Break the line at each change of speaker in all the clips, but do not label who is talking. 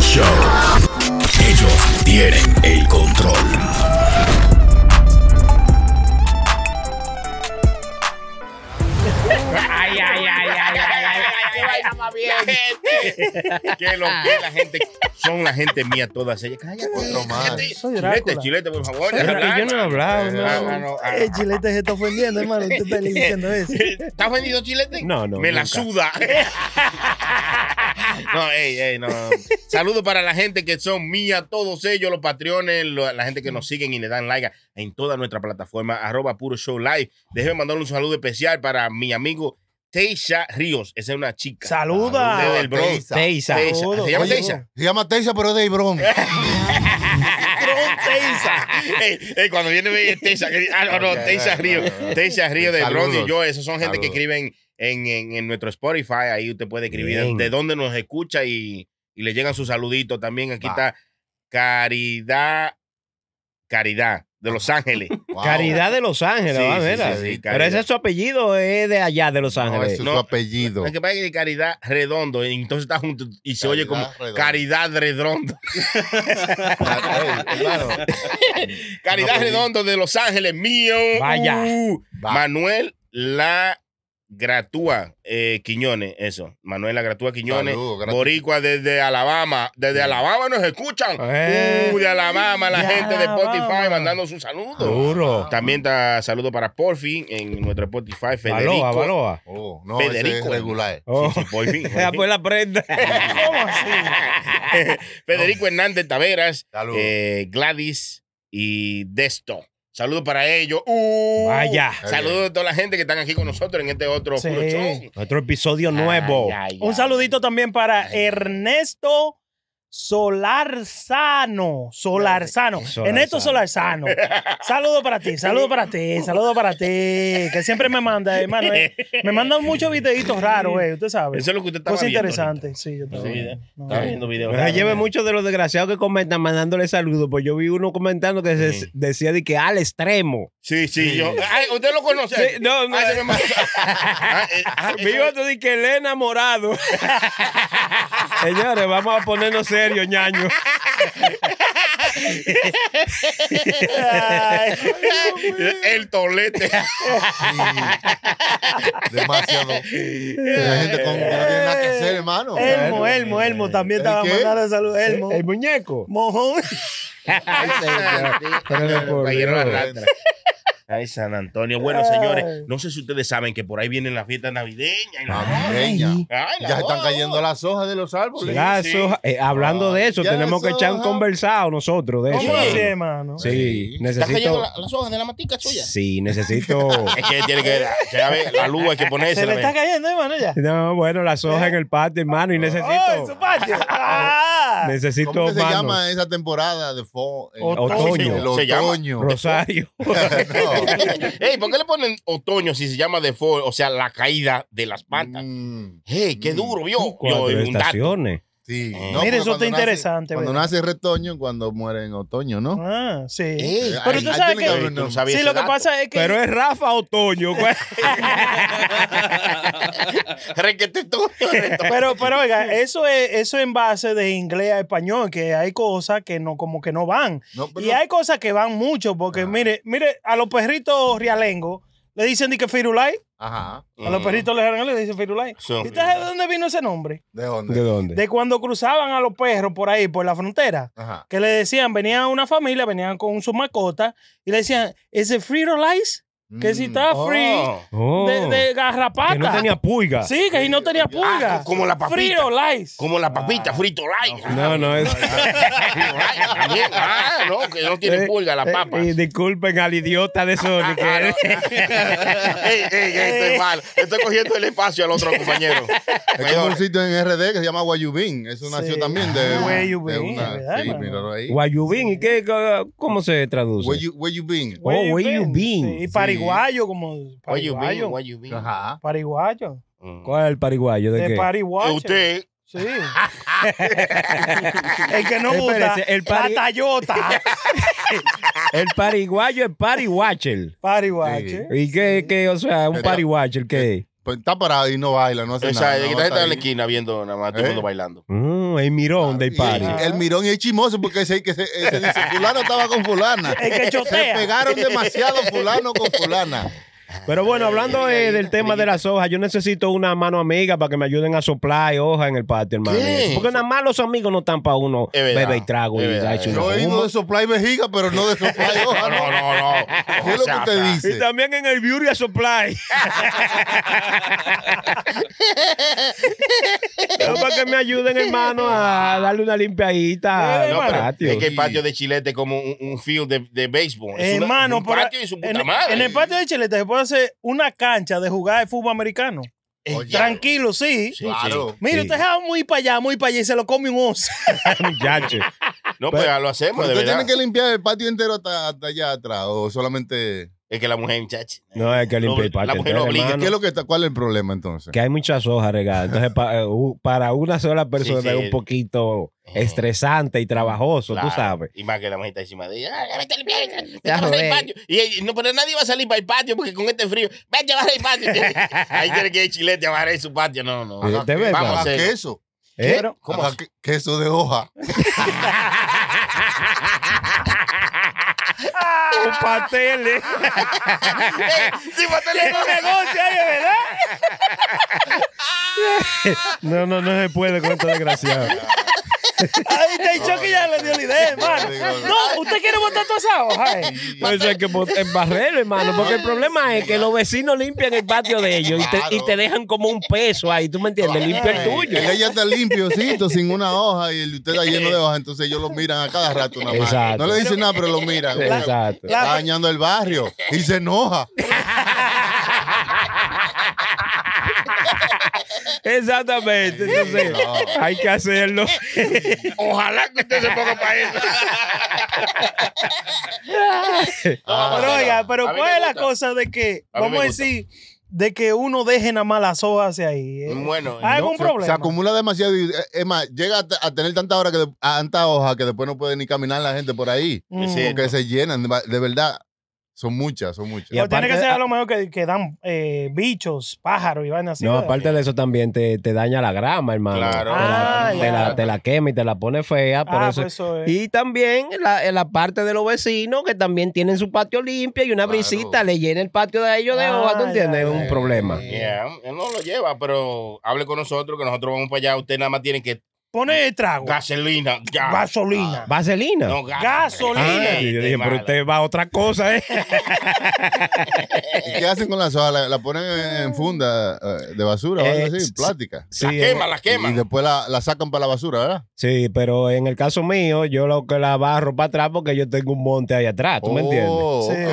Show. Ellos tienen el control.
Ay, ay, ay, ay, ay, ay,
Qué vaina más bien.
Que lo que la gente son la gente mía todas ellas. Cállate,
Cállate.
Soy
Chilete,
Drácula.
chilete, por favor.
Soy
ya
Drácula.
habla.
Yo no he hablado, no.
Ah, ah, no, ah,
El chilete Eh, se está ofendiendo, hermano. Usted está diciendo eso.
¿Estás vendido chilete?
No, no,
Me la
nunca.
suda. no, ey, ey, no. Saludos para la gente que son mía, todos ellos, los patrones, lo- la gente que nos siguen y le dan like a- en toda nuestra plataforma, arroba puro show live. Déjeme mandarle un saludo especial para mi amigo Teisha Ríos. Esa es una chica.
Saluda.
Desde el Bronx.
Teisa.
Teisa.
Teisa. ¿Se llama
Oye,
Teisa?
Se llama Teisa, pero es de Ibrón.
Teisa. Ey, ey, cuando viene ve Teisa, que- ah, no, no,
Ok,
Teisa
no,
Río,
no, no.
Teisa Río de
Saludos.
Brody y yo, esos son gente que
Saludos.
escriben en, en- en nuestro Spotify, ahí usted puede escribir
Bien.
de dónde nos escucha y, y le llegan sus saluditos también. Aquí
Va.
está Caridad, Caridad de Los Ángeles.
oh.
Wow.
Caridad de Los Ángeles,
Sí,
va,
sí,
mira.
sí, sí,
Pero
Caridad.
ese es su apellido, es de allá de Los
No, ese es
Ángeles.
su
No.
apellido.
Lo que pasa es que Caridad Redondo, y entonces está junto y se oye como
Caridad Redondo.
Caridad Redondo.
Ey, claro.
Caridad
No, pues,
Redondo de Los Ángeles, mío.
Vaya.
Uh.
Va.
Manuel La Gratúa eh, Quiñones, eso. Manuel La Gratúa Quiñones.
Saludos, gratis.
Boricua desde Alabama. Desde Alabama nos escuchan.
Ah.
Eh.
Uh, de Alabama, la
De
gente de Spotify
Alabama.
mandando sus saludos.
Duro.
También está saludo para Porfi en nuestro Spotify. Federico.
Baloa, baloa.
Oh, no, ese
Federico.
es regular.
Oh.
Sí, sí, Porfi.
Ya, pues la prenda.
Federico Hernández Taveras,
Oh. Saludos.
eh, Gladys y Desto. Saludos para ellos. Uh,
Vaya.
Saludos a toda la gente que están aquí con nosotros en este otro
Sí.
puro show.
Otro episodio nuevo.
Ay, ay,
Un
ay.
saludito también para
Ay.
Ernesto Solarzano. Solarzano.
Solarzano.
Ernesto Solarzano. Saludo para ti, saludo para ti, saludo para ti. Que siempre me manda, hermano. eh. Me mandan muchos videitos raros, eh, usted sabe.
Eso es lo que usted estaba
Cosa
viendo
interesante. Sí, yo estaba
ahorita. Sí,
viendo.
está-
No.
estaba viendo videos.
No se lleve
raros.
mucho de los desgraciados que comentan mandándole saludos. Pues yo vi uno comentando que se-
Sí.
decía de que al extremo.
Sí, sí,
Sí.
yo. Ay, usted lo conoce.
Sí, no, no.
Ay, se me mató. Ah, eh, ah,
Vi
eso-
otro de que el enamorado. Señores, vamos a ponernos serios, ñaño.
El tolete.
Sí. Demasiado. La gente con, que no tiene nada que hacer, hermano.
Eh.
Elmo, Elmo, Elmo. También
¿El
estaba
qué?
mandando saludos. Elmo.
eh, El muñeco.
Mojón.
Cayeron las rastras. Ay, San Antonio. Bueno,
Ay.
señores, no sé si ustedes saben que por ahí vienen las fiestas navideñas. y la-
Navideña.
Ay, la
Ya se están
boda.
cayendo las hojas de los árboles.
Las
sí.
hojas- eh, hablando
Ah,
de eso,
Ya
tenemos que
eso,
echar un
ajá.
conversado nosotros de
¿Cómo así,
eso.
hermano?
Sí,
Sí.
¿Está cayendo
necesito.
la- las hojas de la matica suya?
Sí, necesito.
Es que tiene que. que a ver, la luz hay que ponerse.
Se le está cayendo, hermano, ya.
No, bueno, las hojas en el patio, hermano, y
¡Oh, en su
necesito.
patio! ¡Ah!
Necesito
¿Cómo que se
manos.
llama esa temporada de fall? El
Otoño.
El
Se llama.
otoño.
Rosario.
No.
Ey, ¿por qué le ponen otoño si se llama default? O sea, la caída de las patas.
Mm,
Hey, qué duro, vio. Yo,
Cuatro
un dato.
estaciones.
sí.
Eh.
Mire,
No, porque
eso está
cuando nace-
interesante,
Cuando
¿verdad?
nace retoño, cuando muere en otoño, ¿no?
Ah, sí.
Ey,
Pero
ay,
tú
ahí
sabes
tiene
que-
haber un
no
nombre.
sabía
Sí,
ese
lo que
dato.
pasa es que.
Pero es Rafa Otoño. güey.
Requete tú.
pero, pero oiga, eso es, eso en base de inglés a español, que hay cosas que no, como que no van.
No, pero-
Y hay cosas que van mucho, porque
Ah.
mire, mire, a los perritos rialengos le dicen ni que Firulai,
Ajá.
a los perritos rialengos le dicen Firulai.
Sí.
¿Y usted sabe de dónde vino ese nombre?
¿De dónde?
¿De dónde?
De cuando cruzaban a los perros por ahí, por la frontera.
Ajá.
que le decían, venía una familia, venían con sus mascotas, y le decían, ¿es el free or lice? Que si
Mm.
está free
Oh.
Oh,
de, de garrapata.
que no tenía pulga.
Sí, que si no tenía pulga.
Ah, como la papita.
Free or lice.
Como la papita, frito light.
No, no, es.
También. Ah, no, que no tiene pulga la papa. Ah,
Eh, eh, disculpen al idiota de Sony. que-
Ey, ey, ey, estoy mal. Estoy cogiendo el espacio al otro compañero.
Es como un sitio en RD que se llama Guayubín. Eso nació
Sí.
también de.
Ah,
de
Guayubín,
una-
¿verdad,
Sí,
mano?
míralo ahí.
Guayubín, ¿y qué, qué- cómo se traduce?
Guayu- Guayubín.
Oh, where you
been?
been?
Sí, y pariguayo, como
What you mean,
pariguayo.
what you mean.
Ajá.
Pariguayo.
¿Cuál es el pariguayo? ¿De,
De
qué?
Eh,
pariguayo.
Usted.
Sí. el que no gusta.
Espérese, el
la
pari-
Tayota.
El pariguayo es pariwatcher.
Pariguayo.
¿Y qué, qué, o sea, un
Pero-
pariwatcher qué?
Pues está parado y no baila, no hace
O sea,
nada.
de
nada
que
más
está
está
en la
ahí.
esquina viendo nada más todo el
¿Eh?
mundo bailando.
Mm, ¿no? El mirón del
Y-
party.
y el mirón y el chimoso, porque ese, que se, ese dice, fulano estaba con fulana.
El que
Se
chotea.
pegaron demasiado fulano con fulana.
Pero bueno, hablando eh, del tema de las hojas, yo necesito una mano amiga para que me ayuden a soplar hojas en el patio, hermano.
¿Qué?
Porque nada más los amigos no están para uno
Es verdad.
beber y trago
Es
y
verdad,
darse
es
una
Yo he
goma.
ido de supply vejiga, pero no de supply
No,
hoja.
no, no. no.
¿Qué es lo que usted dice?
Y también en el Beauty a Supply. No, para que me ayuden, hermano, a darle una limpiadita
Eh,
al
No, pero
patio.
es que el patio de Chilete es como un, un field de, de béisbol. Es una-
Hermano,
un
por-
patio y su puta
en,
madre.
en el patio de Chilete se puede hacer una cancha de jugar de fútbol americano. Eh,
Oye,
Tranquilo, sí.
Sí,
Claro.
Mire,
Sí.
usted se va muy para allá, muy para allá y se lo come un oso.
Muchacho.
No, pero lo hacemos,
Pero
de
usted
verdad.
tiene que limpiar el patio entero hasta, hasta allá atrás, o solamente.
Es que la mujer, muchacha.
No, es que limpiar el
La
patio.
mujer
entero,
lo obliga.
hermano.
¿Qué es lo que está, ¿Cuál es el problema entonces?
que hay muchas hojas regadas. Entonces, pa- eh, u- para una sola persona
sí.
es un poquito
Ajá.
estresante y trabajoso,
Claro.
tú sabes.
Y más que la mujer está encima de ella. "Ah, vete a limpiar, vete a
Ya,
barrer el
joder.
patio". Y ella, no, pero nadie va a salir para el patio porque con este frío. Vete a barrer el patio. Ahí tiene que ir Chilete a barrer su patio. No, no.
Ajá. ¿Te ves,
Vamos a
Haga
hacer.
queso.
¿Eh?
Pero-
¿Cómo
Haga
así?
que- queso de hoja.
Un pastel, ¿eh?
Sí, bátale con el gol.
No, no, no se puede con esto desgraciado.
Ahí está el choque ya le dio la idea, hermano. No, usted quiere botar toda esa hoja.
Pues
eh?
Por eso hay que bot- en barrero, hermano. Porque el problema es que los vecinos limpian el patio de ellos y te, y te dejan como un peso ahí, ¿tú me entiendes? Limpia el tuyo.
El de ella está limpiocito, sin una hoja, y el de usted está lleno de hojas, entonces ellos lo miran a cada rato. nada más.
Exacto.
No le dicen nada, pero lo miran.
Exacto.
Está dañando el barrio y se enoja.
Exactamente. Entonces,
No.
hay que hacerlo.
Ojalá que usted se ponga para eso.
Ah,
Pero oiga, pero
Ah, A mí
¿cuál
me
es la
gusta.
cosa de que,
A mí me
vamos a
gusta.
decir, de que uno deje nada más las hojas hacia ahí? eh?
Mm, Bueno,
¿Hay
no,
algún
se-
Se
problema?
acumula demasiado. Y, eh, es más, llega a, t- a tener tanta hora que de- a tanta hoja que después no puede ni caminar la gente por ahí.
Mm.
Sí.
Porque se llenan, de, de verdad. Son muchas, son muchas.
Y
O tiene
aparte-
que ser a lo mejor que, que dan eh, bichos, pájaros y vainas así.
No,
¿verdad?
aparte de eso también te, te daña la grama, hermano.
Claro.
Te la,
Ah,
te, la,
ya.
te la quema y te la pone fea. Por
Ah,
eso.
pues eso es.
Y también la, la parte de los vecinos que también tienen su patio limpio y una
Claro.
brisita le llena el patio de ellos de
Ah,
hoja, ¿tú
ya,
entiendes?
ya,
Es un
ya.
problema.
yeah, él no lo lleva, pero hable con nosotros que nosotros vamos para allá. Usted nada más tiene que
Pone el trago.
gasolina. Ya. Ah,
Gasolina.
Vaselina.
No, gas.
Gasolina.
Ah, y yo dije,
Qué
pero
mala.
usted va a otra cosa, ¿eh?
¿Y qué hacen con las hojas? ¿La, la ponen en funda eh, de basura o algo
Eh,
así?
sí.
Plástica.
Sí,
La quema, la
Y
quema.
después la, la sacan para la basura, ¿verdad?
sí, pero en el caso mío, yo lo que la barro para atrás porque yo tengo un monte ahí atrás, ¿tú me entiendes?
Oh,
Sí,
ok.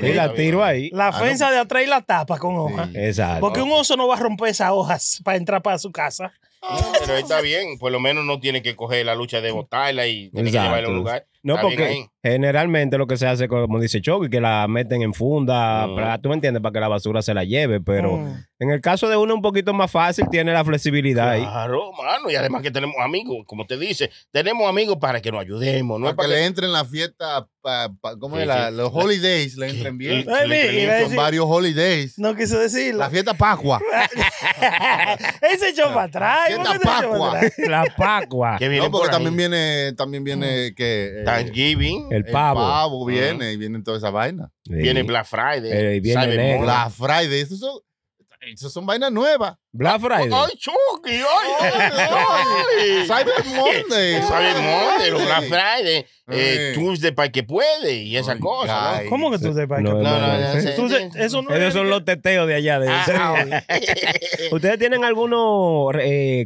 sí.
Y la
está
tiro
bien.
ahí.
La
no.
ofensa de atrás y la tapa con hojas.
Sí.
Exacto.
Porque un oso no va a romper esas hojas para entrar para su casa.
No, pero está bien, por lo menos no tiene que coger la lucha de botarla y tiene que
Exacto.
llevarla a un lugar.
No,
Está bien
porque
ahí.
generalmente lo que se hace, como dice Choki, que la meten en funda,
Mm.
pra- tú me entiendes, para que la basura se la lleve, pero
Mm.
en el caso de uno un poquito más fácil, tiene la flexibilidad ahí.
Claro, mano, y además que tenemos amigos, como te dice, tenemos amigos para que nos ayudemos, no
para,
es para
que
que
le entren la fiesta, pa- pa- ¿cómo
Sí,
es? La-
sí.
los holidays le entren bien.
Eh, mire,
le
iba a
Son
decir-
varios holidays.
no quiso decirlo.
La fiesta Pascua.
Ese echó
Ah,
para atrás.
fiesta
¿por qué se echó para
Pascua.
atrás?
La pacua.
que vienen
No, porque
por ahí.
también viene, también viene que eh,
Thanksgiving,
El pavo.
El pavo viene y viene toda esa vaina.
Sí.
viene Black Friday,
Eh, viene
Cyber
enero.
Monday.
Black Friday, esos son, esos son vainas nuevas.
Black Friday.
Ay, Chucky, ay, ay.
Cyber Monday.
Cyber Monday, los Black Friday, eh,
Sí.
Tuesday para el que puede y esas
Ay,
cosas,
ay.
¿Cómo que tú te
No, no,
No, no,
no.
ya sé.
Tú se- eso no
Esos
es-
son los teteos de allá. De
Ah,
¿Ustedes tienen alguna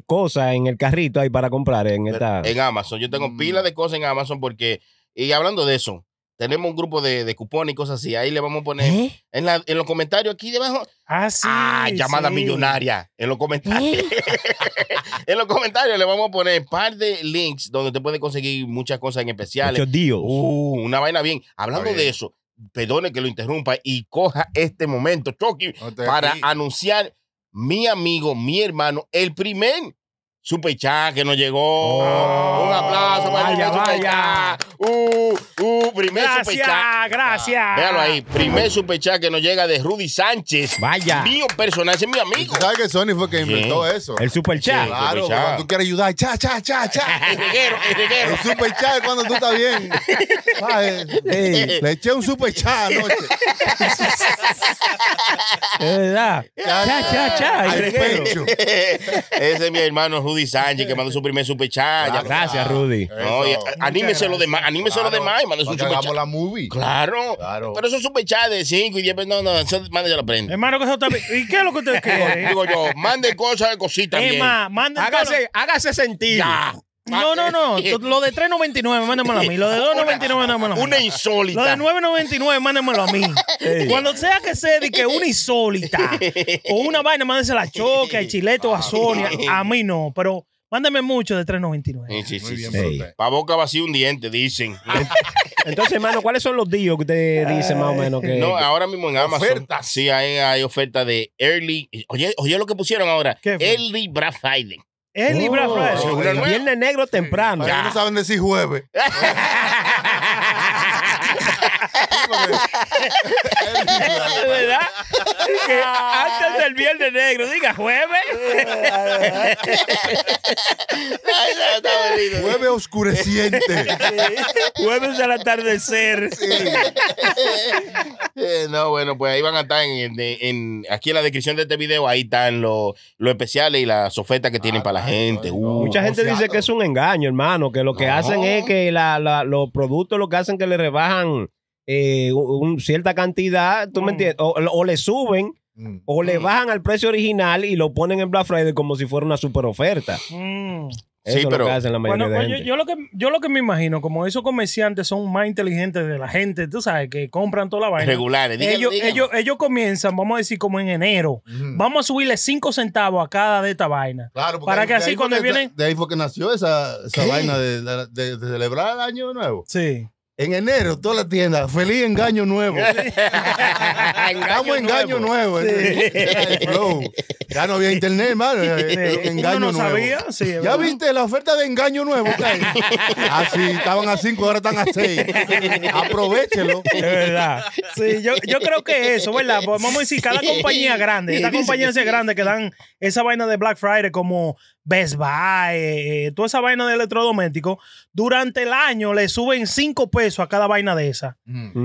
cosa en el carrito ahí para comprar en esta?
En Amazon. Yo tengo
Mm.
pila de cosas en Amazon porque, y hablando de eso, tenemos un grupo de, de cupones y cosas así. Ahí le vamos a poner
¿Eh?
en, la- en los comentarios aquí debajo.
Ah, sí.
ah, llamada
sí. ¿Eh?
millonaria. En los comentarios. en los comentarios le vamos a poner un par de links donde te puede conseguir muchas cosas en especiales.
Muchos deals.
Uh, una vaina bien. Hablando
Está bien.
de eso, perdone que lo interrumpa y coja este momento, Chucky, para anunciar mi amigo, mi hermano, el primer Super Chat que nos llegó.
Oh.
Un aplauso para el primer
vaya,
Super
vaya.
Chat. Uh, uh, primer Super
Gracias,
Chat.
gracias.
Ah, Véalo ahí, primer super chat que nos llega de Rudy Sánchez.
Vaya.
Mío personal, ese es mi amigo.
¿Tú sabes que Sony fue que inventó
Sí.
eso?
El super chat.
eh, Sí.
Claro,
superchat.
cuando tú quieres ayudar, cha, cha, cha,
El
cha.
reguero, el reguero.
El super chat es cuando tú estás bien. Ay,
Ey.
le eché un super chat anoche.
Es verdad.
Eh,
Cha, cha, cha.
Al
el reguero.
pecho.
Ese es mi hermano Rudy Sánchez que mandó su primer super chat. Ya-
Gracias, Rudy.
No, y a- anímese los demás, anímese los demás y mande su
Para que
super
hagamos
chat.
la movie.
Claro.
Claro.
Pero esos super chats de 5 y 10 no, no, eso mande yo la prenda.
Hermano, que eso está bien. ¿Y qué es lo que ustedes quieren?
Digo yo, mande cosas de cositas
Es
bien.
más, manden todo lo-
Hágase, hágase sentir.
Ya.
No, no, no. Lo de 3.99, mándamelo a mí. Lo de 2.99, mándamelo a mí. Lo
Una
de
insólita.
9.99, mándamelo a mí. Cuando sea que sea de que una insólita o una vaina, mándensela a Choque, a Chileto o a Sonia. A mí no, pero mándame mucho de 3.99.
Sí, sí,
Muy
sí,
bien,
sí.
sí.
Brute.
Pa' boca vacía un diente, dicen.
Entonces, hermano, ¿cuáles son los días que usted dice más o menos
Eh,
que.?
No, ah, ahora mismo en Amazon.
Ofertas.
Sí, hay, hay oferta de Early. Oye, oye lo que pusieron ahora.
¿Qué fue?
Early Black Friday.
Es Libra
Oh,
Fresh.
Una nueva.
Viernes negro temprano.
Para que no saben decir jueves.
¿De verdad? Que antes del viernes negro, diga jueves.
Ay, no, está bonito.
Jueves oscureciente.
jueves al atardecer.
Eh, no, bueno, pues ahí van a estar en, en- en- aquí en la descripción de este video. Ahí están los los especiales y las ofertas que tienen para la gente. Uh.
Mucha gente
Negociado.
dice que es un engaño, hermano, que lo que
No.
hacen es que la- la- los productos lo que hacen que le rebajan eh, un, un- cierta cantidad, ¿tú me
Mm.
entiendes? O, o le suben
Mm.
o le
Mm.
bajan al precio original y lo ponen en Black Friday como si fuera una super oferta.
Mm.
Eso
Sí,
es lo
pero-
que hacen la mayoría
Bueno,
de
pues yo,
gente.
yo lo que, yo lo que me imagino, como esos comerciantes son más inteligentes de la gente, tú sabes, que compran toda la vaina.
Regulares. Díganlo,
ellos,
díganlo.
ellos, ellos comienzan, vamos a decir, como en enero.
Mm.
Vamos a subirle 5 centavos a cada de esta vaina.
Claro, porque
Para
ahí-
que
de
así
ahí
cuando
fue que-
vienen-
De ahí fue que nació esa, esa vaina de, de- de- de celebrar el año nuevo.
Sí.
En enero, toda la tienda, feliz engaño nuevo. Estamos en engaño nuevo. entonces, flow. Ya no había internet, hermano. eh, Engaño
Uno no
nuevo.
sabía. Sí, es
¿Ya
verdad.
viste la oferta de engaño nuevo? Así, estaban a 5, ahora están a 6. Aprovechelo.
Es verdad.
Sí, yo, yo creo que eso, ¿verdad? Pues vamos a decir, cada compañía grande, estas compañías grandes que dan esa vaina de Black Friday como Best Buy, eh, eh, toda esa vaina de electrodomésticos, durante el año le suben 5 pesos a cada vaina de esa.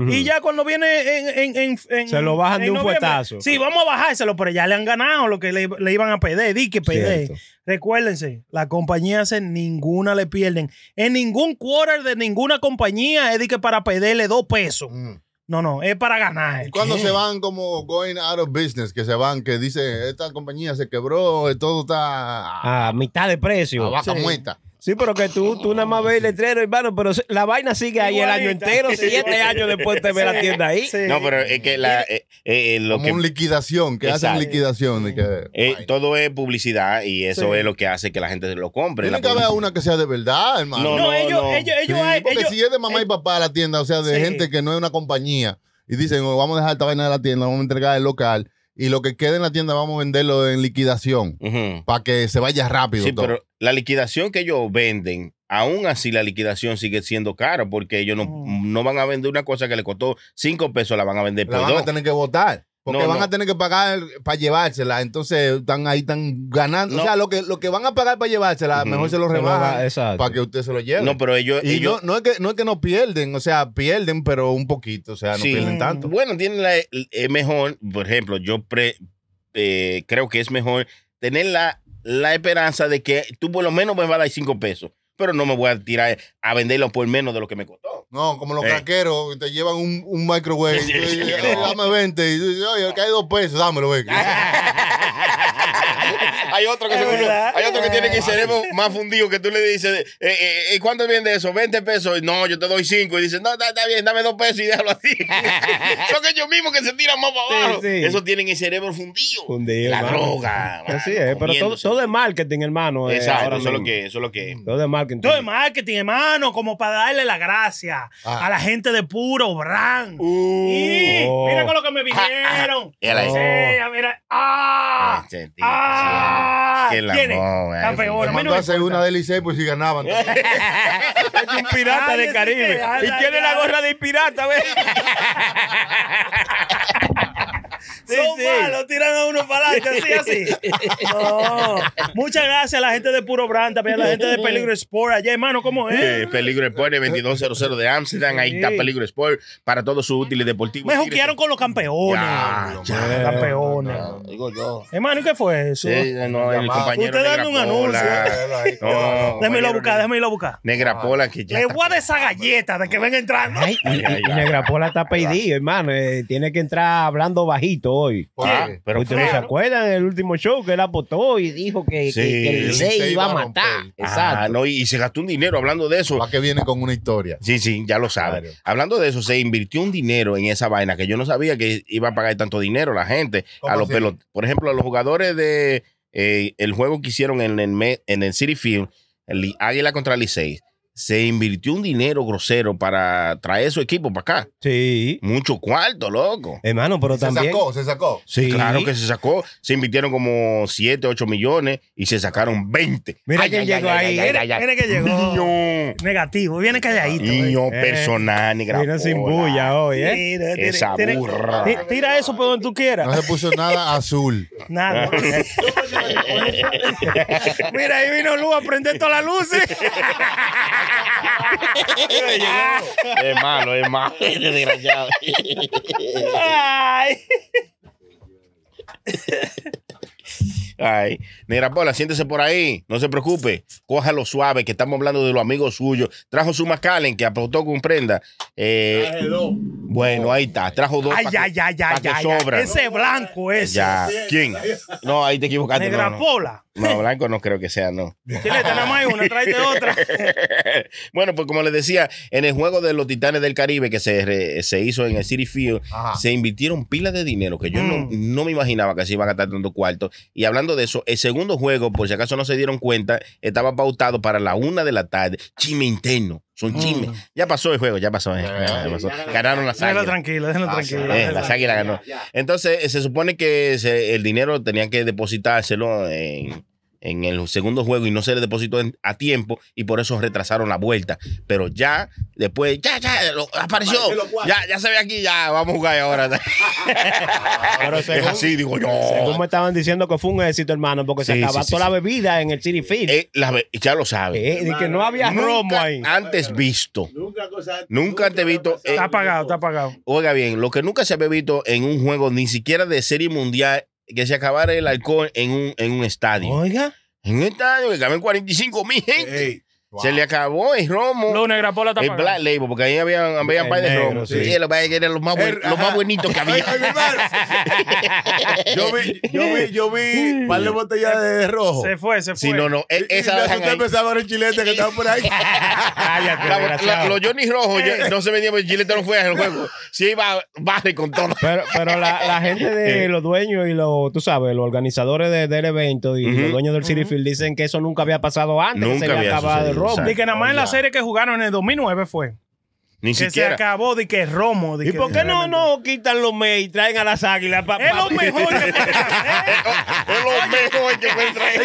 Y ya cuando viene en... en- en- en-
Se lo bajan
en
de un
noviembre,
fuetazo.
Sí, vamos a bajárselo, pero ya le han ganado lo que le, le iban a pedir, di que pedir.
Cierto.
Recuérdense, las compañías en ninguna le pierden. En ningún quarter de ninguna compañía es di que para pedirle dos pesos.
Mm.
No, no, es para ganar.
Cuando se van como going out of business, que se van, que dice, esta compañía se quebró, eh, todo está a
A mitad de precio.
vaca
Sí.
muerta.
Sí, pero que tú, tú nada más ves el letrero, hermano, pero se- la vaina sigue ahí el año
Igualita.
entero, siete años después te ve la tienda ahí.
Sí.
No, pero es que la, eh, eh, eh, lo
Como
que
un liquidación, que
Exacto.
hacen liquidación. de que-
Eh,
Ay,
todo es publicidad y eso
Sí.
es lo que hace que la gente lo compre.
Tiene
La
que haber
publicidad.
una que sea de verdad, hermano.
No,
No, ellos,
no.
ellos, ellos,
Sí,
hay-
porque
ellos- eh,
si es de mamá y papá la tienda, o sea, de
Sí.
gente que no es una compañía, y dicen, "Oh, vamos a dejar esta vaina de la tienda, vamos a entregar el local, y lo que quede en la tienda vamos a venderlo en liquidación,
Ujú.
para que se vaya rápido.
Sí,
todo.
pero la liquidación que ellos venden, aún así la liquidación sigue siendo cara porque ellos no,
Mm.
no van a vender una cosa que le costó cinco pesos, la van a vender
la
por
van a
dos.
tener que votar. Porque
eh, No,
van
no.
a tener que pagar para llevársela. Entonces están ahí, están ganando.
No.
O sea, lo que, lo que van a pagar para llevársela,
Ujú.
mejor se lo
Se lo va-
rebajan
Exacto.
para que usted se lo lleve.
No, pero eh, ellos...
y
ellos
no, no es que, no es que no pierden, o sea, pierden, pero un poquito. O sea, no
Sí.
pierden tanto.
bueno, tienen la... Es mejor, por ejemplo, yo pre- eh, creo que es mejor tener la, la esperanza de que tú por lo menos me vas a dar cinco pesos, pero no me voy a tirar a venderlo por menos de lo que me costó.
No, como los
Eh.
craqueros, te llevan un, un microwave.
Sí,
y tú
sí,
dices,
sí,
"Eh,
no.
Dame 20. Y tú dices, oye, acá hay dos pesos, dámelo, ve.
hay otro que
Es
se coño,
verdad.
hay otro que tiene que el
Ah,
cerebro más fundido que tú le dices, eh, eh, eh, ¿cuánto vende eso? 20 pesos. No, yo te doy 5. Y dice, no, está, está bien, dame dos pesos y déjalo así. Son ellos mismos que se tiran más para
Sí,
abajo.
sí.
Eso tienen el cerebro fundido.
Fundido,
La
hermano.
droga.
Así
mano,
es, pero todo,
comiéndose.
todo es marketing, hermano. eh,
Exacto,
ahora
eso es lo
mismo.
que eso es lo que es.
Todo es marketing.
Todo es marketing, hermano, como para darle la gracia
Ah.
a la gente de puro brand. Y
Oh.
mira con lo que me vinieron.
Y a la-
Sí, mira. ¡Ah!
este Ay, sentí.
¡Ah! Ah,
Qué lamón,
¿quiénes?
eh.
Campeón, a mí no
Mandó
me
a hacer
importa.
una del Licey por si ganaban.
Es un pirata
Ay,
de
ese
Caribe.
que- ay,
y
ay,
tiene la
ay.
gorra de pirata, ¿ves? Sí,
Son
sí.
malos, tiran a uno para adelante, así, así. No. Muchas gracias a la gente de Puro Brand, también a la gente de Peligro Sport. Allá, hermano, ¿cómo es?
Eh, Peligro Sport, el 2200 de Amsterdam. Ahí está
Sí.
Peligro Sport para todos sus útiles deportivos.
Me
Tigres.
juquearon con los campeones.
Ya, ya.
campeones.
Digo yo.
Hermano, ¿y qué fue eso?
Sí, no, el
Llamado.
compañero
Usted
Negra
dando un
Pola.
anuncio. Ahí está.
No,
déjame
compañero
lo buscar, déjame lo buscar.
Negra Pola que ya.
Le
está- pues.
voy a dar esa galleta de que venga entrando.
Ay, y,
Ay, ay,
y
ay.
Negra Pola está perdido, hermano. Eh, tiene que entrar hablando bajito hoy.
¿Por
Ah,
qué?
pero
¿Ustedes no se
feo.
acuerdan el último show que él apostó y dijo que, que-
Sí.
que el
El
Licey
Licey
iba a
iba a
matar?
romper.
Ah,
Exacto.
no, y, y se gastó un dinero hablando de eso.
Va que viene con una historia.
Sí, sí, ya lo sabe.
Claro.
Hablando de eso, se invirtió un dinero en esa vaina que yo no sabía que iba a pagar tanto dinero la gente.
¿Cómo
A los
así?
pelot Por ejemplo, a los jugadores de eh, el juego que hicieron en el, me- en el City Field, el Li- Águila contra Licey, se invirtió un dinero grosero para traer su equipo para acá.
Sí.
Mucho cuarto, loco.
Hermano, pero
Se
también.
sacó, se sacó.
Sí.
Claro que se sacó. Se invirtieron como 7, 8 millones y se sacaron 20.
Mira
Ay,
quién
ay,
llegó
ay,
ahí.
ay, ay,
Mira-
ay, ay.
Viene que llegó.
Niño.
Negativo, viene calladito. eh.
Niño
Eh.
personal, negra.
Mira sin
Pola.
bulla hoy, ¿eh?
Tira, tira,
Esa
tira-
burra.
ti- Tira eso por donde tú quieras.
No se puso nada azul.
Nada. Mira, ahí vino Lu a prender todas las luces.
Es malo, es malo. Es desgraciado.
Ay.
Ay, Negra Pola, siéntese por ahí. No se preocupe. Cójalo suave, que estamos hablando de los amigos suyos. Trajo su Macallen, que apostó con prenda. Eh, Bueno, ahí está. Trajo dos.
Ay,
pa' que-
ay, ay, ay,
pa' que
ay,
sobra.
ay. Ese blanco ese.
Ya. ¿Quién? No, ahí te equivocaste.
Negra
No, no.
pola.
No, blanco no creo que sea, no.
Chilete, nada más hay una, tráete otra.
bueno, pues como les decía, en el juego de los Titanes del Caribe que se, re- se hizo en el City Field,
Ajá.
se invirtieron pilas de dinero que yo no, no me imaginaba que se iban a gastar tanto cuarto. Y hablando de eso, el segundo juego, por si acaso no se dieron cuenta, estaba pautado para la una de la tarde. Chisme interno, son chismes. Ya pasó el juego, ya pasó. eh, ya pasó. Ganaron las
Déjalo
águilas.
tranquilo, déjalo tranquilo.
Eh, las águilas ganó. Entonces, eh, se supone que se- el dinero tenían que depositárselo en, en el segundo juego y no se le depositó en- a tiempo y por eso retrasaron la vuelta. Pero ya, después, ya, ya, lo- apareció. Ya, ya se ve aquí, ya, vamos a jugar ahora.
Pero
es
según-
así, digo yo.
Según me estaban diciendo que fue un éxito, hermano, porque se
Sí, sí,
acabó
sí,
toda
sí.
la bebida en el City Field.
Eh, la ve- ya lo sabe.
Eh, de que no había
Nunca
romo ahí.
Antes visto.
Nunca, cosa,
Nunca te he visto, eh,
había pasado.
Está apagado, está apagado.
Oiga bien, lo que nunca se había visto en un juego, ni siquiera de serie mundial, que se acabara el alcohol en un, en un estadio.
Oiga.
En un estadio que caben 45 mil gente.
Ey,
Wow.
Se le acabó el romo.
Lu, negra pola está
el Black
apagado.
Label, porque ahí había, había
El
un par de
negro,
romos.
sí.
Sí, los que eran los más, buen-
El-
los más
ajá.
buenitos que
Ay,
había.
ay, mi hermano. Yo vi, yo vi, yo vi un par de botellas de, de rojo.
Se fue, se fue.
Si no, no. e-
Y- y
Esa
me
la dejan
asusté
ahí.
empezaba con el chilete que estaba por ahí.
La-
Cállate,
la-
desgraciado.
los Johnny Rojos yo- no se vendían porque Gillette no fue al juego. Sí iba barre con todo.
Pero, pero la, la gente de los dueños y los, tú sabes, los organizadores de- del evento y
Ujú.
los dueños del City Field dicen que eso nunca había pasado antes, que
Nunca
se había
había
acabado el
sucedido,
romo.
De que nada más en la
Ya.
serie que jugaron en el 2009 fue.
Ni
Que se
siquiera.
acabó, de que Romo. de
¿Y
que-
por qué no, no quitan los mes y traen a las águilas? pa-
Es
pa-
lo mejor que puede hacer.
Es lo mejor que fue el traje.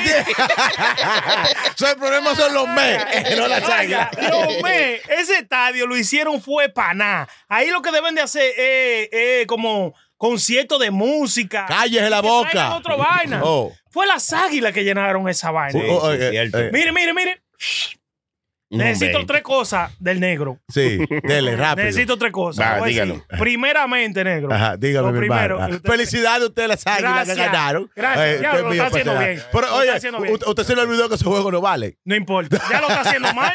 O sea, el problema son los mes, no las águilas.
Oiga, Dios mío, ese estadio lo hicieron fue para nada. Ahí lo que deben de hacer es es como concierto de música.
Cállese la
Que traigan
boca.
Otra vaina.
Oh.
Fue las águilas que llenaron esa vaina.
Oh, oh, eh,
cierto.
eh,
Mire, mire, mire. Necesito
Hombre.
tres cosas del negro.
Sí, dele, rápido.
Necesito tres cosas.
Va,
Voy a decir,
dígalo.
Primeramente, negro.
Ajá, dígame,
Lo
mi
primero,
hermano.
usted-
Felicidades a ustedes, las águilas que
Gracias.
ganaron.
Gracias.
Eh,
Ya,
usted
lo
es mío
está haciendo
personal.
bien.
Pero,
Lo
oye,
está haciendo bien.
u- usted se le olvidó que su juego no vale.
No importa. Ya lo está haciendo mal.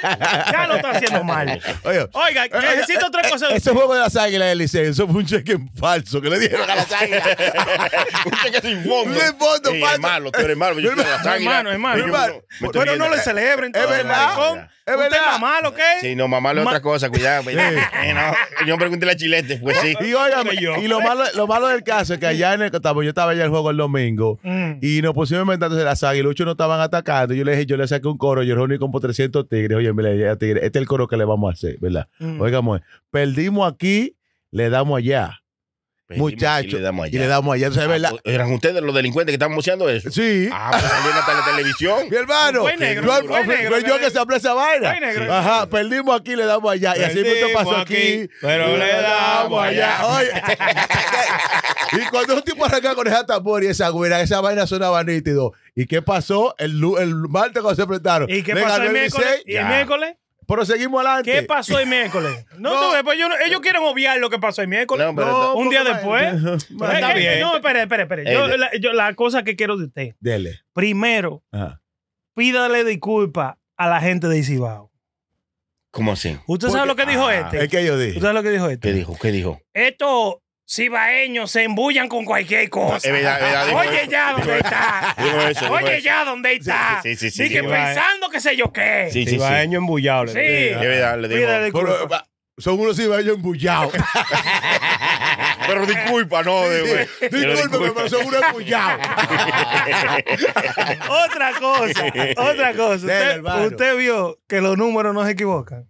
Ya lo está haciendo mal.
Oye,
Oiga,
Eh,
necesito
eh,
tres
eh,
cosas de
Ese juego de las águilas del liceo, eso fue un cheque en falso que le dieron a las águilas.
Usted que sin fondo.
Sin fondo,
Sí,
falso.
es malo, tú eres malo. Yo
Hermano,
quiero las águilas.
hermano, hermano.
Yo
Hermano,
Ah, me estoy
Bueno,
viendo
no le
acá.
celebren. entonces,
verdad.
maricón.
Es
¿Un tema
verdad.
malo, ¿qué?
Sí, no, mamá, le
Ma-
otra cosa, cuidado. Eh, no, yo pregunté la chilete, pues sí.
Y óigame,
yo.
y lo malo, lo malo del caso es que allá en el estaba- yo estaba allá en el juego el domingo
Mm.
y nos pusimos inventándose las águilas, Lucho no estaban atacando. Yo le dije, yo le saqué un coro, yo reuní como 300 tigres. Oye, mira, ya, tigre, este es el
Mm.
coro que le vamos a hacer, ¿verdad?
Mm.
Oigamos, perdimos aquí, le damos allá.
Pedimos
Muchacho.
Y le damos allá.
Y le damos allá. Entonces, es
Ah,
verdad.
pues, ¿Eran ustedes los delincuentes que estaban boceando eso?
Sí.
Ah, pues salieron hasta la televisión.
Mi hermano,
Fue negro,
yo,
fue
fue-
negro,
fue yo
fue-
que soplé esa vaina.
fue negro.
Ajá, perdimos aquí, le damos allá. Y así mismo
Perdimos
pasó aquí,
aquí, pero le damos allá.
Oye, y cuando un tipo arranca con esa tambor y esa güera, esa vaina sonaba nítido. ¿Y qué pasó el, lu- el martes cuando se enfrentaron?
¿Y qué
Le
pasó
ganó
el miércoles?
Licey,
¿Y el
ya.
miércoles?
pero seguimos adelante.
¿Qué pasó el miércoles? No,
No.
tú ves, pues yo no- ellos quieren obviar lo que pasó el miércoles.
No, pero
No,
un día
porque-
después.
Bueno,
Es
está
que-
bien.
No, espere, espere, espere. Yo,
Eh,
la, yo- la cosa que quiero de usted.
Dele.
Primero,
Ajá.
pídale disculpas a la gente de Isibao.
¿Cómo así?
¿Usted sabe lo que dijo
Ah,
este?
Es que yo
¿Usted
dije.
sabe lo que dijo este?
¿Qué dijo? ¿Qué dijo?
Estos cibaeños se embullan con cualquier cosa.
Es verdad, es verdad, dijo
Oye
eso,
ya, ¿dónde
dijo
está?
eso, dijo eso, dijo
Oye
eso.
ya, ¿dónde está?
sí, sí, sí,
Ni
sí,
que
sí,
pensando que sé yo qué.
Sí, sí, sí.
Cibaeño embullado.
Sí.
le digo.
Es verdad, le digo.
Pídale
Pero,
disculpas.
va, son unos cibaños embullados.
Pero disculpa, no, de- güey. Pero
Disculpe, pero son unos embullados.
otra cosa, otra cosa.
Dele,
Usted,
hermano.
usted vio que los números no se equivocan.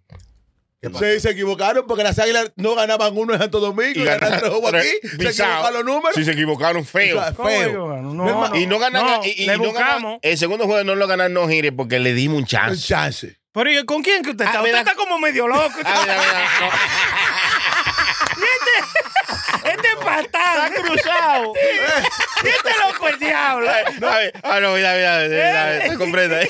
Sí, se equivocaron porque las águilas no ganaban uno en Santo Domingo y ganaron tres juegos aquí. Se equivocaron los números.
Sí, se equivocaron feo.
O sea,
¿Cómo
feo.
yo gano?
Mi hermano,
y no ganaron.
no,
y, y
le
no ganaron-
buscamos.
el segundo juego no lo ganaron los gires porque le dimos un
Un
chance.
chance.
Pero ¿y con quién que usted está?
Ah,
usted
mira.
está como medio loco.
A ver, a ver, a ver,
este es patán. Está cruzado. este loco el diablo.
no, a ver, ah, no, mira, mira, mira, mira,
Eh.
mira, se comprende.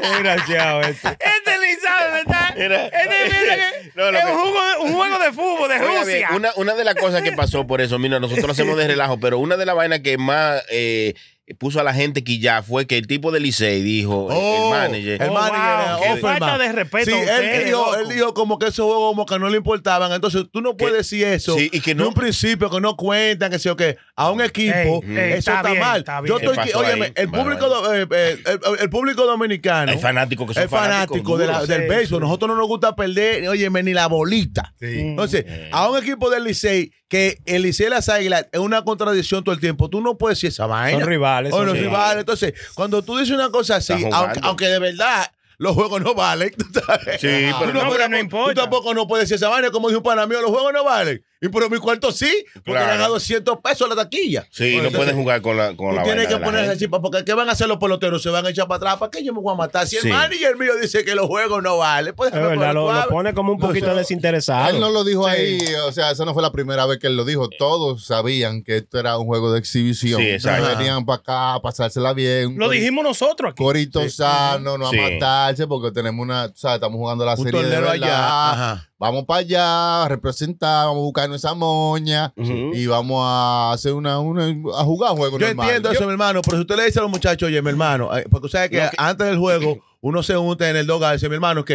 Desgraciado este.
Este lizado está.
Mira.
Este piensa que
No, lo
es
que-
un juego, de- un juego de fútbol de
Oiga,
Rusia.
bien, una, una de las cosas que pasó por eso, mira, nosotros hacemos de relajo, pero una de las vainas que más eh, puso a la gente que ya fue que el tipo de Licey dijo, el-
Oh,
el manager,
El
Oh,
manager
wow,
era
qué
Offerman.
falta de respeto
Sí,
a ustedes,
él dijo,
Pues, loco.
él dijo como que esos juegos como que no le importaban. Entonces tú no puedes decir eso.
Sí, y que
De
no-
un principio que no cuentan, que sí o que a un equipo.
Ey,
eso
ey,
está,
está bien,
mal.
está bien.
Yo
¿Qué
estoy que,
pasó ahí?
óyeme, el
Bueno,
público, do- eh, eh, el, el público dominicano.
hay fanáticos que son
es fanático de la-
duros.
del
Sí,
béisbol.
sí.
Nosotros no nos gusta perder, óyeme, ni la bolita.
Sí.
Entonces,
Eh.
a un equipo del Licey, que el Licey y las Águilas es una contradicción todo el tiempo. Tú no puedes decir esa vaina.
Son rivales,
O
son
los
rivales.
rivales. Entonces, cuando tú dices una cosa así,
Estás jugando.
aunque, aunque de verdad los juegos no valen, tú sabes.
Sí,
Tú
pero
no,
puedes-
pero no importa.
Tú tampoco no puedes decir esa vaina, como dijo un pana mío, los juegos no valen. Y pero mi cuarto sí, porque
Claro.
le han dado 200 pesos a la taquilla.
Sí, no
Entonces,
pueden jugar con la con
Tú
la
tienes
vaina
que
de la
poner esa
gente.
chispa, porque ¿qué van a hacer los peloteros? ¿Se van a echar para atrás? ¿Para qué yo me voy a matar? Si el
Sí.
manager mío dice que los juegos no valen, pues
Es
déjame
verdad,
ponerlo
lo, lo
suave.
pone como un poquito desinteresado.
Él no lo dijo ahí, o sea, esa no fue la primera vez que él lo dijo. Todos sabían que esto era un juego de exhibición.
Sí, exacto.
Venían para acá a pasársela bien.
Lo dijimos nosotros aquí.
Corito sano, no
Sí.
a matarse, porque tenemos una, o sea, estamos jugando la
Un
serie de
torneo
verdad.
allá. Ajá.
Vamos para allá a representar, vamos a buscarnos esa moña
Ujú.
y vamos a hacer una, una a jugar un juego
Yo
normal.
entiendo eso, mi hermano, pero si usted le dice a los muchachos, oye, mi hermano, eh, porque usted sabe que, antes del juego uno se junta en el doga y dice, mi hermano, ok,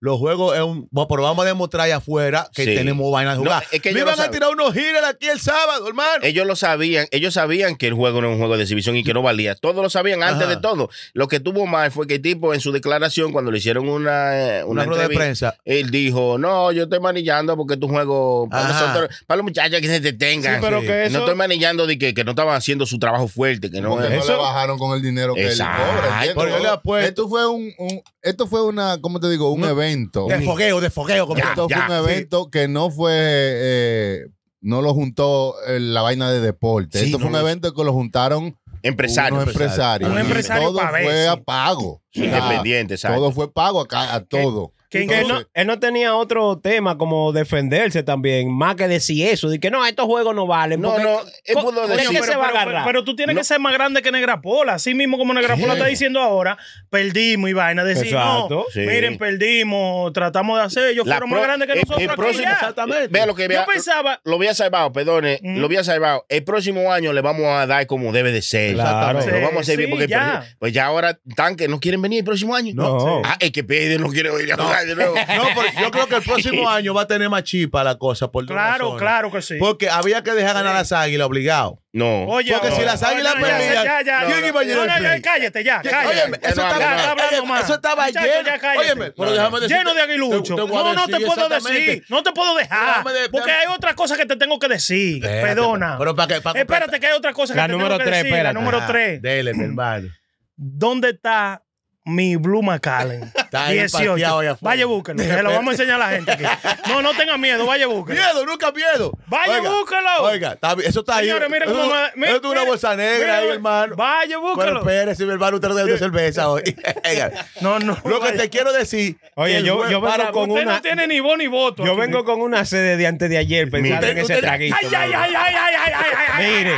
los juegos es un. bueno, pero vamos a demostrar allá afuera que
Sí.
tenemos vainas de
No,
jugar.
es que
me
ellos lo
van a
saben.
tirar unos giros aquí el sábado, hermano.
Ellos lo sabían, ellos sabían que el juego no era un juego de exhibición y que no valía. Todos lo sabían antes
Ajá.
de todo. Lo que tuvo mal fue que el tipo en su declaración, cuando le hicieron una, eh,
una
una,
rueda de
entrevista,
prensa.
él dijo, no, yo estoy manillando porque tu juego, para
Ajá.
nosotros, para los muchachos que se detengan.
Sí, pero que eso-
No estoy manillando de que, que no estaban haciendo su trabajo fuerte, que no
Porque no
Eso-
le bajaron con el dinero que
Exacto.
él cobra. ¿entiendes?
Pero yo le apuesto-
Esto fue un, un- esto fue una, ¿cómo te digo? Un
No.
evento.
De fogueo, de fogueo. como
Ya,
todo.
esto fue un evento que no fue, eh, no lo juntó eh, la vaina de deporte.
Sí,
esto fue
no,
un
no.
evento que lo juntaron
empresarios. pues,
unos empresarios.
Un
Y
empresario
todo
pa' ver,
fue
sí.
a pago. O sea,
Independientes, ¿sabes?
todo fue pago acá, a todo.
que-
Que él, no,
Entonces,
él no tenía otro tema como defenderse también, más que decir eso, de que no, estos juegos no valen.
No,
porque-
no, él
co-
pudo
¿con
decir-
quién se va a
pero-
agarrar?
pero tú tienes que ser más grande que Negra Pola. Así mismo como Negra Pola está diciendo ahora, perdimos y vaina. Decir, no,
Exacto.
Sí.
miren, perdimos, tratamos de hacer, ellos
La
fueron
pro-
más grandes que
el-
nosotros.
el
aquí
próximo-
ya.
Exactamente. Vea lo que vea.
Yo pensaba,
Lo había salvado, perdone,
Mm.
lo había salvado. El próximo año le vamos a dar como debe de ser.
Claro.
Lo vamos a hacer bien
Sí,
porque el
ya.
próximo- pues ya ahora tanques no quieren venir el próximo año.
No.
Ah, el que pide no quiere venir a jugar de nuevo.
No, pero yo creo que el próximo año va a tener más chipa la cosa. Por alguna
claro,
zona.
claro que sí.
Porque había que dejar ganar a las águilas obligado.
No.
Oye,
porque si
ahora-
las águilas
no, ya,
perdían,
ya, ya,
¿quién
no,
iba a llenar
no,
el
no,
play?
Cállate ya,
¿Qué-
cállate.
Óyeme,
Ya
eso
no
estaba,
habla,
ya está hablando
óyeme,
más.
eso estaba
Muchacho,
lleno.
ya cállate.
Óyeme, pero
No,
déjame Pues decirte-
Lleno de aguilucho.
te- te voy a
No, no te
decir
puedo
exactamente.
decir. No te puedo dejar.
Déjame de-
Porque hay otra cosa que te tengo que decir.
Espérate, pues,
Perdona.
Pero para que, Ah, para
Espérate, que hay otra cosa que
La
te
número
tengo que
tres,
decir. La
espérate.
número
Ah,
3.
Dele, mi hermano.
¿Dónde está mi Blue McAllen?
Está bien
18.
pateado allá afuera.
Vaya, búsquelo. Se lo vamos a enseñar a la gente. Aquí. No, no tenga miedo, vaya, búsquelo.
Miedo, nunca miedo.
Vaya,
Oiga,
búscalo.
Oiga, está bien, eso está ahí.
Señores, miren cómo
Eso-
me- mi-
Eso es una
mire,
bolsa
mire,
negra ahí, hermano.
Vaya,
Bueno,
búscalo.
espérese, mi hermano, usted no debe de cerveza hoy. Oiga,
No, no.
Lo que
vaya.
te quiero decir.
Oye,
que el
yo-
juez-
yo vengo
para-
con
Usted
una-
no tiene ni voz ni voto.
Yo
aquí.
vengo con una sede de antes de ayer pensando
Usted-
en ese
usted-
traguito.
Ay, ay, ay, ay, ay, ay, ay, ay, ay.
Mire.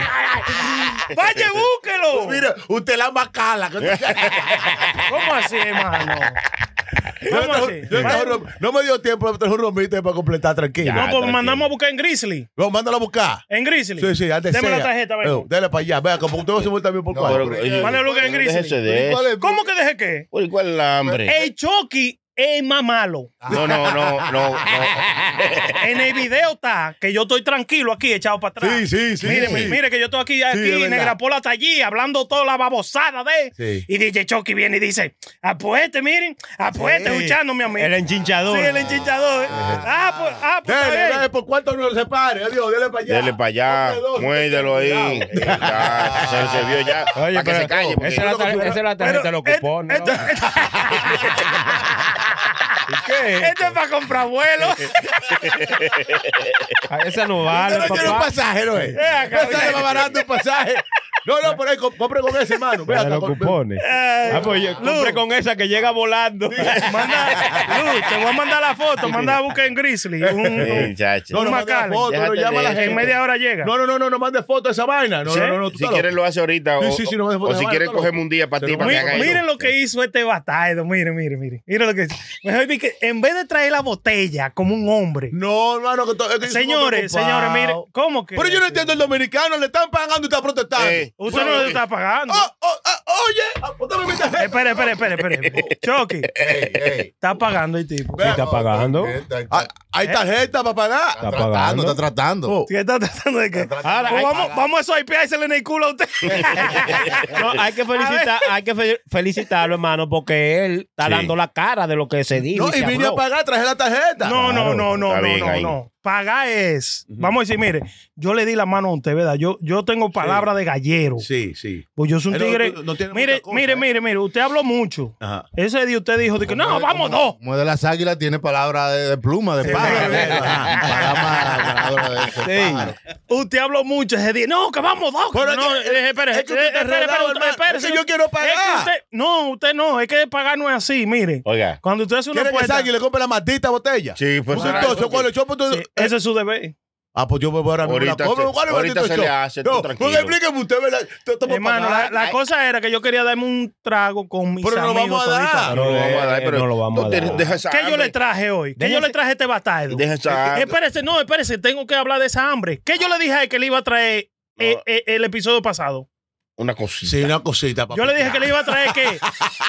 Vaya, búsquelo.
Mira, usted la macala.
¿Cómo así, hermano?
Yo
¿Cómo
trajo-
así?
yo trajo
Vaya-
rom- No me dio tiempo, pero trajo un romito para completar, tranquilo.
No, pues
tranquilo.
mandamos a buscar en Grizzly.
Vamos, mándalo a buscar.
En Grizzly.
Sí, sí, antes
Deme la
sea.
tarjeta, ven.
Eh, Dale para allá. Vea, como usted va a subir también por
No,
cuadro.
pero, oye,
Mándale lugar en Grizzly.
déjese de eso.
¿Cuál es?
¿Cómo que dejé qué?
Por igual el hambre.
El Chucky es más malo.
No, no, no, no. no.
En el video está que yo estoy tranquilo aquí, echado para atrás.
Sí, sí, sí.
Mire,
sí.
mi- mire que yo estoy aquí, aquí
es verdad.
Negra Pola está allí, hablando toda la babosada de.
Sí.
Y DJ Chucky viene y dice: Apueste, miren, apueste,
Sí.
escuchando, mi amigo.
El
Sí,
enchinchador.
el enchinchador. Ah, pues, ah, pues.
Dele,
está bien.
dale, por cuánto no se pare. Adiós, dele para allá.
Dele para allá,
Hombre, dos,
muérdelo ahí.
cuidado.
Eh, ya, se, se vio ya.
Oye,
para que
pero
se calle. porque-
Esa es la tarjeta, esa es la tarjeta de
Pero este,
los cupones.
esto-
¿no?
esto-
Este
Esto este es para comprar vuelo.
Ay, Ah, Esa no
Usted
vale,
no tiene un
papá.
pasaje, ¿no es?
acá,
Un pasaje
oye.
más barato, un pasaje. No, no, por ahí com- compre con ese, hermano. Vea,
Para
hasta
los
con-
cupones. Ah, pues yo compré con esa que llega volando.
Manda, Luz, te voy a mandar la foto. Manda a buscar en Grizzly. Un,
Sí,
un-
chacho.
No, no,
Un
mande la
Macallen.
foto, no
Déjate
llama a la
de
gente.
en media hora llega.
No, no, no, no, no mandes foto de esa vaina. No,
¿Sí?
no, no, no. tú
Si
estás
quieres
loco.
lo hace ahorita. o-
Sí, sí, sí, no me
O si
desfoto,
quieres,
no, no,
cogemos un día para ti
Pero
para que
Mi-
haga
miren
eso.
lo que hizo este bastardo. Miren, miren, miren. Miren lo que hizo. Mejor vi que en vez de traer la botella como un hombre.
No, hermano, que to- es que yo soy
señores,
muy preocupado.
señores, miren. ¿Cómo que?
Pero yo no entiendo el dominicano, le están pagando y está protestando.
Eh.
Usted no lo está pagando.
Oh, eh, oh, ah, oye, usted me invita a-
Espere, espere, espere,
eh,
espere. Chucky,
Ey, ey.
está pagando el tipo.
Vea,
está pagando.
Está,
ah, Hay
Eh.
tarjeta para
Ah,
pagar.
Está
tratando,
pagando.
está tratando.
Oh.
¿Qué está tratando de qué?
tratando.
Ahora,
Pues
hay-
vamos, vamos a swipeársele en el culo a usted.
No, hay que felicitar, hay que fe- felicitarlo, hermano, porque él está
Sí.
dando la cara de lo que se dijo.
No,
se
y vine a
habló.
pagar, traje la tarjeta.
No, no, no, no,
está
no,
bien
no,
ahí.
no. Pagar es. Vamos a decir, mire, yo le di la mano a usted, ¿verdad? Yo, yo tengo palabra de gallero.
Sí, sí.
Pues yo soy un
Pero
tigre.
no- no tiene
mire,
mucha cosa,
mire,
¿eh?
mire, mire, usted habló mucho.
Ajá.
Ese día usted dijo, de que, no,
Como-
vamos
como-
dos.
Como de las águilas tiene palabra de, de pluma, de pájaro.
ajá.
Palabra, palabra de ese
Sí.
pájaro.
Usted habló mucho ese día. No, que vamos dos.
Pero
no,
es que-
eh, espere,
es que usted
eh,
está
espere,
enredado,
espere,
hermano.
espere,
Es que
señor.
yo quiero
Es que
pagar. Oh.
usted- no, usted no. Es que pagar no es así, mire.
Oiga.
Cuando usted hace una eh,
¿Quiere que
apuesta,
salga y le compre la maldita botella?
Sí, pues será-
Entonces, cuando el chopo...
sí, ese es su deber.
Ah, pues yo me voy ahora mismo.
Ahorita
la compro.
se-
¿Cuál es
ahorita
maldito
se le
show?
hace, tú
No,
tranquilo.
porque explíqueme usted, ¿verdad? Te estamos
Hermano, la,
pagando.
la
Ay,
cosa era que yo quería darme un trago con mis
Pero no lo vamos
amigos.
a dar.
toditos.
Ah,
No lo vamos a dar,
eh,
pero
no lo vamos
tú
a
te-
dar.
deja esa
¿Qué yo
hambre.
le traje hoy? ¿Qué yo
Déjese-
le traje a este bastardo?
Deja esa hambre.
Espérese, no, espérese, tengo que hablar de esa hambre. ¿Qué yo le dije a él que le iba a traer eh,
No.
eh, el episodio pasado?
Una cosita.
Sí, una cosita, papá.
Yo le dije que le iba a traer que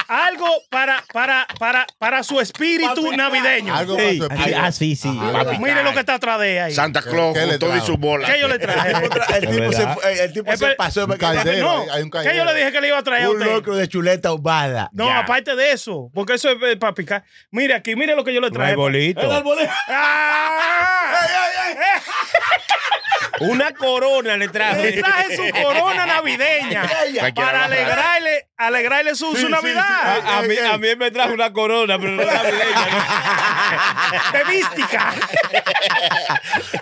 algo para, para, para, para su espíritu navideño.
Algo más
Sí, así-
Ajá.
así, ah, sí.
Algo-
Mire lo que está atrás de él ahí.
Santa Claus
¿Qué le
con todo y
trajo?
su bola.
¿Qué yo le traje?
El tipo tra- el
Es
tipo se
verdad.
fue- eh, el tipo se
Espera.
pasó
Un caldero,
no,
hay- hay un
¿Qué yo
caldero.
le dije que le iba a traer a
un
usted?
locro de chuleta humada.
No,
Ya.
aparte de eso, porque eso es eh, para picar. Mire aquí, mire lo que yo le
Un
traje.
arbolito.
¡Ah!
Una corona le traje.
Le traje su corona navideña para alegrarle, alegrarle su, su
sí,
Navidad.
A, a mí, a mí él me trajo una corona, pero no navideña.
Bebística.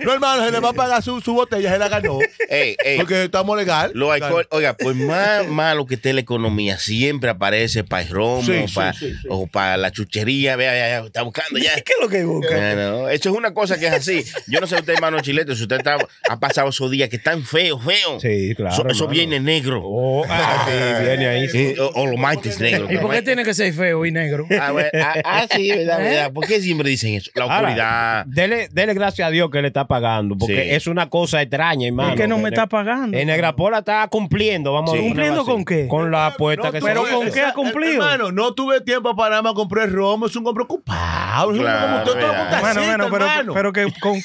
No, hermano, se le va a pagar su, su botella, se la ganó.
Ey, ey,
Porque estamos legal.
Lo alcohol, oiga, pues más malo que esté la economía, siempre aparece para el romo,
Sí, sí,
pa-
sí, sí.
o para la chuchería, vea, vea, vea, está buscando ya.
¿Qué es lo que busca?
No, no, eso es una cosa que es así. Yo no sé usted, hermano Chilete, si usted está- ha pasado esos días que están feos, feos.
Sí, claro,
Eso, eso
hermano.
viene negro.
Oh, ah, sí, viene ahí.
Sí, oh, o, o lo martes negro.
¿Y por qué tiene que ser feo y negro?
Ah, bueno, ah, ah, sí, verdad, verdad. ¿Por qué siempre dicen eso? La
Ahora,
oscuridad.
Dele, dele gracias a Dios que le está pagando, porque
Sí.
es una cosa extraña, hermano.
¿Por qué no me
En-
está pagando?
En Negrapola está cumpliendo, vamos
Sí.
a ponerlo
¿Cumpliendo
así.
con qué?
Con la apuesta que
pero
se
con
hizo.
qué ha cumplido?
Hermano, no tuve tiempo para nada más comprar romo, es un hombre ocupado. Es un hombre como
Claro,
usted, todo
verdad.
con tacita,
Bueno, bueno, pero,
hermano.
pero que con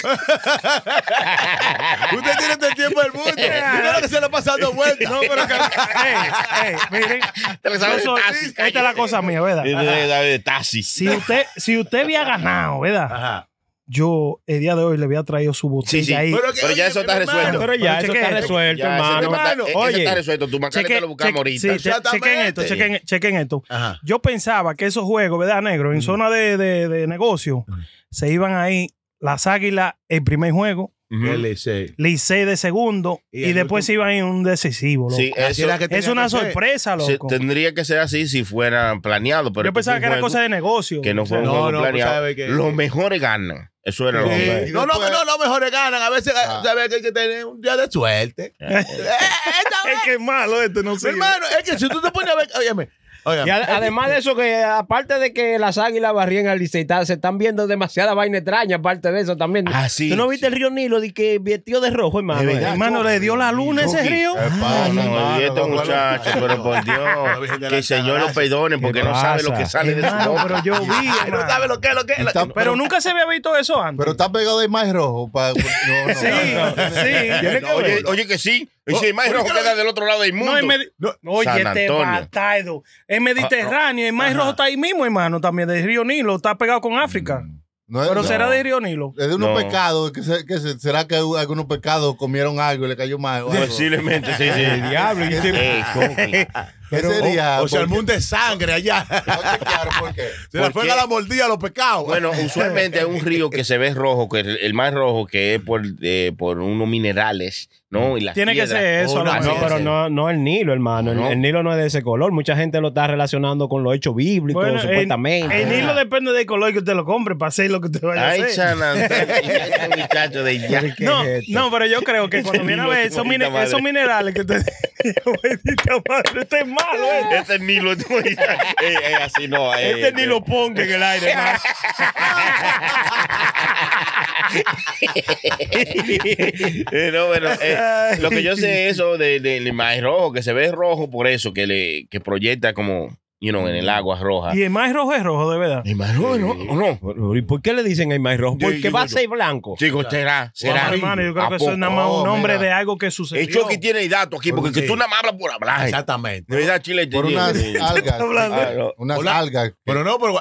Usted tiene todo el tiempo del mundo. Usted lo que se le ha pasado vuelta.
No, pero que Ey, ey, miren.
Te la sabes de
Eso-
taxi,
esta es la cosa mía, ¿verdad?
Usted sabe de taxi.
Si usted, si usted había ganado, ¿verdad?
Ajá.
yo el día de hoy le había traído su botella
Sí, sí.
ahí.
Pero,
que,
ya
oye,
eso está
mi hermano,
resuelto.
Pero ya,
Pero
eso
chequea
está
esto.
resuelto,
Ya, ese
hermano.
tema está-
hermano,
e- ese
oye.
está resuelto. Tu macana
Cheque-
te lo buscamos
cheque-
ahorita.
sí, che- chequen esto,
Exactamente.
chequen, chequen esto.
Ajá.
Yo pensaba que esos juegos, ¿verdad, negro? En zona de, de- de negocio, se iban ahí las águilas el primer juego,
Mm.
Ujú.
LC.
Licey de segundo,
Y
y,
el
después se iban en un decisivo, loco.
Sí,
Así
eso
era que
es
tenía
una
que ser.
sorpresa,
se-
loco.
tendría que ser así si fuera planeado. Pero
Yo pensaba
fue
que era
un
cosa
juego
de negocio.
Que no fue un
No,
juego
no, pues,
planeado.
sabe que-
Los mejores ganan. Eso era lo
Sí.
que.
Y
No, no,
después-
no, no, mejores ganan. A veces
Ah.
sabes que hay que tener un día de suerte. Eh, esta vez,
Es que es malo esto, no
mi
sé.
hermano, es que si tú te pones a ver, óyeme, óyeme, Ah,
Y ad- además de eso, que aparte de que las águilas barrían al Licey, ta- se están viendo demasiada vaina extraña, aparte de eso también.
Ah, sí.
¿Tú no viste el río Nilo de que vestido de rojo, hermano?
De
eh?
verdad.
Hermano, le dio la luna ese
Chucky.
río.
Epa,
Ah,
no,
no,
hermano,
y este
no,
muchacho,
no.
pero por
La
Dios,
Virgen de
que
la
el Señor lo
Altagracia.
perdone porque
¿Qué
no sabe lo que
pasa?
sale de su
Hermano,
boca.
pero yo vi.
ay, no
hermano.
sabes lo que es lo que es.
Y
lo que-
está-
Pero nunca se había visto eso antes.
Pero está pegado de más rojo. pa- no, no,
Sí,
no.
sí.
No, oye, oye que sí. Y si el más
oye,
rojo
que lo-
queda del otro lado del mundo.
No, en Medi- Oye,
San
este
Antonio.
bastardo. En Mediterráneo, el más rojo está ahí mismo, hermano, también de Río Nilo, está pegado con África.
No es-
Pero
no.
será de Río Nilo.
Es de unos
No.
pecados. Que se- que se- ¿Será que algunos pecados comieron algo y le cayó mal? o algo?
Posiblemente, sí, sí. El diablo.
¿Qué sería?
O sea, el
Porque-
mundo es sangre allá.
No, claro, ¿por qué?
Se la
¿Por
pega
qué?
la mordida a los pecados.
Bueno, usualmente hay un río que se ve rojo, que el, el más rojo que es por, eh, por unos minerales, ¿no? Y las
Tiene que
piedras. Ah,
ser eso. a lo
Una-
ah, No,
mejor.
pero no, no el Nilo, hermano. El-
No.
El, Nilo no es de ese color. Mucha gente lo está relacionando con los hechos bíblicos,
Bueno, el-
supuestamente.
El Nilo depende del color que usted lo compre para hacer lo que usted vaya a
Ay,
hacer.
San Antonio, y este muchacho de ya.
¿Qué
No,
es esto?
no, pero yo creo que cuando viene a ver esos,
Maldita
mine-
madre.
esos minerales que usted. Maldita madre, este es malo, eh.
Este ni lo Eh, así no.
Este ni lo ponga en el aire, hermano.
Eh, no, bueno, eh, lo que yo sé es eso del de, del maíz rojo, que se ve rojo por eso, que le que proyecta como, you know, en el agua roja.
Y el más rojo es rojo, de verdad.
¿El maíz rojo no? ¿O no?
¿Y por qué le dicen el maíz rojo?
Yo-
Porque
yo-
va a
yo-
ser blanco.
Chico, será, será.
Bueno, hermano, yo creo
¿A
que eso es
poco?
nada más un
Oh,
nombre
mira.
de algo que sucedió.
El Chucky tiene el dato aquí, porque
Sí.
que tú nada más hablas por hablar. De
Ah, Exactamente.
verdad, Chile.
Por
te-
unas
te-
algas.
hablando.
Ah, no. Unas
Hola.
algas.
Pero no, por,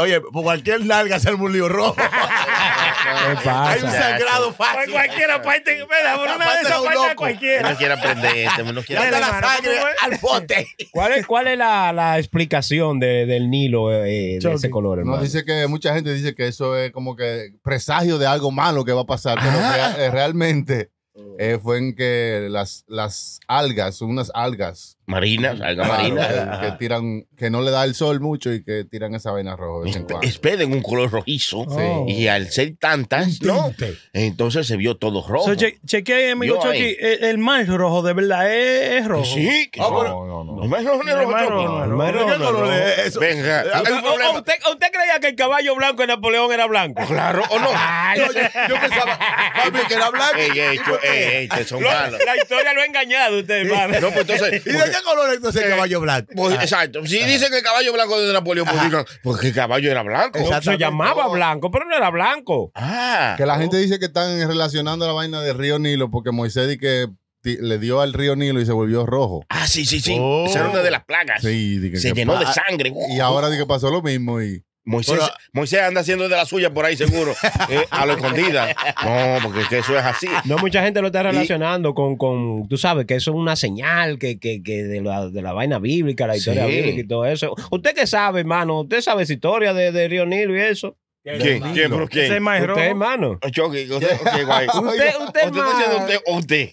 oye, por cualquier larga se arma un lío rojo.
¿Qué
Hay un
pasa?
sangrado
Para
fácil.
cualquiera parte, ¿verdad? Por una
Aparte
de
de
esas
un
partes a
loco.
cualquiera.
No quiere aprender este, no quiere
Manda
aprender.
la
hermano,
sangre
¿cómo es?
al bote.
¿Cuál es, cuál es la, la explicación de- del Nilo eh, de
Chucky.
ese color, hermano?
No, dice que mucha gente dice que eso es como que presagio de algo malo que va a pasar, pero rea- eh, realmente eh, fue en que las, las algas, son unas algas
Marina, salga Marina.
claro, que, que tiran, que no le da el sol mucho y que tiran esa vaina roja. de vez en cuando.
Esperen un color rojizo.
Oh.
Y al ser tantas, ¿no? Entonces se vio todo rojo.
So, che- chequea ahí, amigo
Yo
Chucky.
ahí.
El, el más rojo, de verdad, es, es rojo.
Sí, que
Ah,
no.
No, no, no.
El maíz rojo no es
El
rojo,
maíz
Chucky.
rojo no es rojo.
Pero yo no lo leo eso.
Venga, hay un
¿O- o
problema.
usted, ¿Usted creía que el caballo blanco de Napoleón era blanco?
Claro, ¿o oh, no?
Yo, yo- yo pensaba, papi, que era blanco.
Ey, ey, yo- ey, ey, que son malos.
La historia lo ha engañado usted, hermano.
No, pues entonces.
¿Y de qué color es entonces el caballo blanco?
pues, exacto. Si dicen que el caballo blanco de Napoleón, pues digan, porque el caballo era blanco.
No, se llamaba blanco, pero no era blanco.
Ah.
Que la gente dice que están relacionando la vaina del río Nilo porque Moisés di que ti- le dio al río Nilo y se volvió rojo.
Ah, sí, sí, sí.
Oh.
Esa era una de las plagas.
Sí, di que-
Se
que
llenó
pa-
de sangre. Uh,
Y ahora di que pasó lo mismo y
Moisés,
Pero-
Moisés anda haciendo de la suya por ahí seguro. eh, a lo escondida. No, porque es que eso es así.
No, mucha gente lo está relacionando con, con, tú sabes, que eso es una señal que, que, que de, la, de la vaina bíblica, la historia
Sí.
bíblica y todo eso. ¿Usted qué sabe, hermano? ¿Usted sabe esa historia de, de Río Nilo y eso?
¿Quién? ¿Quién? ¿Pero
Ese es
quién? Oh,
más rojo.
¿Usted, hermano?
Yo, que- usted, ok, guay.
¿Usted, usted,
¿Usted está
hermano?
diciendo usted o usted?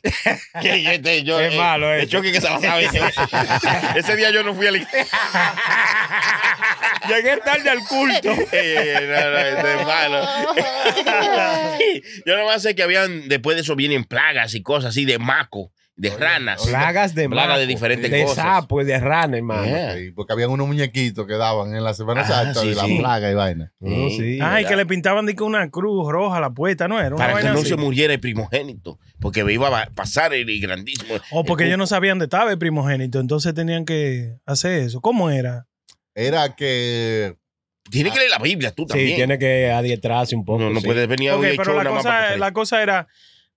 Que yo, este, yo,
Es
eh,
malo
el
eso.
choque que se la sabe. Ese día yo no fui a la iglesia.
Llegué tarde al culto.
Ey, ey, ey, no, no, este es malo. Yo nomás sé que habían, después de eso vienen plagas y cosas así de maco, de ranas.
Plagas de
Plagas de
maco,
diferentes
de
cosas. Eh,
sapo y de rana, hermano.
Yeah.
Sí, porque habían unos muñequitos que daban en la Semana
Ah,
Santa
sí,
de la
sí.
plaga y vaina.
Oh, sí.
Ah,
Ay, que le pintaban de que una cruz roja a la puerta, ¿no? Era una
Para que
vaina
no
así.
se muriera el primogénito, porque me iba a pasar el grandísimo.
O porque ellos no sabían dónde estaba el primogénito, entonces tenían que hacer eso. ¿Cómo era?
Era que
Tiene
Ah.
que leer la Biblia tú
Sí,
también.
tiene que adiestrarse un poco.
no no
sí.
puedes venir a
Ok,
un
pero
hecho
la
nada más.
cosa,
porque-
la cosa era,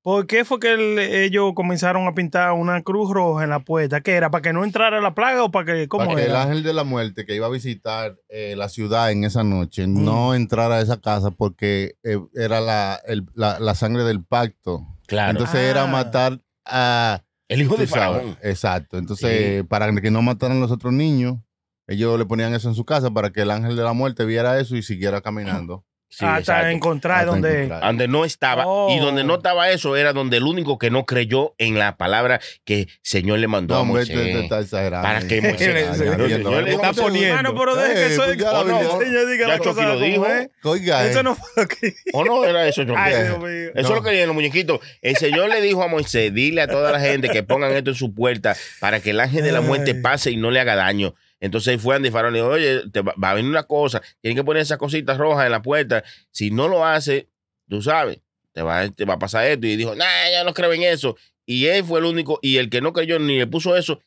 ¿Por qué fue que el- ellos comenzaron a pintar una cruz roja en la puerta? ¿Qué era? ¿Para que no entrara la plaga o para que.? ¿Cómo
para que el
era? Ah,
ángel de la muerte que iba a visitar eh, la ciudad en esa noche
Mm.
no entrara a esa casa porque eh, era la, el- la- la sangre del pacto.
Claro.
Entonces
Ah.
era matar a...
el hijo de
tú sabes,
Faraón.
Exacto. Entonces, para que no mataran los otros niños, ellos le ponían eso en su casa para que el ángel de la muerte viera eso y siguiera caminando.
Sí,
hasta
exacto.
encontrar
hasta
donde.
encontrar.
Donde no estaba.
Oh.
Y donde no estaba eso era donde el único que no creyó en la palabra que Señor le mandó
No,
a
hombre,
Moisés.
esto- esto está exagerando.
Para que Moisés-
Ya, ya, ya,
Señor,
ya.
le está
poniendo.
Hermano, pero deje que
Ey,
eso
pues ya la
No,
habilidad-
señor diga las
Ya Chucky
cosas
lo
como
dijo.
es.
Oiga,
Eso
eh,
no fue lo que.
¿O no era eso? John?
Ay,
eso
Dios mío.
es lo que le los muñequitos. El Señor le dijo a Moisés, dile a toda la gente que pongan esto en su puerta para que el ángel de la muerte
Ay.
pase y no le haga daño. Entonces él fue Andy Farón y dijo, oye, te va, va a venir una cosa, tienen que poner esas cositas rojas en la puerta. Si no lo hace, tú sabes, te va, te va a pasar esto. Y dijo, nah, ya no creo en eso. Y él fue el único, y el que no creyó ni le puso eso,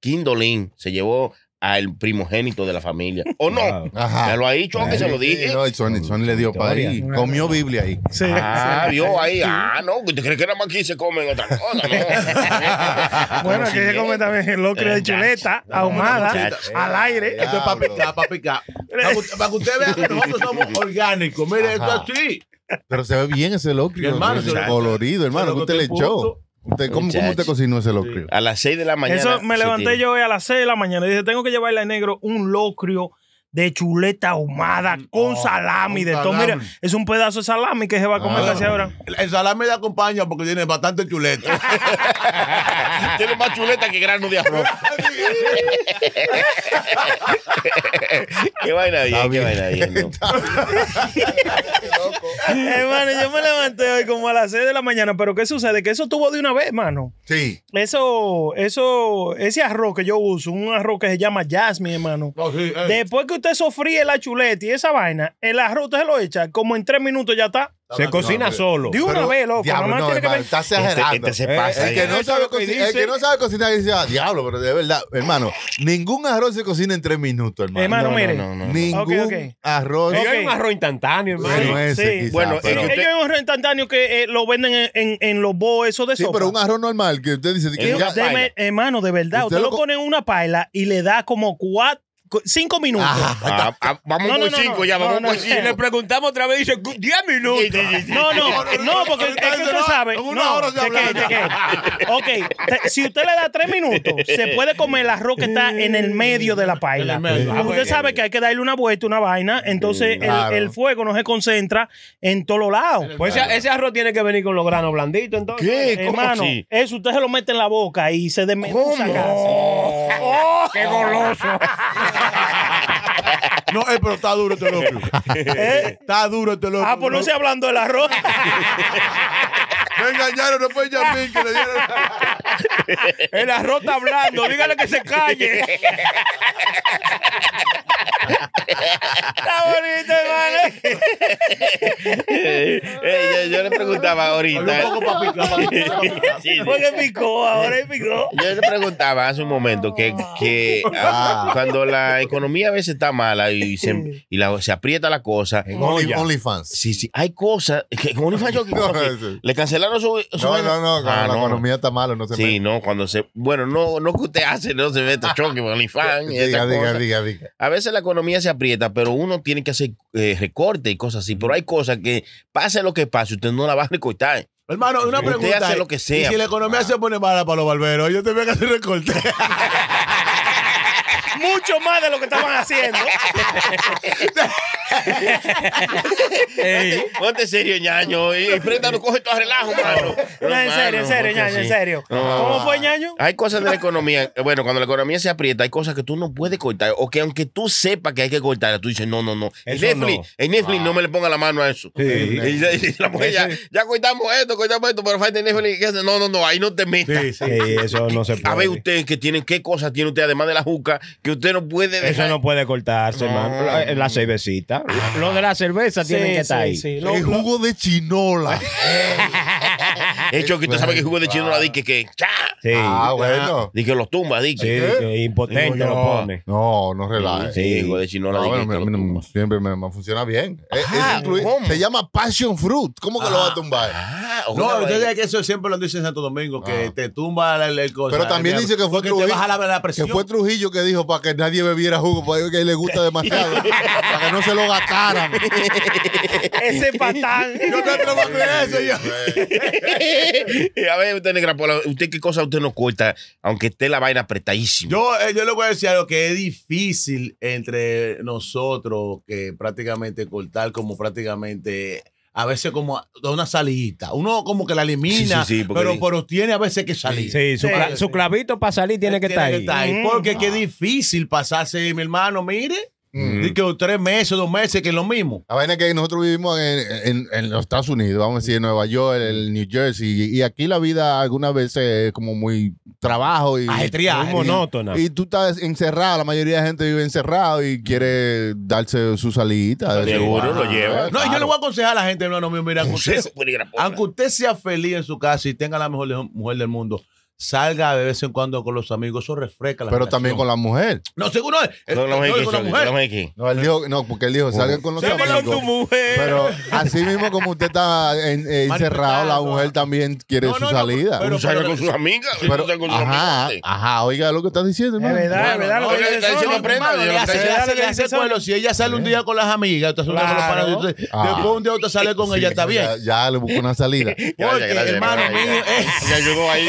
Kindolin se llevó al primogénito de la familia. ¿O no?
Ajá.
Ya lo ha dicho, aunque se lo
Sí,
dije.
no, y Sony, Sony le dio para ahí.
Victoria.
Comió Biblia ahí.
Sí.
Ah,
sí.
vio ahí. Ah, no, ¿te crees que nada más aquí se comen otra cosa? No.
Bueno, que ella come también el locrio de chuleta, ahumada,
muchacho.
al aire.
Esto es para picar, para picar. Para que, para que usted vea que nosotros somos orgánicos. Mire, esto
Ajá.
así.
Pero se ve bien ese locrio.
Mi hermano,
¿no?
se lo-
colorido, hermano.
se
que
lo
usted le
boté
echó?
punto.
Usted, ¿cómo, cómo usted
Muchacho.
cocinó ese locrio?
A las 6 de la mañana.
Eso me
se
levanté
tira.
yo hoy a las 6 de la mañana y dije, tengo que llevarle al negro un locrio de chuleta ahumada con
Oh, con
salami de todo.
salami.
Mira, es un pedazo de salami que se va a comer
Ah.
casi ahora.
El, el salami le acompaña porque tiene bastante chuleta.
Ah, Tiene más chuleta que grano de arroz. qué vaina bien, qué
bien.
vaina bien. ¿no?
Hermano, yo me levanté hoy como a las 6 de la mañana, pero ¿qué sucede? Que eso tuvo de una vez, hermano.
Sí.
Eso, eso, ese arroz que yo uso, un arroz que se llama jasmine, hermano.
No, sí, eh.
Después que usted sofríe la chuleta y esa vaina, el arroz usted se lo echa, como en tres minutos ya está.
Se cocina
pero-
solo.
De una
Pero,
vez, loco.
diablo,
Nada más
no,
tiene que
hermano,
ver-
Está exagerando.
Este, este se pasa.
el, que
ya.
no sabe cocinar, el que no sabe cocinar dice, ah, diablo, pero de verdad, hermano, ningún arroz se cocina en tres minutos, hermano.
Hermano,
No,
mire.
no, no, no.
Ningún
Ok, ok.
arroz.
Ellos
Ok.
hay un arroz instantáneo, hermano.
Bueno,
Sí,
ese,
sí.
quizá,
Bueno,
pero-
es que-
Ellos hay un arroz instantáneo que eh, lo venden en, en- en los bowls, eso de
Sí,
sopa.
pero un arroz normal que usted dice
Es
que
Yo-
una
ya-
deme-
paila.
hermano, de verdad,
Usted
usted
lo
lo
co-
pone en una paila y le da como cuatro, cinco minutos.
Ah, ah, vamos
No,
por
no, no,
cinco
no.
ya,
No,
vamos
no,
por
no.
Y le
cinco.
preguntamos otra vez y dice, 10 minutos.
No, no,
no, no,
no, porque
no,
es que
no,
usted
no,
sabe.
en una
No,
hora se habla.
chequee, chequee. Ok, te- si usted le da tres minutos, se puede comer el arroz que está en el medio de la paila.
En el medio. Ah,
Usted
bueno.
sabe que hay que darle una vuelta, una vaina, entonces el-
Claro.
el, fuego no se concentra en todos lados.
Pues ese, ese arroz tiene que venir con los granos blanditos, entonces.
¿Qué? ¿Cómo
Hermano,
así?
eso usted se lo mete en la boca y se desmenuza casi.
¡Qué goloso!
No, eh, pero está duro este locro.
¿Eh?
Está duro este locro.
Ah, pues no se hablando del arroz.
Me engañaron, no fue Yamil que le dieron.
El arroz está hablando, dígale que se calle.
Está bonito, hermano.
Eh, eh, yo, yo le preguntaba ahorita.
Habla un poco para picar, para picar, para picar.
Sí, sí.
Porque picó, ahora es picó.
Yo le preguntaba hace un momento que, que, ah, cuando la economía a veces está mala y se, y la- se aprieta la cosa,
Only- OnlyFans.
sí, sí, hay cosas que como un fallo que-
No,
que
sí.
le cancelaron su, su
No,
vaina.
no, no,
Ah,
cuando la
no.
economía está mala, no se
Sí, no, cuando se. Bueno, no, no que usted hace, no se meta choque, OnlyFans. y
mete. Diga,
esas
diga,
cosas.
diga, diga.
A veces la economía se aprieta, pero uno tiene que hacer eh, recorte y cosas así. Pero hay cosas que, pase lo que pase, usted no la va a recortar.
Hermano, una
Usted
pregunta.
hace
eh.
lo que sea,
Y si la
papá.
economía se pone mala para los barberos, yo tengo que hacer recorte.
Mucho más de lo que estaban haciendo.
Ey,
Ponte serio, ñaño. Y, y préstalo, coge todo a relajo, mano.
No, en serio, en serio,
Hermano,
ñaño, en
sí.
serio. ¿Cómo fue, ñaño?
Hay cosas de la economía. eh, Bueno, cuando la economía se aprieta, hay cosas que tú no puedes cortar. O que aunque tú sepas que hay que cortar, tú dices, no, no, no. Ah. En
Eso
Netflix,
no.
en Netflix no me le ponga la mano a eso. Y, y la mujer ya, ya cortamos esto, cortamos esto, pero falta en Netflix. ¿qué hace? No, no, no, ahí no te metas.
Ey, eso no se
A ver ustedes que tienen, qué cosas tiene usted, además de la juca, que usted no puede
Eso
dejar.
eh. no Ah. puede cortarse, hermano. La, la cervecita. Lo de la cerveza tiene que estar ahí.
sí. Lo-
El
lo-
jugo de chinola.
El Choquito sabe que el jugo de chino la di que, que ¡cha!
Sí.
Ah, bueno.
Di que los tumba, di
Sí,
que.
que impotente
Digo,
lo
no.
pone.
No, no relajes.
Sí, el jugo de chino la
Ah,
di
bueno,
que-
me-
que los
me-
tumba.
siempre me, me funciona bien. Eh, Es- es
Ajá,
incluir-
¿cómo?
se llama Passion Fruit. ¿Cómo que lo va a tumbar?
Ah,
No,
ojalá,
usted
eh.
sabe que eso siempre lo dice en Santo Domingo, que
Ah.
te tumba el, el cosa.
Pero también dice que fue
Porque te
Trujillo.
baja la, la
Que
presión.
fue Trujillo que dijo para que nadie bebiera jugo, para que le gusta demasiado, para que no se lo gastaran.
Ese patán.
Yo no atrevo a creer eso. yo.
a ver, usted negra Pola, usted qué cosa usted no corta, aunque esté la vaina apretadísima.
Yo, eh, yo le voy a decir algo que es difícil entre nosotros que prácticamente cortar como prácticamente a veces como da una salidita. Uno como que la elimina,
Sí, sí, sí, porque
pero,
di-
pero tiene a veces que salir.
Sí, su,
Sí,
cla-
sí.
su clavito para salir tiene que estar ahí.
Mm.
Porque es que es difícil pasarse, mi hermano, mire.
Mm.
di que tres meses, dos meses, que es lo mismo.
La vaina es que nosotros vivimos en, en- en los Estados Unidos, vamos a decir, en Nueva York, el New Jersey, y aquí la vida algunas veces es como muy trabajo y,
Ajetrear.
Muy monótona.
y tú estás encerrado, la mayoría de gente vive encerrado y quiere darse su salidita. "Ah, eh". de vez en
Seguro,
cuando.
lo lleva.
No, yo le voy a aconsejar a la gente, hermano mío, mira, aunque usted,
Consejo, pues, negra Pola.
aunque usted sea feliz en su casa y tenga la mejor de- mujer del mundo, salga de vez en cuando con los amigos, eso refresca la
Pero también con la mujer.
No, seguro es.
No, no,
no,
es que,
con la
Choquito,
mujer.
no, es que.
No, él dijo, no, porque él dijo, salgan con los amigos.
mujer.
Pero así mismo como usted está en- eh, encerrado, la
Manifestando.
mujer también quiere
No,
su
no, no,
salida.
pero-
Tú salgas con sus amigas, tú
Pero-
salgas con sus
ajá,
amigas.
ajá, oiga lo que estás diciendo,
Es
hermano.
verdad, es verdad.
no,
lo que
no,
dice
está
Sony.
diciendo,
Hermano,
aprenda, yo
le
no
hace-
sé.
le hace-
Dale,
le hace
dice
cuelo. Si ella sale un día con las amigas, otra sale con los
Claro.
panas, usted-
Ah.
después un día otra sale con
Sí,
ella, está
ya-
bien.
Ya, le busco una salida. Sí,
Gracias,
Porque,
gracias,
hermano
gracias.
mío, eh.
Ya llegó ahí.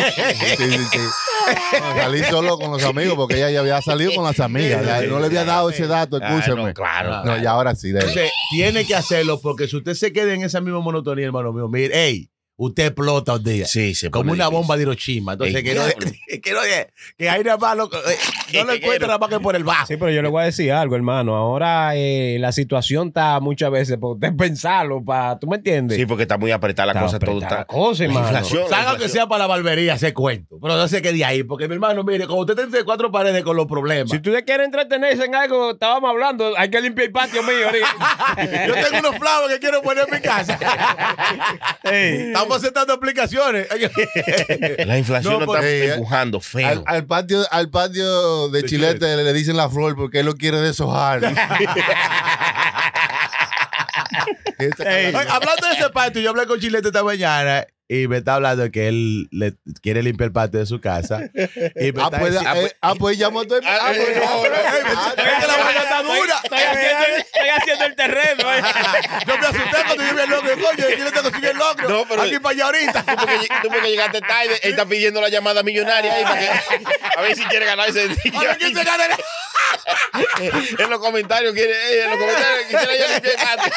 sí, sí. No, Salí solo con los amigos porque ella ya había salido con las amigas. ya, no le había dado ese dato,
Ah, no,
escúcheme.
claro,
No,
claro.
ya ahora sí. dale.
Entonces, tiene que hacerlo porque si usted se queda en esa misma monotonía, hermano mío, mire, hey, usted explota un día.
Sí, se
Como
pone
una
difícil.
bomba de Hiroshima. Entonces,
El
que no,
diablo.
que no, que ahí nada más lo- eh, no lo encuentra nada más que por el bajo.
Sí, pero yo le voy a decir algo, hermano. Ahora eh, la situación está muchas veces por usted pensarlo, pa, ¿tú me entiendes?
Sí, porque está muy apretada la
Está
cosa, todo
apretada
está.
la cosa,
La
hermano.
inflación, la
Salga que
inflación.
sea para la barbería, se cuento. Pero no se quede ahí, porque mi hermano, mire, como usted está entre cuatro paredes con los problemas.
Si ustedes quieren entretenerse en algo, estábamos hablando, hay que limpiar el patio mío. ahorita.
Yo tengo unos flavos que quiero poner en mi casa. Estamos aceptando aplicaciones.
La inflación
No,
lo está
porque-
empujando feo.
Al, al patio, al patio de,
De
Chilete,
Chilete.
Le, le dicen la flor porque él lo quiere deshojar. Esa
Ey,
cara-
hablando de ese patio, yo hablé con Chilete esta mañana y me está hablando que él le quiere limpiar el patio de su casa. Y me
Ah,
está
pues,
diciendo-
eh, ah, pues llamó a todo el
Ah, eh,
no,
eh,
pero-
Ey, me
ah,
dice, "Es que la vaina está dura.
Estoy haciendo, estoy haciendo el terreno. eh.
Yo me asusté cuando yo vi el logro. Coño, Chilete consiguió el logro.
No, pero-
Aquí para allá ahorita.
Tú porque, tú porque llegaste tarde, él está pidiendo la llamada millonaria ahí para que- a ver si quiere ganar ese
Ahora, ¿quién se gana el-
En los comentarios quiere, eh, en los comentarios quisiera yo limpiar el patio.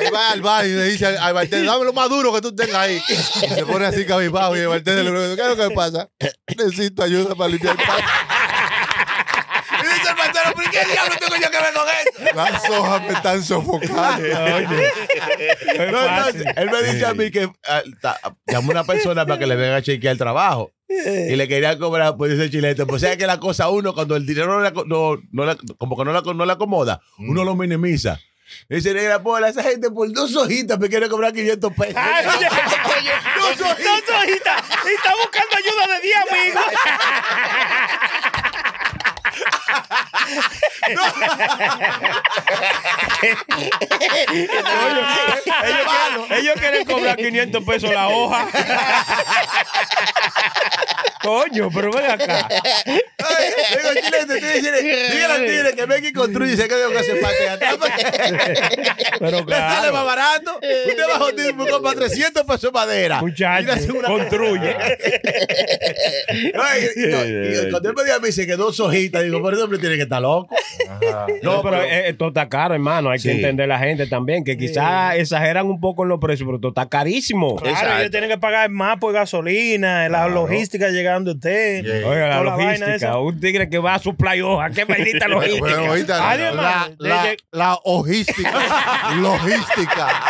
Él va al bar y le dice al, al bartender, dame lo más duro que tú tengas ahí. Y se pone así cabizbajo y el bartender le pregunta, ¿qué es lo que pasa? Necesito ayuda para limpiar el patio.
Y dice el pantero, ¿pero qué diablo tengo yo que ver con esto?
Las hojas me están sofocando.
No, entonces, él me dice a mí que ah, ta- llamó una persona para que le venga a chequear el trabajo. Y le quería cobrar, pues dice Chilete. Pues sea que la cosa uno, cuando el dinero no la, no, no la- como que no la, no la acomoda,
Mm.
uno lo minimiza. Y dice, negra pola, esa gente por dos hojitas me quiere cobrar 500 pesos. dos hojitas.
Tanto hojita, y está buscando ayuda de 10 amigos.
Ellos, quieren, ellos quieren cobrar 500 pesos la hoja. Coño, pero ven acá.
Ay, Digo, Chilete, tú dices, dígale al tigre que venga y construye y se quede con ese patio de atrás, porque
Pero
Le sale más
claro,
barato. Usted bajó tipo con para 300 pesos madera. Y le hace
muchachos,
una-
construye.
No, y- y- no, y cuando él me dijo a mí, dice que dos hojitas, digo, pero ese hombre tiene que estar loco.
No, pero eh, esto está caro, hermano. Hay que
Sí.
entender la gente también, que quizás exageran un poco en los precios, pero esto está carísimo.
Claro, ellos tienen que pagar más por gasolina, la logística llegando a usted.
Oiga, la
toda vaina
logística. oh.
esa.
Un tigre que va a supply hoja. Qué maldita logística.
Bueno, ahorita
Adiós,
la,
hermano.
la, la logística. logística.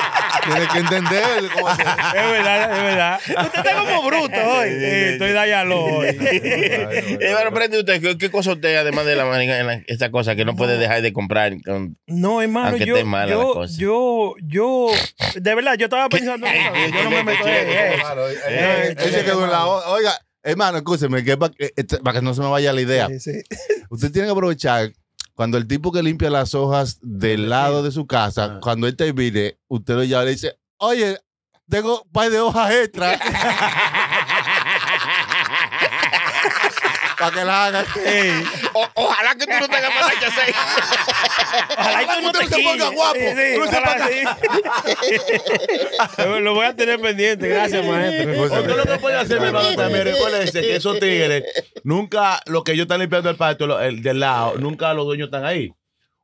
Tienes que entender. cómo se-
Es verdad, es verdad. Usted está como bruto hoy. Sí, estoy dayalo hoy.
Eh, bueno, prende usted, ¿qué, qué cosa usted, además de la marihuana, esta cosa que no puede dejar de comprar? con-
No, hermano,
Aunque
yo,
esté mala la
yo,
cosa.
yo, yo, de verdad, yo estaba pensando, en eso, yo no me meto en eso.
Eh, él se quedó en la o- Oiga, hermano, escúcheme, que para que, este, pa' que no se me vaya la idea.
Sí, sí.
Usted tiene que aprovechar cuando el tipo que limpia las hojas del lado de su
Ah.
casa, cuando él te vire, usted lo llama y le dice, oye, tengo un par de hojas extra. para que la haga.
O- ojalá que tú no tengas más nada que hacer.
Ojalá y tú no te pongas guapo.
Lo voy a tener pendiente, gracias, maestro.
Usted lo que puede hacer, mi hermano, también recuérdense que esos tigres, nunca, los que ellos están limpiando el patio lo- el del lado, nunca los dueños están ahí.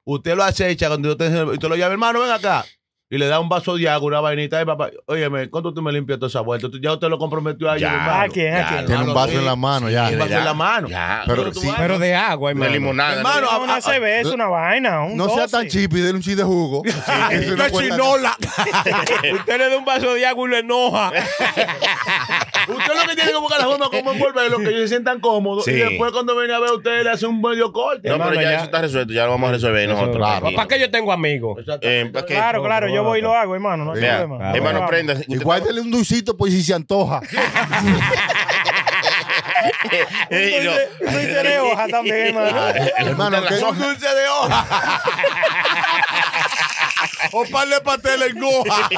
Usted lo acecha cuando usted, usted lo llama, hermano, ven acá. Y le da un vaso de agua, una vainita, y papá, óyeme, ¿cuánto tú me limpias toda esa vuelta? Tú- Ya usted lo comprometió a
Ya.
¿A
hermano.
quién? ¿A quién?
Tiene un vaso en la mano ya.
Un vaso en la mano.
Ya.
Pero sí,
Pero de agua,
Una
hermano.
limonada.
Hermano,
No, una cerveza, una vaina, un
no sea
12.
tan chip y denle un chip de jugo. Eso no cuenta nada.
Usted le da un vaso de agua y lo enoja.
Usted lo que tiene que buscar la forma como envolverlo, que ellos se sientan cómodos.
Sí. Eh,
Y después cuando viene a ver, usted le hace un medio corte.
No, pero
Hermano,
ya
ya-
eso está resuelto, ya lo vamos a resolver nosotros.
claro.
tranquilo.
¿Para qué yo tengo amigos?
Eh, ¿para qué?
Claro, claro, yo voy y lo hago, hermano, no hay
Vea,
problema.
hermano,
Vamos.
prenda.
Y
usted-
guárdele un dulcito por si se antoja.
Eh, no.
Un dulce de hoja también, hermano.
Hermano,
gustan las
que-
Un dulce de hoja. o par de pasteles en hoja.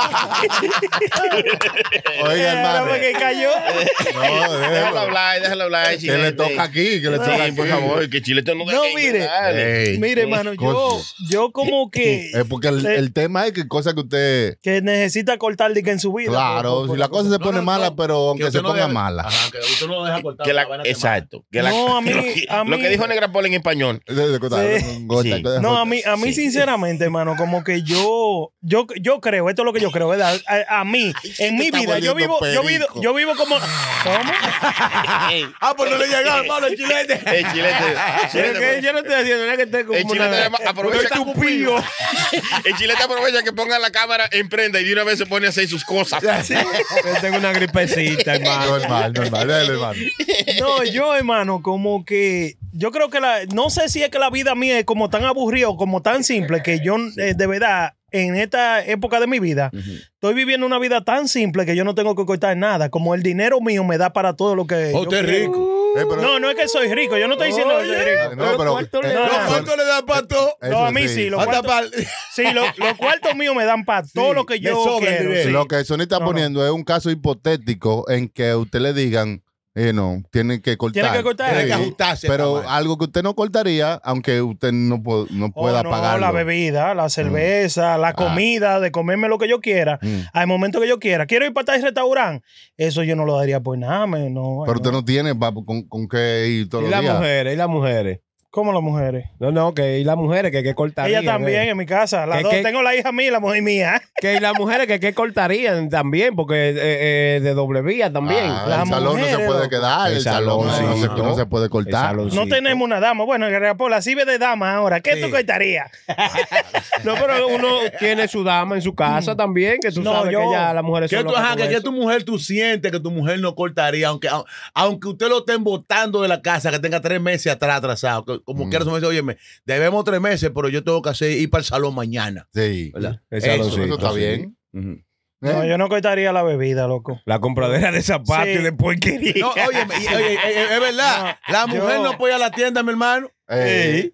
Oiga,
Ahora fue que
hermano.
cayó.
No,
Déjalo
déjalo.
hablar, déjalo hablar.
Que le toca aquí, que le toca
Sí,
aquí.
por favor, que Chile está en un
No, mire.
Dale.
Ey,
Mire, hermano, yo,
coño.
yo como que,
Es porque el,
Eh.
el tema es que cosas que usted.
que necesita cortar dique en su vida.
Claro,
por- por-
si la cosa
no,
se pone
no,
mala,
no,
pero aunque
usted
se
no
ponga
deja-
mala.
Ajá, que usted no lo deja cortar.
Que la-
la vaina te mata.
exacto. que la-
No, a mí-
Lo que,
a
lo que
mí-
dijo Negra Paul en español.
De- de- de-
Sí.
gota,
Sí.
gota,
No,
gota.
a mí, a mí
Sí.
sinceramente, hermano, como que yo, yo, yo creo, esto es lo que yo creo, ¿verdad? A, a mí, en mi
está
vida, yo vivo,
volviendo
yo vivo,
perico.
yo vivo como. ¿Cómo?
Ah, pues no le llegaba, hermano, el chilete.
El chilete.
Pero que
chilete-
yo no estoy haciendo nada que esté como
El chilete
una...
llama- aprovecha, el chilete aprovecha que ponga la cámara en prenda y de una vez se pone a hacer sus cosas.
Yo tengo una gripecita, hermano.
Normal, normal, dale, hermano.
No, yo, hermano, como que. Yo creo que la. No sé si es que la vida mía es como tan aburrida o como tan simple que yo, eh, de verdad, en esta época de mi vida, estoy viviendo una vida tan simple que yo no tengo que cortar nada. Como el dinero mío me da para todo lo que. yo
Usted es
quiero.
rico.
Eh, pero-
No, no es que soy rico. Yo no estoy diciendo que soy rico.
No, pero.
¿cuánto le
eh,
da?
eso-
No, ¿cuánto
le da para todo?
eso
No, a mí sí, lo
Hasta para.
Sí, lo- los cuartos míos me dan para todo lo que
le
yo
sobra el
quiero.
dinero.
sí.
Lo que Sony está
No, no.
poniendo es un caso hipotético en que a usted le digan, eh, no, tienen que cortar.
Tienen que cortar.
Sí,
Tiene que ajustarse.
Pero
papá.
algo que usted no cortaría, aunque usted no, po- no
Oh,
pueda
no,
pagarlo. Ah.
la bebida, la cerveza, la comida, de comerme lo que yo quiera,
Mm.
al momento que yo quiera. Quiero ir para tal restaurante. Eso yo no lo daría por nada, men, no.
Pero
ay,
usted
no.
no tiene pa- con, con qué ir todos
Y
los
las
días.
mujeres, y las mujeres.
¿Cómo las mujeres?
No, no, que y las mujeres que qué cortarían.
Ella también
eh.
en mi casa. Las
¿Qué-
dos.
qué?
Tengo la hija mía y la mujer mía.
Que y las mujeres que qué cortarían también, porque eh, eh, de doble vía también.
Ah,
Las
el salón no se
mujeres,
puede
loco.
quedar, el,
El
salón,
salón,
no,
sí,
se,
no.
no se puede cortar.
El salón.
No
Sí.
pues.
tenemos una dama. Bueno, en Rapola sí ve de dama ahora. ¿Qué
Sí.
tú cortarías?
No,
Eh.
pero uno tiene su dama en su
Mm.
casa también, que tú
No,
sabes
yo-
que ya las mujeres
¿Qué
son
tú,
locas
ajá,
con
que, que
eso.
tu mujer tú sientes que tu mujer no cortaría, aunque, au- aunque usted lo estén botando de la casa, que tenga tres meses atrás atrasado, que- como quieras, me dice, óyeme, debemos tres meses, pero yo tengo que hacer ir para el salón mañana.
Sí.
¿verdad?
El salón, sí.
Eso está bien.
Ujú.
¿Eh?
No, yo no cortaría la bebida, loco.
La compradera de zapatos
Sí.
y de porquería.
No, óyeme, y- oye, eh, eh, es verdad, la mujer
yo-
no puede ir a la tienda, mi hermano.
Eh,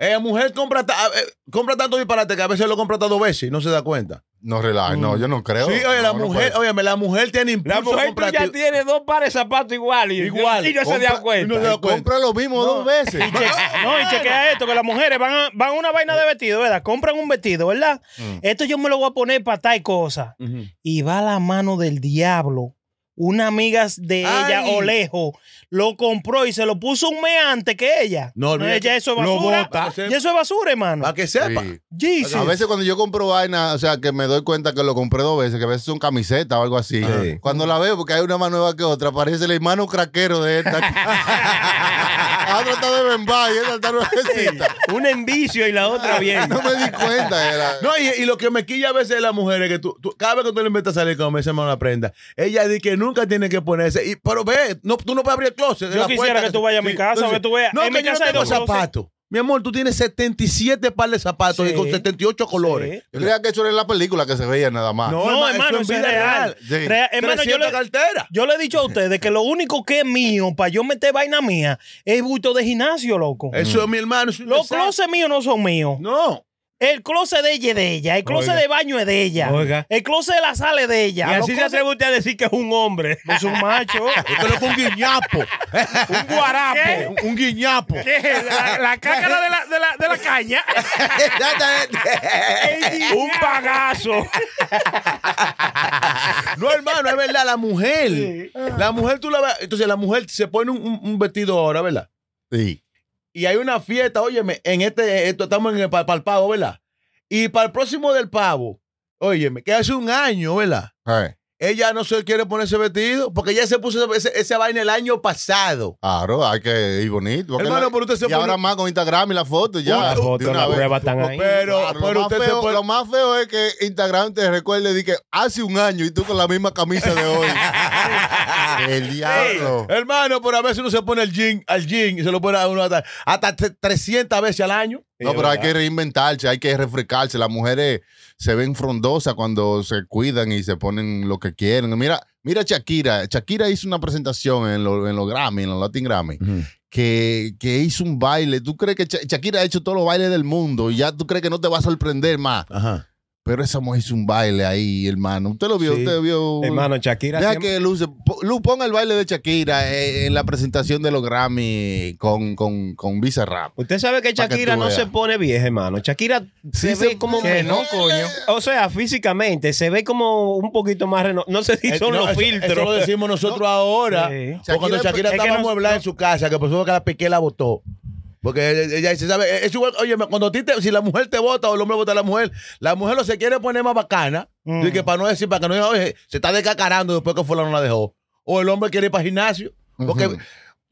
Eh, La mujer compra, ta- eh, compra tanto disparate que a veces lo compra hasta dos veces y no se da cuenta.
No relaja, no, yo no creo.
Sí, oye,
No,
la
no
mujer,
puede.
óyeme, la mujer tiene impulso
La mujer
comprativo.
tuya tiene dos pares de zapatos iguales. y-
Igual.
Y no se
Compra-
da cuenta.
no se da cuenta.
Compra lo mismo dos veces.
No, y chequea esto, que las mujeres van a, van a una vaina de vestido, ¿verdad? Compran un vestido, ¿verdad?
Mm.
Esto yo me lo voy a poner para tal cosa.
Ujú.
Y va la mano del diablo. una amiga de ella,
Ay.
Olejo, lo compró y se lo puso un mes antes que ella.
No,
No,
olvídate.
ya eso es
Lo
basura.
bota.
Ya eso es basura, hermano.
Para que sepa.
Sí.
Jesus.
A veces cuando yo compro vaina, o sea, que me doy cuenta que lo compré dos veces, que a veces son camisetas o algo así.
Sí.
Cuando la veo, porque hay una más nueva que otra, parece el hermano craquero de esta. la otra está de Bembay, esta está nuevecita.
Una en vicio y la
Ah,
otra bien.
No me di cuenta. Era.
No, y, y lo que me quilla a veces de las mujeres que tú, tú- cada vez que tú le inventas a salir con esa una prenda, ella dice que nunca tiene que ponerse. Y, pero ve, no, tú no puedes abrir el closet.
Yo
la
quisiera
puerta
que tú vayas a mi casa, que tú veas.
No,
En
que
mi
yo
casa hay
no tengo
dos closets.
zapatos. Mi amor, tú tienes 77 par de zapatos
Sí.
y con 78 colores. Ah,
Yo creía que eso era en la película que se veía nada más.
No, hermano,
es
eso es
vida
real.
Sí.
Real- Eh, Hermano, yo
300
le,
carteras.
yo le he dicho a ustedes que lo único que es mío para yo meter vaina mía es bulto de gimnasio, loco.
Eso es mi hermano. es un
Mm. Los
desastre.
closets míos no son míos.
No.
El closet de ella es de ella. El closet
Oiga.
de baño es de ella.
Oiga.
El closet de la sala es de
Y
ella. Los
así se
closets-
atreve usted a decir que es un hombre.
Pues un macho.
Usted lo fue un guiñapo.
Un guarapo.
Un- un guiñapo.
La, cácara de la, caña. un pagazo.
No, hermano, es verdad, la mujer. La mujer tú la ves. Entonces, la mujer se pone un, un- un vestido ahora, ¿verdad?
Sí.
Y hay una fiesta, óyeme, en este, esto estamos en el, para el pavo, ¿verdad? Y para el próximo del pavo, óyeme, que hace un año, ¿verdad?
Eh,
Ella no se quiere poner ese vestido porque ella se puso ese- ese- esa vaina el año pasado.
Claro, hay que ir bonito. porque
Hermano,
la-
pero usted se
y ahora
pone-
más con Instagram y la foto ya.
Una
de
foto,
una
la
vez.
prueba están ahí.
Pero,
Claro,
pero
lo,
usted
más
se
feo,
pone.
lo más feo es que Instagram te recuerde de que hace un año y tú con la misma camisa de hoy. El diablo.
Hermano, pero a veces uno se pone el jean, al jean y se lo pone a uno hasta, hasta tre- 300 veces al año.
No, pero hay que reinventarse, hay que refrescarse. Las mujeres se ven frondosas cuando se cuidan y se ponen lo que quieren. Mira, mira Shakira. Shakira hizo una presentación en los en los Grammy, en los Latin Grammy, que, que hizo un baile. ¿Tú crees que Sha- Shakira ha hecho todos los bailes del mundo y ya tú crees que no te va a sorprender más?
Ajá.
Pero esa mujer hizo un baile ahí, hermano. Usted lo vio,
Sí.
usted vio.
Hermano, Shakira
Deja
siempre-
que Luz, Luz ponga el baile de Shakira eh, en la presentación de los Grammy con, con, con Visa Rap.
Usted sabe
Pa'
que
que
Shakira
tú
no
veas.
se pone vieja, hermano. Shakira se,
se-
ve como
Que
mejor. O sea, físicamente se ve como un poquito más reno... No sé si
Eh,
son
no,
los
eso-
filtros.
Eso lo decimos nosotros ahora.
Sí.
Porque cuando
Shakira-
Shakira
es que
estaba
no-
amueblada en su casa, que por eso que la piqué la votó. Porque ella- ella dice, ¿sabe? Eh, Es igual, oye, cuando a ti te- si la mujer te vota o el hombre vota a la mujer, la mujer lo se quiere poner más bacana.
Mm.
Y que para no decir, para que no diga, oye, se está descacarando después que fulano la dejó. O el hombre quiere ir para gimnasio. Porque
Ujú.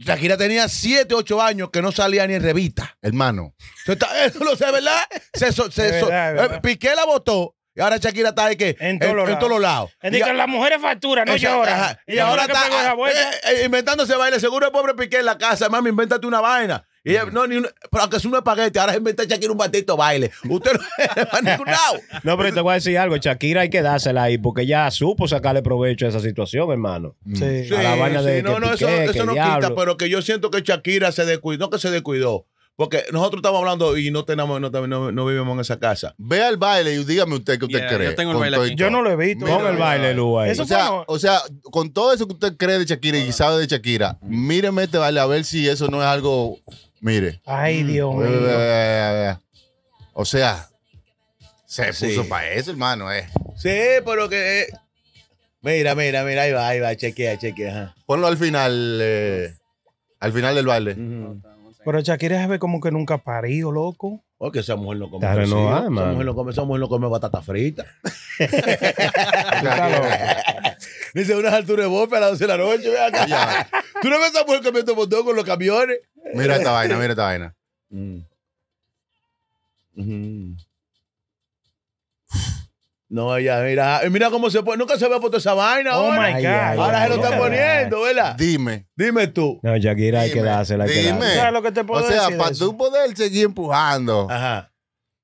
Shakira tenía 7, 8 años que no salía ni en revista.
Hermano,
Se está- eso lo sé, ¿verdad? Se, so- se
Es verdad,
so-
es verdad.
eh, Piqué la votó y ahora Shakira está de que
En todos los lados.
lados.
Es decir,
Y
que
a-
las mujeres facturan, no
esa-
lloran.
ajá. Y, ahora
que pegó esa
está
ah,
vuelta.
eh, eh, inventándose baile. Seguro el pobre Piqué en la casa, mami, invéntate una vaina. Y
Mm.
ella, no, ni un- pero aunque es un espagueti, ahora inventa Shakira un batito baile. Usted no va a ningún lado.
No, pero te voy a decir algo. Shakira hay que dársela ahí porque ella supo sacarle provecho a esa situación, hermano.
Sí.
A la vaina de
no,
que
no, eso,
Piqué,
eso
que
no
diablo.
quita, pero que yo siento que Shakira se descuidó, no que se descuidó. Porque nosotros estamos hablando y no tenemos, no, no- no vivimos en esa casa.
vea el baile y dígame usted qué usted
Yeah,
cree.
yo tengo el
con
baile
todo
eh.
aquí.
y
Yo
todo.
no lo he visto.
Mira,
Pon el baile, Lu, ahí.
Eso
O sea,
fue-
o sea, con todo eso que usted cree de Shakira y sabe de Shakira, míreme este baile a ver si eso no es algo. Mire.
Ay,
Mm,
Dios
Ve, ve, ve,
mío.
ve, ve. O sea, se
Sí.
puso para eso, hermano. Eh.
Sí, pero que. eh, Mira, mira, mira, ahí va, ahí va, chequea, chequea. ajá.
Ponlo al final, eh, al final del baile.
Pero Shakira se ve como que nunca parió, loco.
Porque Oh, esa mujer no come.
Está
tocino,
renovada,
esa,
mano.
mujer no come esa mujer no come batata frita. Dice unas alturas de bofe a las 12 de la noche. Ven acá.
Ya.
¿Tú no ves a esa mujer que me montón con los camiones?
Mira esta vaina, mira esta vaina.
Ujú. No, ya, mira. eh, Mira cómo se pone. Nunca se había puesto esa vaina.
Oh
ahora
my
Ay,
God.
ay,
ahora se lo
ay,
están
ay.
poniendo, ¿verdad?
Dime.
Dime tú.
No, Shakira hay que
Dime,
dársela. Hay que
dime.
dársela.
¿Sabes lo que te puedo
O sea,
decir? de
para
eso?
tú poder seguir empujando.
Ajá.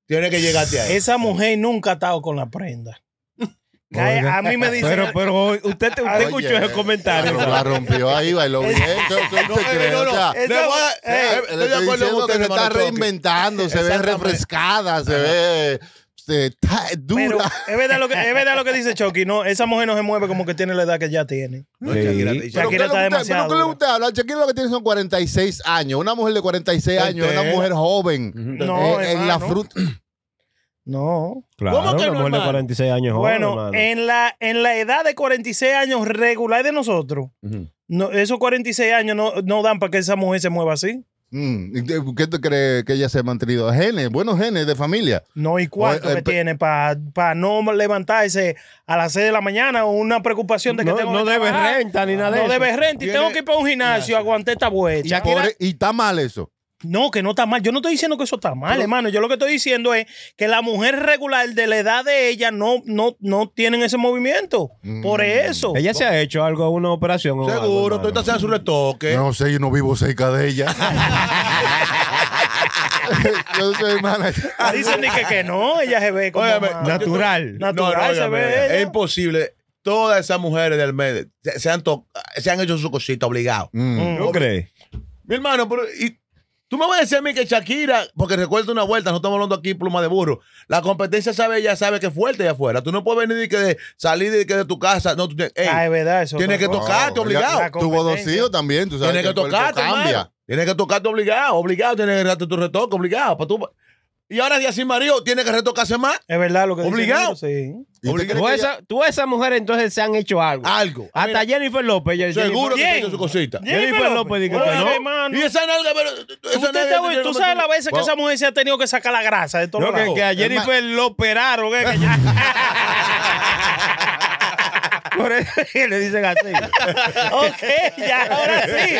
Tienes que llegarte ahí.
Esa mujer nunca ha estado con la prenda. Cae-
Oiga.
a mí me dicen.
Pero, pero usted, usted
Oye,
escuchó ese comentario.
La, la rompió ahí, bailó bien. ¿Qué- qué usted
No, eh,
cree?
no,
O
no.
sea,
Le
esa-
voy a- eh,
Eh,
estoy
le
de
estoy
acuerdo con
diciendo
usted,
que se está
hermano Chucky.
reinventando, se ve
Exactamente.
refrescada, se ve se, está
pero
dura.
es, verdad lo que, es verdad lo que dice Chucky. No, esa mujer no se mueve como que tiene la edad que ya tiene.
No,
Sí.
Shakira-
Pero
Pero,
Shakira-
¿qué
Shakira
le
está
gusta-
demasiado
pero ¿qué le
dura.
gusta hablar? Shakira lo que tiene son 46
Este
años. Una mujer de 46 años, una
Entera.
mujer joven.
No,
Eh, en la
hermano.
fruta.
No.
Claro,
¿Cómo que
una
no,
mujer de
hermano?
46 años joven,
Bueno,
hermano.
en la, en la edad de 46 años regular de nosotros, no, esos 46 años no, no dan para que esa mujer se mueva así.
Mm, ¿y qué- ¿Qué te crees que ella se ha mantenido? Genes, buenos genes de familia.
No, ¿y cuánto
eh,
que
pe-
tiene para no levantarse a las 6 de la mañana o una preocupación de que
no,
tengo
no
que
debe
trabajar?
renta ni nada de
No
eso.
debe renta y tengo que ir para un gimnasio, aguanté esta vuelta.
Pobre- y está mal eso.
No, que no está mal. Yo no estoy diciendo que eso está mal, hermano. Yo lo que estoy diciendo es que la mujer regular de la edad de ella no, no, no tienen ese movimiento. Por
Mm.
eso.
Ella se ha hecho algo, una operación. o algo,
Seguro, tú
hermano.
estás haciendo su retoque.
No sé, yo no vivo cerca de ella. yo soy manager.
Dicen ni que, que no, ella se ve como
Óyeme,
más-
Natural.
No, natural se
óigame,
ve ella.
Es imposible. Todas esas mujeres del medio se, se han, to- se han hecho su cosita obligado.
Mm.
¿No crees?
Mi hermano, pero y, tú me vas a decir a mí que Shakira, porque recuerda una vuelta, no estamos hablando aquí pluma de burro. La competencia sabe, ya sabe que es fuerte allá afuera. Tú no puedes venir y que de- salir de, que de tu casa. No, tú tienes, ey,
Ah, es verdad eso.
tienes que
otra
to-
tocarte
Wow, ya-
obligado.
la
Tuvo dos
competencia.
hijos también, tú sabes.
Tienes que
el cuerpo
tocarte, hermano. Tienes que tocarte obligado, obligado. Tienes que darte tu retoque obligado. pa' tú- Y ahora de así Mario tiene que retocarse más
cosa. Es verdad lo que dice
Obligado.
Nilo, Sí.
¿Y usted cree
Tú
que
a esa- tú a esas mujeres entonces se han hecho algo.
algo.
Ah,
Hasta
Ah, Mira,
Jennifer López. Jennifer-
seguro que
¿Quién?
se hizo su cosita.
Jennifer López dijo que
Oye,
no.
hermano,
Y esa nalga, pero
¿Tú,
esa
te-
nalga tiene
tú
que-
sabes la veces que
Wow.
esa mujer se ha tenido que sacar la grasa de todos
No, que,
lados?
que a Jennifer lo operaron. ¿eh? Que ya- Por eso que le dicen así.
Ok, ya, ahora sí.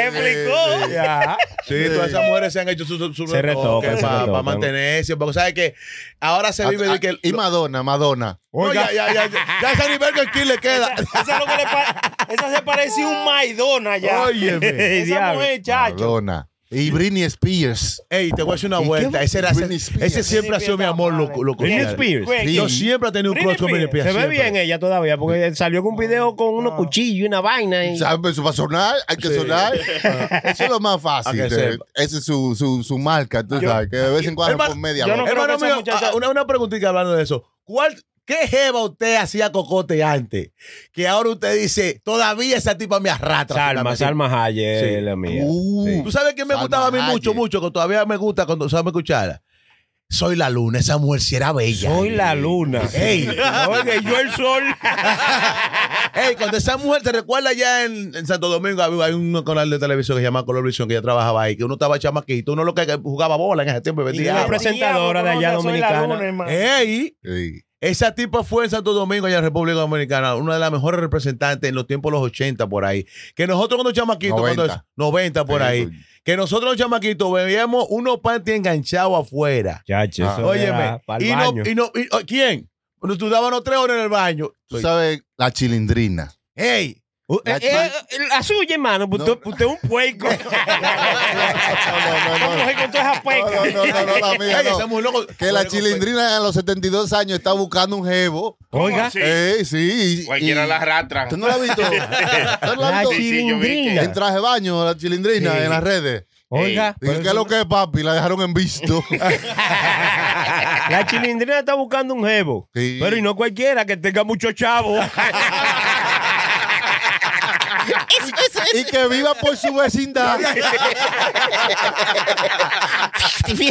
Explicó.
Ya.
Sí, todas esas mujeres se han hecho su, su, su
Se retocan, se
para,
retocan.
mantenerse, porque sabes que ahora se vive
Ah,
de que
Y Madonna, Madonna.
no, ya, ya, ya, ya, ya ese nivel que aquí le queda.
Esa, es lo que le pa- esa se parece un Maidona ya.
Óyeme.
Esa
diablo.
mujer, chacho.
Madonna. Y Britney Spears.
Ey, te voy a decir una
¿Y qué
vuelta.
va-
Ese, era,
Britney
ese,
Spears.
ese siempre ha sido mi amor, loco. loco.
Britney
Mira,
Spears.
Quick.
Yo
Sí.
siempre he tenido un
Britney
cross con Britney
Spears.
Spears.
Se ve
siempre. Ah.
bien ella todavía, porque salió con un video con unos cuchillos y una vaina. y-
¿Sabes? Eso va a sonar, hay que
Sí.
sonar. Eso es lo más fácil.
A que
eh.
sepa.
Esa es su, su, su marca, tú sabes, que de vez en cuando
Hermano,
por media
yo no
loca.
creo
Hermano
que esa
mío,
muchacha-
ah, una, una preguntita hablando de eso. ¿Cuál, ¿Qué jeva usted hacía cocote antes? Que ahora usted dice, todavía esa tipa me arrastra.
Salma,
finalmente.
Salma Hayek,
Sí.
la mía.
Uh,
¿Tú sabes que me
Salma
gustaba a mí
Hayek.
mucho, mucho? Que todavía me gusta cuando Salma escuchara. Soy la luna, esa mujer si era bella.
Soy la luna.
Ey.
Oiga, y yo el sol.
Ey, cuando esa mujer te recuerda ya en, en Santo Domingo, había- hay un canal de televisión que se llama Color Visión, que ya trabajaba ahí, que uno estaba chamaquito, uno lo que jugaba bola en ese tiempo,
Y
vendía
una
agua.
presentadora de
Soy la
allá
luna,
dominicana.
hermano.
Ey,
sí.
esa tipa fue en Santo Domingo, allá en República Dominicana, una de las mejores representantes en los tiempos de los 80 por ahí. Que nosotros cuando chamaquitos,
90.
cuando 90 por ahí, que nosotros los chamaquitos bebíamos unos panties enganchados afuera.
Chacho,
Ah.
eso
Óyeme,
era pa'l
y no,
baño.
y no, y- oh, ¿quién? Nos durábamos tres horas en el baño.
Tú sabes, la chilindrina.
¡Ey!
Uh,
La-
eh, eh, la suya, hermano. pues
No.
Usted usted es un puerco.
No, no, no,
Mujer con toda esa
no.
peca.
No, no, no, no, la mía,
¡Ey, esa
no.
mujer loco!
Que la
Loco,
chilindrina a los 72 años está buscando un jevo.
Oiga,
Sí.
Eh, sí. y-
Cualquiera
y-
la arrastran.
¿Tú no la has visto? ¿Tú no la
la
has visto?
sí, yo vi que-
chilindrina.
En traje de baño, la chilindrina,
Sí.
en las redes.
Oiga,
Dije, ¿qué es lo que es, papi? La dejaron en visto.
la chilindrina está buscando un jevo.
Sí.
Pero y no cualquiera que tenga mucho chavo.
y que viva por su vecindad.
y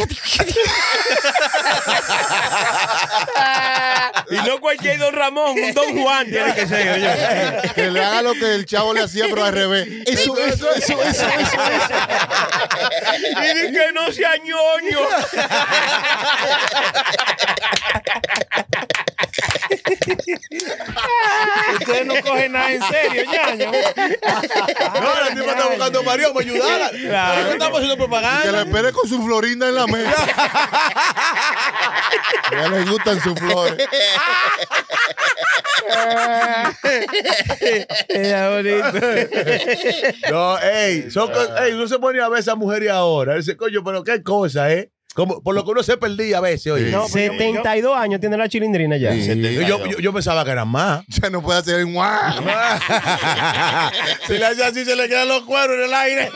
Eh,
no cualquier don Ramón, un don Juan tiene que ser. oye.
que le haga lo que el chavo le hacía, pero al revés. Eso, eso, eso, eso, eso.
Y ni que no sea ñoño.
Ustedes no cogen nada en serio, ñaño.
No, la tipa está buscando marido para ayudarla.
Claro.
No estamos haciendo
Que la
propaganda.
espere con su florinda en la mesa. Ya les gustan sus flores.
Era bonito.
No, ey, son co- ey, uno se pone a ver a esa mujer y ahora. Dice, coño, pero qué cosa, ¿eh? Como, por lo que uno se perdía a veces, oye.
Sí.
No, pues,
72 años tiene la chilindrina ya.
Sí.
yo, yo, yo pensaba que eran más.
Ya no puede hacer un guau.
si le hace así, se le quedan los cueros en el aire.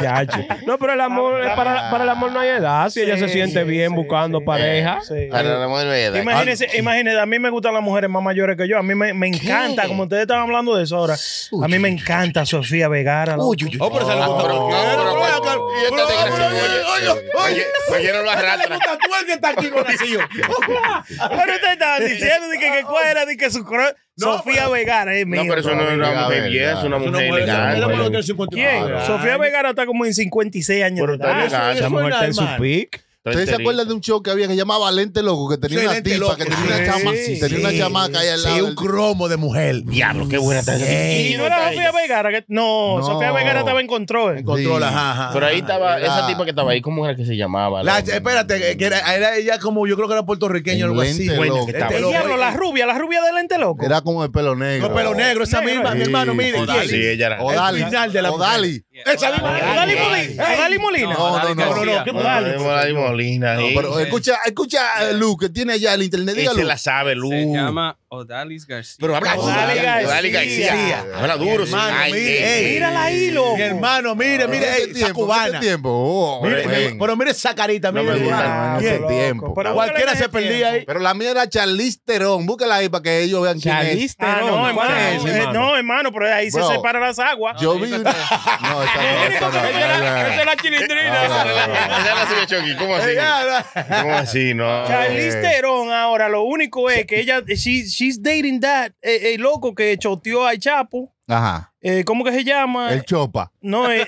Chacho. No, pero el amor, eh, para, para el amor no hay edad. Si ella se
Sí,
siente
sí,
bien
sí,
buscando
sí.
pareja.
Sí.
Ah,
Para la mujer de edad.
Imagínense, imagínense, a mí me gustan las mujeres más mayores que yo. A mí me, me encanta, como ustedes estaban hablando de eso ahora. A mí me encanta Sofía Vergara. loco.
Oh, pero se lo
Ah,
contaba.
pero-
Pero, este
ah, pero-
pero-
yo te
Pero,
desgraciado.
pero, oye, oye,
Oye, oye, no lo
¿Qué le
arrastra.
gusta tú el que está aquí con Nacillo?
Pero ustedes estaban diciendo de que, que cuál era de que su cro-
No,
Sofía Vergara, eh, mía.
No, pero eso no es una mujer vieja, es una
Eso no
mujer
puede ser.
legal.
Mira,
güey.
por lo que es 59.
¿Quién?
Ah,
Sofía Vergara está como en 56 años
Pero
de edad.
está legal.
Esa mujer está en su
hermano.
pic.
¿Ustedes se acuerdan de un show que había que llamaba Lente Loco? Que tenía
Sí,
una
Lente
tipa,
Loco,
que
sí.
tenía una chama,
Sí,
tenía una
sí.
chamaca ahí al lado.
Sí, un
del-
cromo de mujer.
Diablo, qué buena está esa.
Sí.
Y no era Sofía Vergara. que- No,
No.
Sofía Vergara estaba en control.
Controla,
Sí.
ajá, ajá.
Pero ahí estaba, esa
Ah.
tipa que estaba ahí, ¿cómo era que se llamaba?
La- espérate,
eh,
que era, era ella como, yo creo que era puertorriqueña o algo así.
Lente
Buena
Loco.
que
El
El
loco.
diablo, la rubia, la rubia del lente loco.
Era como el pelo negro.
Con pelo negro, esa
Negro,
misma,
eh.
mi hermano, mire.
Odali. Sí,
¿quién?
ella era.
O Dali.
final de la
O Dali.
Esa misma.
Ah, Dali Molina.
Ey.
Dali Molina.
No, no, no.
No, no, ¿qué
No,
tal?
tenemos a Dali Molina. ahí.
Pero escucha, escucha, eh, Lu, que tiene allá el internet.
Él
Dígalo.
se la sabe, Lu.
Se llama Odalis García.
Pero habla duro.
Odali García.
Dali García. Habla duro. sí.
Hermano,
Ay, eh,
mire,
ey.
ey.
Mírala ahí, loco.
Mi hermano, mire,
Mire,
mire,
ese
ey, esa
tiempo,
cubana.
ese tiempo. Oh,
Mire,
ven.
Pero mire esa carita,
No
mire.
me gusta,
hermano.
no,
¿Quién?
ese tiempo.
Ah, Pero
Cualquiera
búscale
se perdía ahí.
Pero la mía era Charlize Theron. Búscala ahí para que ellos vean quién es.
Charlize
Ah,
Theron.
no,
¿Cuál
hermano.
es ese,
eh,
hermano?
No, hermano, pero ahí se
Bro.
separan las aguas.
Yo vi una. No, esa no, esa no, esa no.
Esa es la
No, no, no,
chilindrina.
no.
Esa la sigue Chucky. ¿Cómo así?
Ey, ya, ya.
¿Cómo así? No.
Charlize Theron ahora, lo único es que ella, she- she's dating that, el loco que choteó a Chapo.
Ajá.
Eh, ¿Cómo que se llama?
El Chopa.
no, eh,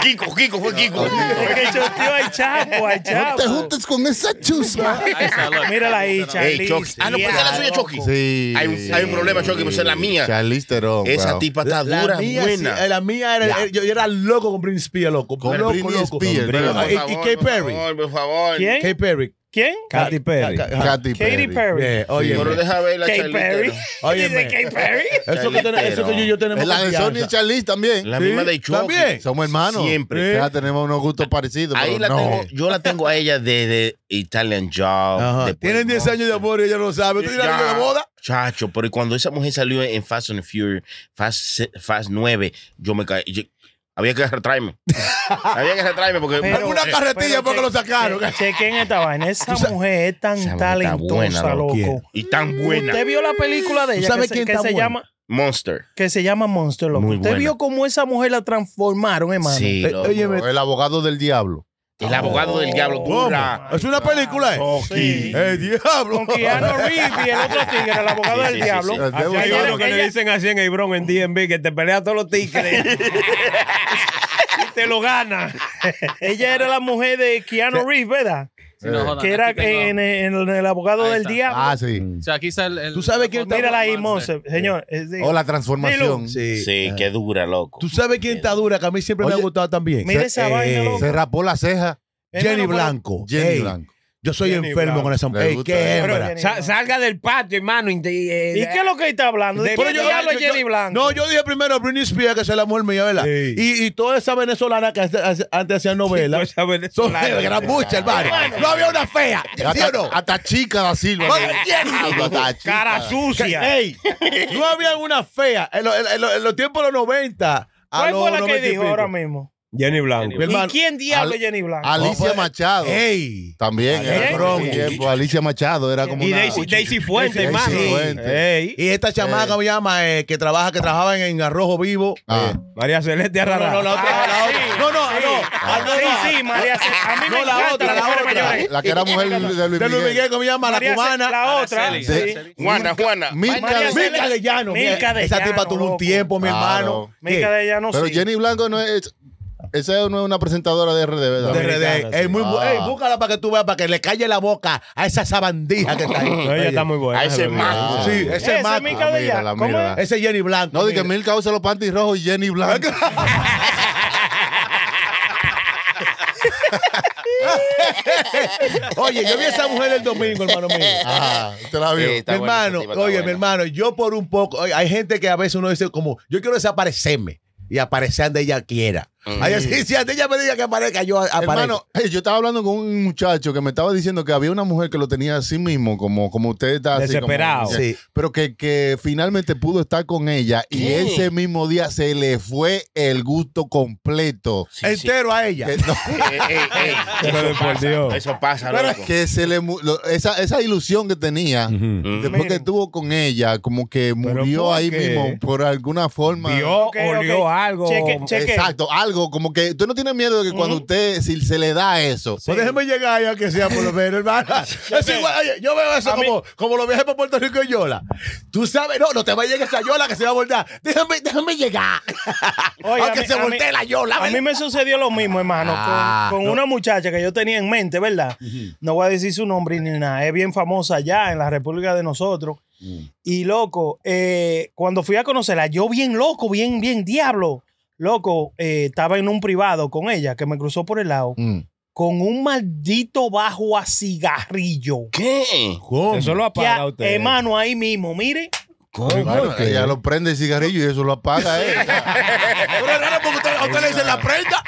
Kiko, Kiko, fue Kiko.
el que choteó a Chapo, a
No te
Chapo.
juntes con esa chusma.
Mírala ahí, Charlize.
Ey, Chucky. Ah, no, pues esa es la suya, Chucky.
Sí.
Hay un- hay un problema, Chucky, pues, es la mía.
Charlize Theron.
Esa
bro.
tipa está dura,
mía, sí,
buena.
la mía era, yo yo era loco con Prince Spears, loco.
Con
loco,
Britney
loco.
Spears,
Con
bro.
Britney- Y, y Katy
Por favor,
Perry.
Por favor.
¿Quién?
Katy Perry.
¿Quién?
Katy Perry.
Ca- ca- ajá.
Katy
Katy
Perry.
Perry.
Bien,
Sí.
Oye,
Pero deja ver la
Katy
Charlize
Perry.
Theron.
¿Dice
óyeme.
Katy Perry?
Eso que, ten- eso que yo, y yo tenemos
Es la de Sony y
confianza.
Charlize también.
La
Sí,
misma de Chucky.
también.
Somos hermanos.
Siempre.
Ya tenemos unos gustos parecidos.
Ahí
pero
la
no.
tengo, yo la tengo a ella desde Italian Job.
Ajá.
después
Tienen 10
Monster.
años de amor y ella no sabe. ¿Tú tienes
Ya.
años de boda?
Chacho, pero cuando esa mujer salió en Fast and Furious, Fast, se- Fast 9, yo me caí. yo- había que retraerme. había que retraerme porque.
Pero-
Alguna
Eh,
carretilla
pero
porque
che-
lo sacaron.
che- Chequen esta vaina. Esa mujer es tan
esa mujer está
talentosa,
buena, loco.
loco.
¿Quién?
Y tan buena.
¿Usted vio la película de
¿Tú
ella
sabes
que, se-
quién
que
está
se
buena?
llama
Monster.
que se llama Monster Loco?
Muy
¿Usted
buena.
vio cómo esa mujer la transformaron, hermano?
Sí,
Eh,
loco.
óyeme,
El abogado del diablo.
el abogado del diablo
¿Cómo?
dura.
Es una película, eh.
Sí.
¡Eh, diablo!
Con Keanu Reeves y el otro tigre, el abogado
Sí,
del
sí, sí,
diablo.
sí.
El
Así hay
diablo.
uno que le
Ella-
dicen así en Hebrón, en DMV, que te pelea todos los tigres. Y te lo gana.
Ella era la mujer de Keanu Reeves, ¿verdad? Que era en, en- en el abogado
Ahí
del
está.
diablo.
Ah, sí.
O sea, aquí está el. el-
¿Tú sabes quién está-
Mírala ahí,
Monster.
Monster. Señor, eh, sí.
O Oh, la transformación.
Sí, qué dura, loco.
¿Tú sabes quién está dura? Que a mí siempre me
Oye,
ha gustado también.
mira
Eh,
esa vaina, loco.
Se rapó la ceja.
Jenny
Hermano,
Blanco.
Jenny
Ey,
Blanco.
Yo soy
Jenny
enfermo
Blanco.
con esa
Le
mujer.
gusta
qué
ella.
hembra!
Pero
Sa- salga del patio, hermano. ¿Y,
¿Y eh, qué es lo que está hablando? ¿De
Pero
qué
yo-
diablo es
yo-
Jenny Blanco?
No, yo dije primero Britney Spears, que es la mujer mía, ¿verdad?
Sí.
Y, y toda esa venezolana que hace- hace- antes hacía novelas.
pues,
Son que eran muchas, hermano. No había una fea. ¿Sí
Hasta,
o no?
hasta chica da Silva.
Oh,
Bueno, Jenny.
Hasta chica.
Cara
Que-
sucia.
¡Ey! No había una fea. En, lo- en- en lo- en los tiempos de los 90. a
¿Cuál
los
fue la que
90 y
dijo
pico.
ahora mismo?
Jenny Blanco.
Mi hermano.
¿Y quién diablo
Al-
es Jenny Blanco?
Alicia
pues,
Machado.
Eh.
¡Ey!
También.
Al-
era
Al-
por
Al-
ese tiempo. Alicia Machado era como
Y
una...
Daisy, Daisy Fuente,
Daisy
hermano.
Fuentes.
Eh.
Ey.
Y esta chamaca me llama eh, que trabaja, que trabajaba en, en Arrojo Vivo.
Ah.
Eh,
María Celeste
no, no,
Arrará.
no, la otra,
Ah,
la otra.
sí,
no, no, no. Ah, no,
Sí,
no.
sí, María Cel- A mí me
No, la
encanta
otra,
las
la
mujeres
otra.
mayores.
La que era mujer de Luis
De Luis Miguel,
Miguel.
que me llama la
María Cel-
cubana.
Ah, La otra.
Araceli,
sí.
Araceli.
Juana, Juana.
Milka
María
de-
Cel-
Milka de Llano.
Milka de
Esa tipa
Llano,
tuvo un
loco.
tiempo, mi
Claro.
hermano.
Mica de ella no
Pero
Oh, sí.
Jenny Blanco no es... Esa no es una presentadora de RD, ¿verdad?
De RD.
Dominicana,
Ey,
sí.
muy bu-
Ah.
ey, búscala para que tú veas, para que le calle la boca a esa sabandija que está ahí.
No, ella está muy buena.
A ese
se lo digo.
maco.
Sí, ese,
Esa
es
es
Maco.
Mica de
Ah, mírala,
ella. ¿Cómo
mírala.
es?
Ese es Jenny Blanco.
No, de que
mira.
Milka usa los panties rojos y Jenny Blanco.
Oye, yo vi a esa mujer el domingo, hermano mío.
Ah, te la vio.
Sí, está
mi
buena esa
hermano,
tipa,
oye,
está
mi
buena.
hermano, yo por un poco, oye, hay gente que a veces uno dice como, yo quiero desaparecerme y aparecer donde ella quiera. Ay, sí, sí, antes ya me diga que aparezca, yo a- aparezco.
Hermano, eh, yo estaba hablando con un muchacho que me estaba diciendo que había una mujer que lo tenía así mismo, como, como usted está así, como-
Desesperado.
Sí.
sí.
pero que, que finalmente pudo estar con ella y
¿Qué?
ese mismo día se le fue el gusto completo.
entero a ella.
Que, no,
Ey, ey, ey, eso, pasa, eso pasa, loco.
que se le mu- lo- esa, esa ilusión que tenía
Mm.
después que estuvo con ella, como que murió
¿por
ahí
qué?
mismo por alguna forma.
Vio,
Ok,
olió
ok.
algo.
Cheque, cheque.
Exacto, algo como que tú no tienes miedo de que cuando usted si se le da eso.
Pues déjeme llegar allá que sea por lo menos, hermano. Es igual, oye, yo veo eso como, como los viajes para Puerto Rico y Yola. Tú sabes, no, no te va a llegar esa Yola que se va a voltear. Déjame, déjame llegar.
Oiga,
Aunque
a mí-
se
a mí-
voltee la Yola.
A mí me sucedió lo mismo, hermano, con-
Ah,
con,
no.
una muchacha que yo tenía en mente, ¿verdad? No voy a decir su nombre ni nada. Es bien famosa allá en la República de nosotros. Y loco, eh, cuando fui a conocerla, yo bien loco, bien, bien diablo. Loco, eh, estaba en un privado con ella que me cruzó por el lado
Mm.
con un maldito bajo a cigarrillo.
¿Qué?
¿Cómo?
Eso lo apaga
Ya,
usted.
hermano, ahí mismo, mire.
Bueno,
¿Cómo? que?
ella lo prende el cigarrillo y eso lo apaga eh.
Pero es raro porque usted, a usted le dicen la prenda.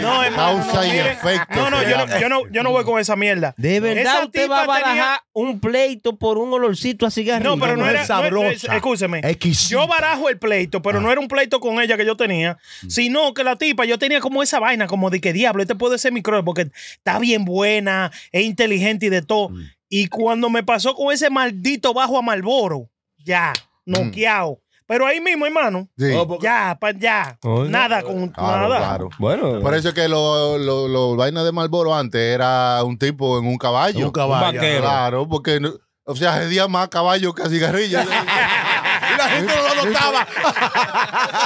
No, hermano,
Causa
no,
y
mire.
efecto.
No, no,
se
yo no,
llama.
yo no, yo no voy con esa mierda.
De
Esa
verdad usted
tipa
va a barajar
tenía-
un pleito por un olorcito a cigarrillo.
No, pero no
mujer
era. no- no-
sabrosa.
escúcheme.
Exquisita.
Yo barajo el pleito, pero no era un pleito con ella que yo tenía, sino que la tipa, yo tenía como esa vaina, como de que diablo, este puede ser mi crush, porque está bien buena, es inteligente y de todo. Y cuando me pasó con ese maldito bajo a Malboro, ya, noqueado. Pero ahí mismo, hermano,
Sí.
Oh, porque-
ya, pa- ya,
Oye.
nada con
Claro,
nada.
eh, claro.
Bueno,
Por eso es que los lo, lo vainas de Malboro antes era un tipo en un caballo.
Un caballo.
Un vaquero.
Claro, porque, no- o sea, ese más caballo que cigarrillo.
Y la gente no lo notaba.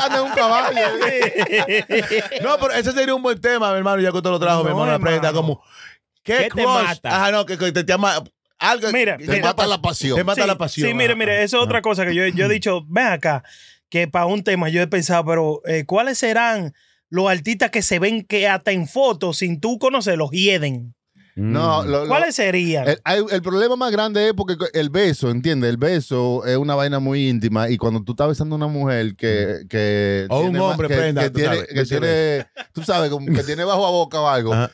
Anda en un caballo.
No, pero ese sería un buen tema, mi hermano, ya que usted lo trajo, mi
No,
hermano, la prenda
hermano.
como ¿Qué,
¿Qué te
crush?
mata?
Ajá, no, que, que te llama algo
Mira,
que
Te
mira,
mata la
te
pasión.
mata
sí,
la pasión.
Sí, mire, mire, eso es otra cosa que yo, yo he dicho, ven acá, que para un tema yo he pensado, pero eh, ¿cuáles serán los artistas que se ven que hasta en fotos, sin tú conocerlos, hieden?
No, lo- lo-
¿Cuáles
Eh,
serían?
el, hay- el problema más grande es porque el beso, ¿entiendes? El beso es una vaina muy íntima y cuando tú estás besando a una mujer que. que
Mm. O un
más-
hombre,
que,
prenda,
que
tú
tiene,
sabes,
que
beso y
tiene- tú sabes, como que tiene bajo a boca o algo.
Ajá.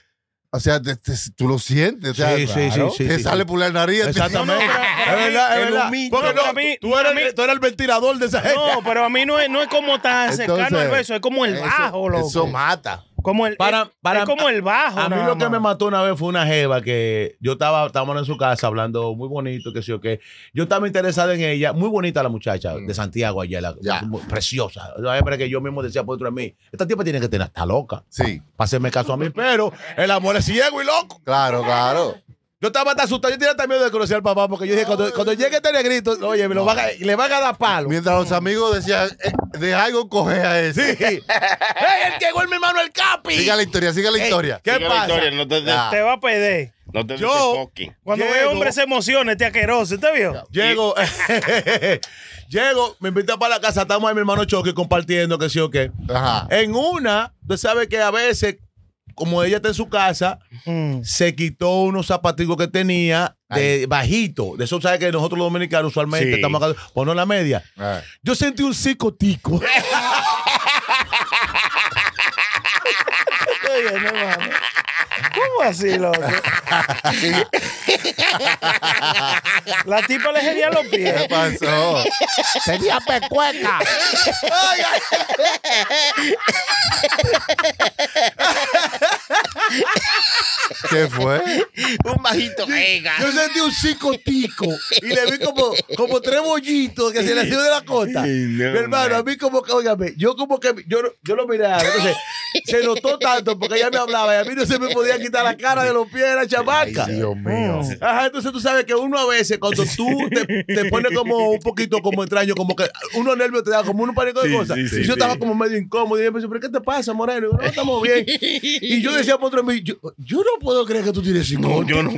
O sea, te- te- tú lo sientes. O sea,
Sí, sí, sí, sí,
te
sí,
sale
sí.
por la nariz.
Exactamente.
para
es verdad, es
mí,
verdad.
el humilde,
Porque
para
no,
mí,
tú,
para
eres,
mí-
tú eres el ventilador de esa gente.
No, pero a mí no es, no es como tan cercano
Entonces,
el beso, es como el
eso-
bajo, loco.
Eso mata.
como el,
Para-
es-
para-
es como el bajo.
A mí
nada
lo que
más.
me mató una vez fue una jeva que yo estaba, estábamos en su casa hablando muy bonito, que sé yo qué. Yo estaba interesado en ella, muy bonita la muchacha
Mm.
de Santiago allá, la,
Ya.
muy preciosa. La hembra que yo mismo decía por dentro de mí, esta tipa tiene que tener hasta loca,
Sí.
para hacerme caso a mí, pero el amor es ciego y loco.
Claro, claro.
Yo estaba hasta asustado, yo tenía hasta miedo de conocer al papá, porque yo dije, cuando, cuando llegue este negrito, oye, me lo van a- le van a dar palo.
Mientras los amigos decían, eh, de algo coge a ese.
¡Ey, el que gol, mi hermano, el Capi!
Siga la historia, siga
Eh,
la historia.
¿Qué
Sigue la
pasa?
historia, no te des-
Ah.
Te va a perder.
no te des
Yo-
fucking.
Cuando ve
Llego.
hombre se emociona, este asqueroso, ¿te vio?
Llego, llego, me invita para la casa, estamos ahí mi hermano Choque compartiendo, que sí o qué.
Ajá.
En una, tú sabes que a veces, como ella está en su casa,
Mm.
se quitó unos zapaticos que tenía de bajito. De eso sabes que nosotros los dominicanos usualmente
Sí.
estamos acá, ponnos la media.
Ah.
Yo sentí un psicotico.
Oye, no mames. ¿Cómo así, loco? La tipa le gería los
¿Qué
eh,
pies.
pasó?
Tenía pecueca.
¿Qué fue?
Un bajito, venga.
Yo sentí un psicotico y le vi como, como tres bollitos que se le hacían de la costa.
Ay, no,
Mi hermano, a mí como que, óigame, yo como que, yo, yo lo miraba, entonces se notó tanto porque ella me hablaba y a mí no se me podía quitar la cara de los pies de la chamaca.
Dios mío.
Mm.
Ajá, entonces tú sabes que uno a veces cuando tú te, te pones como un poquito como extraño, como que unos nervios te da como un pánico de
Sí,
cosas.
sí, sí,
y yo
sí.
estaba como medio incómodo y yo pensé, ¿pero qué te pasa, Moreno? Y yo, no, estamos bien. Y yo decía por otro mí, yo, yo no puedo creer que tú tienes
No,
psicótico.
yo no.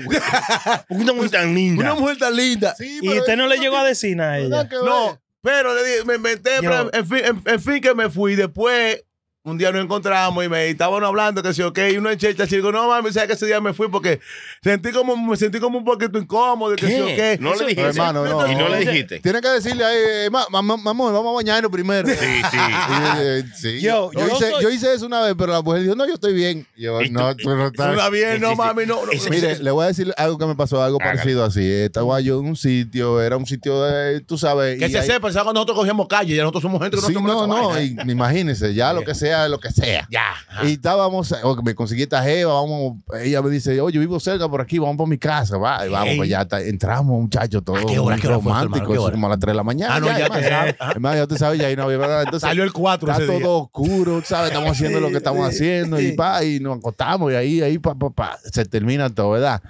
Una mujer tan
Una
linda.
mujer tan linda.
Sí,
Y usted no le llegó a decir nada a ella.
No,
No, pero le dije, me inventé,
Yo-
pero en fin, en, en fin que me fui. Después un día nos encontramos y me y estábamos hablando que sí, ok, y uno en chelcha, así digo, no mami, sabes que ese día me fui porque sentí como, me sentí como un poquito incómodo, y que sí,
¿Qué?
ok.
No le dijiste.
Pero, hermano, no.
y no le dijiste.
Tienes que decirle ahí, eh, ma- ma- ma- mamón, vamos a bañarnos primero.
Sí, sí.
Y, eh, sí.
Yo-
Yo,
yo
hice,
soy-
yo hice eso una vez, pero la mujer dijo, no, yo estoy bien. Y yo,
Y tú-
no, tú no
No
estás.
está bien, no mami, no. no.
Mire, le voy a decir algo que me pasó, algo
Hágalo.
parecido así. Estaba yo en un sitio, era un sitio de, tú sabes.
que
y
se
ahí-
sepa, ¿sabes? Cuando nosotros cogíamos calle, ya nosotros somos gente que
Sí,
no somos
no, no, y- imagínense, ya lo que sea, lo que sea.
Ya.
Y estábamos, o que me conseguí esta jeva, vamos, ella me dice, oye, vivo cerca por aquí, vamos para mi casa, va, y vamos,
Ey.
pues ya está, entramos, muchachos, todo
¿A qué hora,
muy
qué hora fue eso, hermano?
romántico,
¿Qué
eso
hora?
como a las 3 de la mañana.
Ah, no, ya
hermano.
te sabes. Ajá.
Hermano, ya te sabes, ya ahí no había verdad. Entonces,
Salió el 4
está
ese
todo
día.
oscuro, ¿sabes? Estamos haciendo lo que estamos haciendo y pa, y nos acostamos y ahí, ahí, pa, pa, pa, se termina todo, ¿verdad?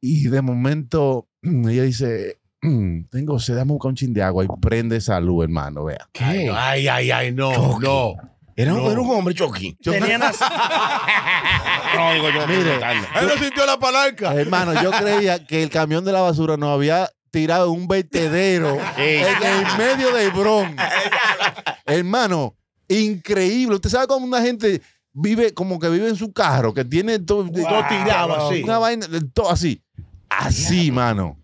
Y de momento ella dice, "Mm, tengo sed, dame un chin de agua y prende salud, hermano, vea.
Ay, no, Ay, ay, ay, no, no.
Era,
No.
era un hombre choqui.
Tenían as-
No, digo yo,
Mire.
preguntando.
Él no sintió la palanca.
Ah, Hermano, yo creía que el camión de la basura nos había tirado un vertedero
Ey.
en el medio de Bron. Hermano, increíble. Usted sabe cómo una gente vive, como que vive en su carro, que tiene todo,
Todo tirado así.
una vaina, todo así. Así, mano.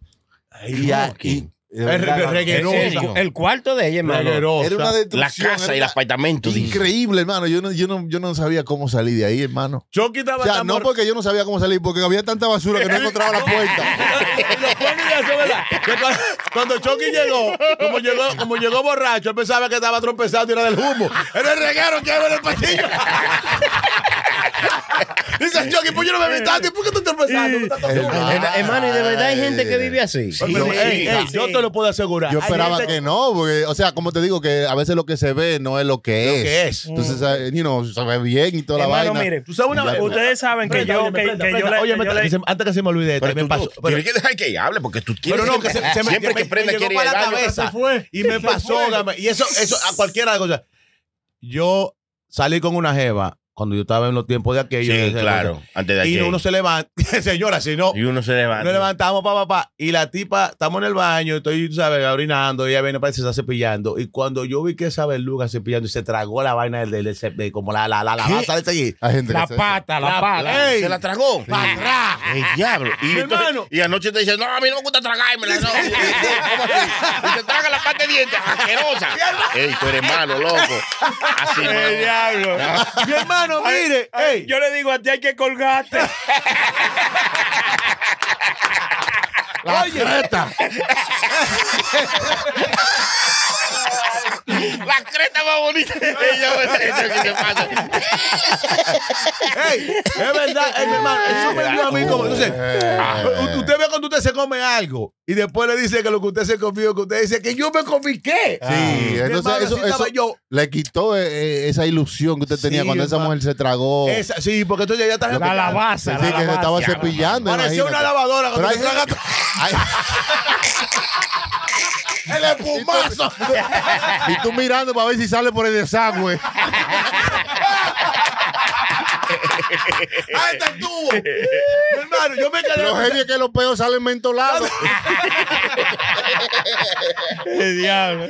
Y aquí.
Es re-
El,
reguerosa.
cu- el cuarto de ella, hermano.
Reguerosa.
Era una
La
destrucción.
casa y
era
el apartamento. dije.
Increíble, hermano. Yo no, yo, no, yo no sabía cómo salir de ahí, hermano.
Chucky
O
estaba
sea,
tan
no
mor-
porque yo no sabía cómo salir, porque había tanta basura que no encontraba la puerta.
Lo pone y hace, ¿verdad? Que cuando- Cuando Chucky llegó, como llegó, como llegó borracho, él pensaba que estaba tropezando y era del humo. Era el reguero que había en el pasillo. Dice Chucky, pues yo no me vi tanto. ¿Y por qué tú tropezando? Tú estás
El-
tan-
Her- Ah, Hermano, y de verdad hay gente que vive así.
Oye, pero,
sí,
ey, ey,
sí.
Yo te lo puedo asegurar.
Yo
Hay
esperaba
gente
que no, porque, o sea, como te digo, que a veces lo que se ve no es lo que es.
que es.
Entonces,
Mm.
eh, you know, se ve bien y toda la
Hermano,
vaina.
mire,
Tú sabes una vez.
ustedes saben que
Prenda,
yo,
óyeme,
que,
prenda,
que yo
prenda.
le-
Óyeme,
yo le-
que se- antes que se me olvide esto,
Pero
me
tú-
pasó.
tú-
pero-
tienes que dejar que ella hable porque tú quieres
Pero no, que se, se me-
siempre
me-
que prenda
me llegó
quiere ir
para
al
la
baño.
cabeza y me pasó Gama, y eso eso a cualquiera de las cosas. Yo salí con una jeva cuando yo estaba en los tiempos de aquello
Sí,
de-
claro. Antes de
y
aquí.
uno se levanta señora si no
Y uno se levanta.
nos levantamos papá papá y la tipa estamos en el baño estoy tú sabes orinando ella viene parece que se está cepillando y cuando yo vi que esa verluga cepillando y se tragó la vaina del, del- del- de- como la la la la masa de allí
Hay gente que
La
se-
pata, la, pata.
ey.
Se la tragó.
Para atrás.
El diablo. Y,
Mi
entonces-
hermano.
y anoche te dice, no, a mí no me gusta tragármela. No. Y te traga la parte de dientes, asquerosa. Ey, tú eres malo, loco. Así,
¡El
mano.
diablo!
mi hermano mire ey.
Yo le digo a ti hay que colgarte.
Oye.
La creta más bonita de ella. Eso que te pasa.
Ey, es verdad, ey, mi hermano, eso me dio a mí como. Entonces, u- ah, usted ve cuando usted se come algo y después le dice que lo que usted se comió, que usted dice que yo me comí qué.
Sí, entonces
Ah. hermano,
eso,
así estaba
eso
yo.
le quitó eh, eh, esa ilusión que usted tenía
Sí,
cuando esa
hermano.
mujer se
Oh.
tragó.
Esa- sí, porque entonces ya está.
Lo
La
que- Sí,
lavaza.
que
la
se estaba
lavaza.
cepillando.
Parecía una
imagínate.
lavadora
Pero
cuando
hay
se traga
gente-
el espumazo.
y tú mirando para ver si sale por el desagüe.
Ahí está el tubo. Mi hermano, yo me quedé.
Lo heavy es que los peos salen mentolados.
¡El diablo!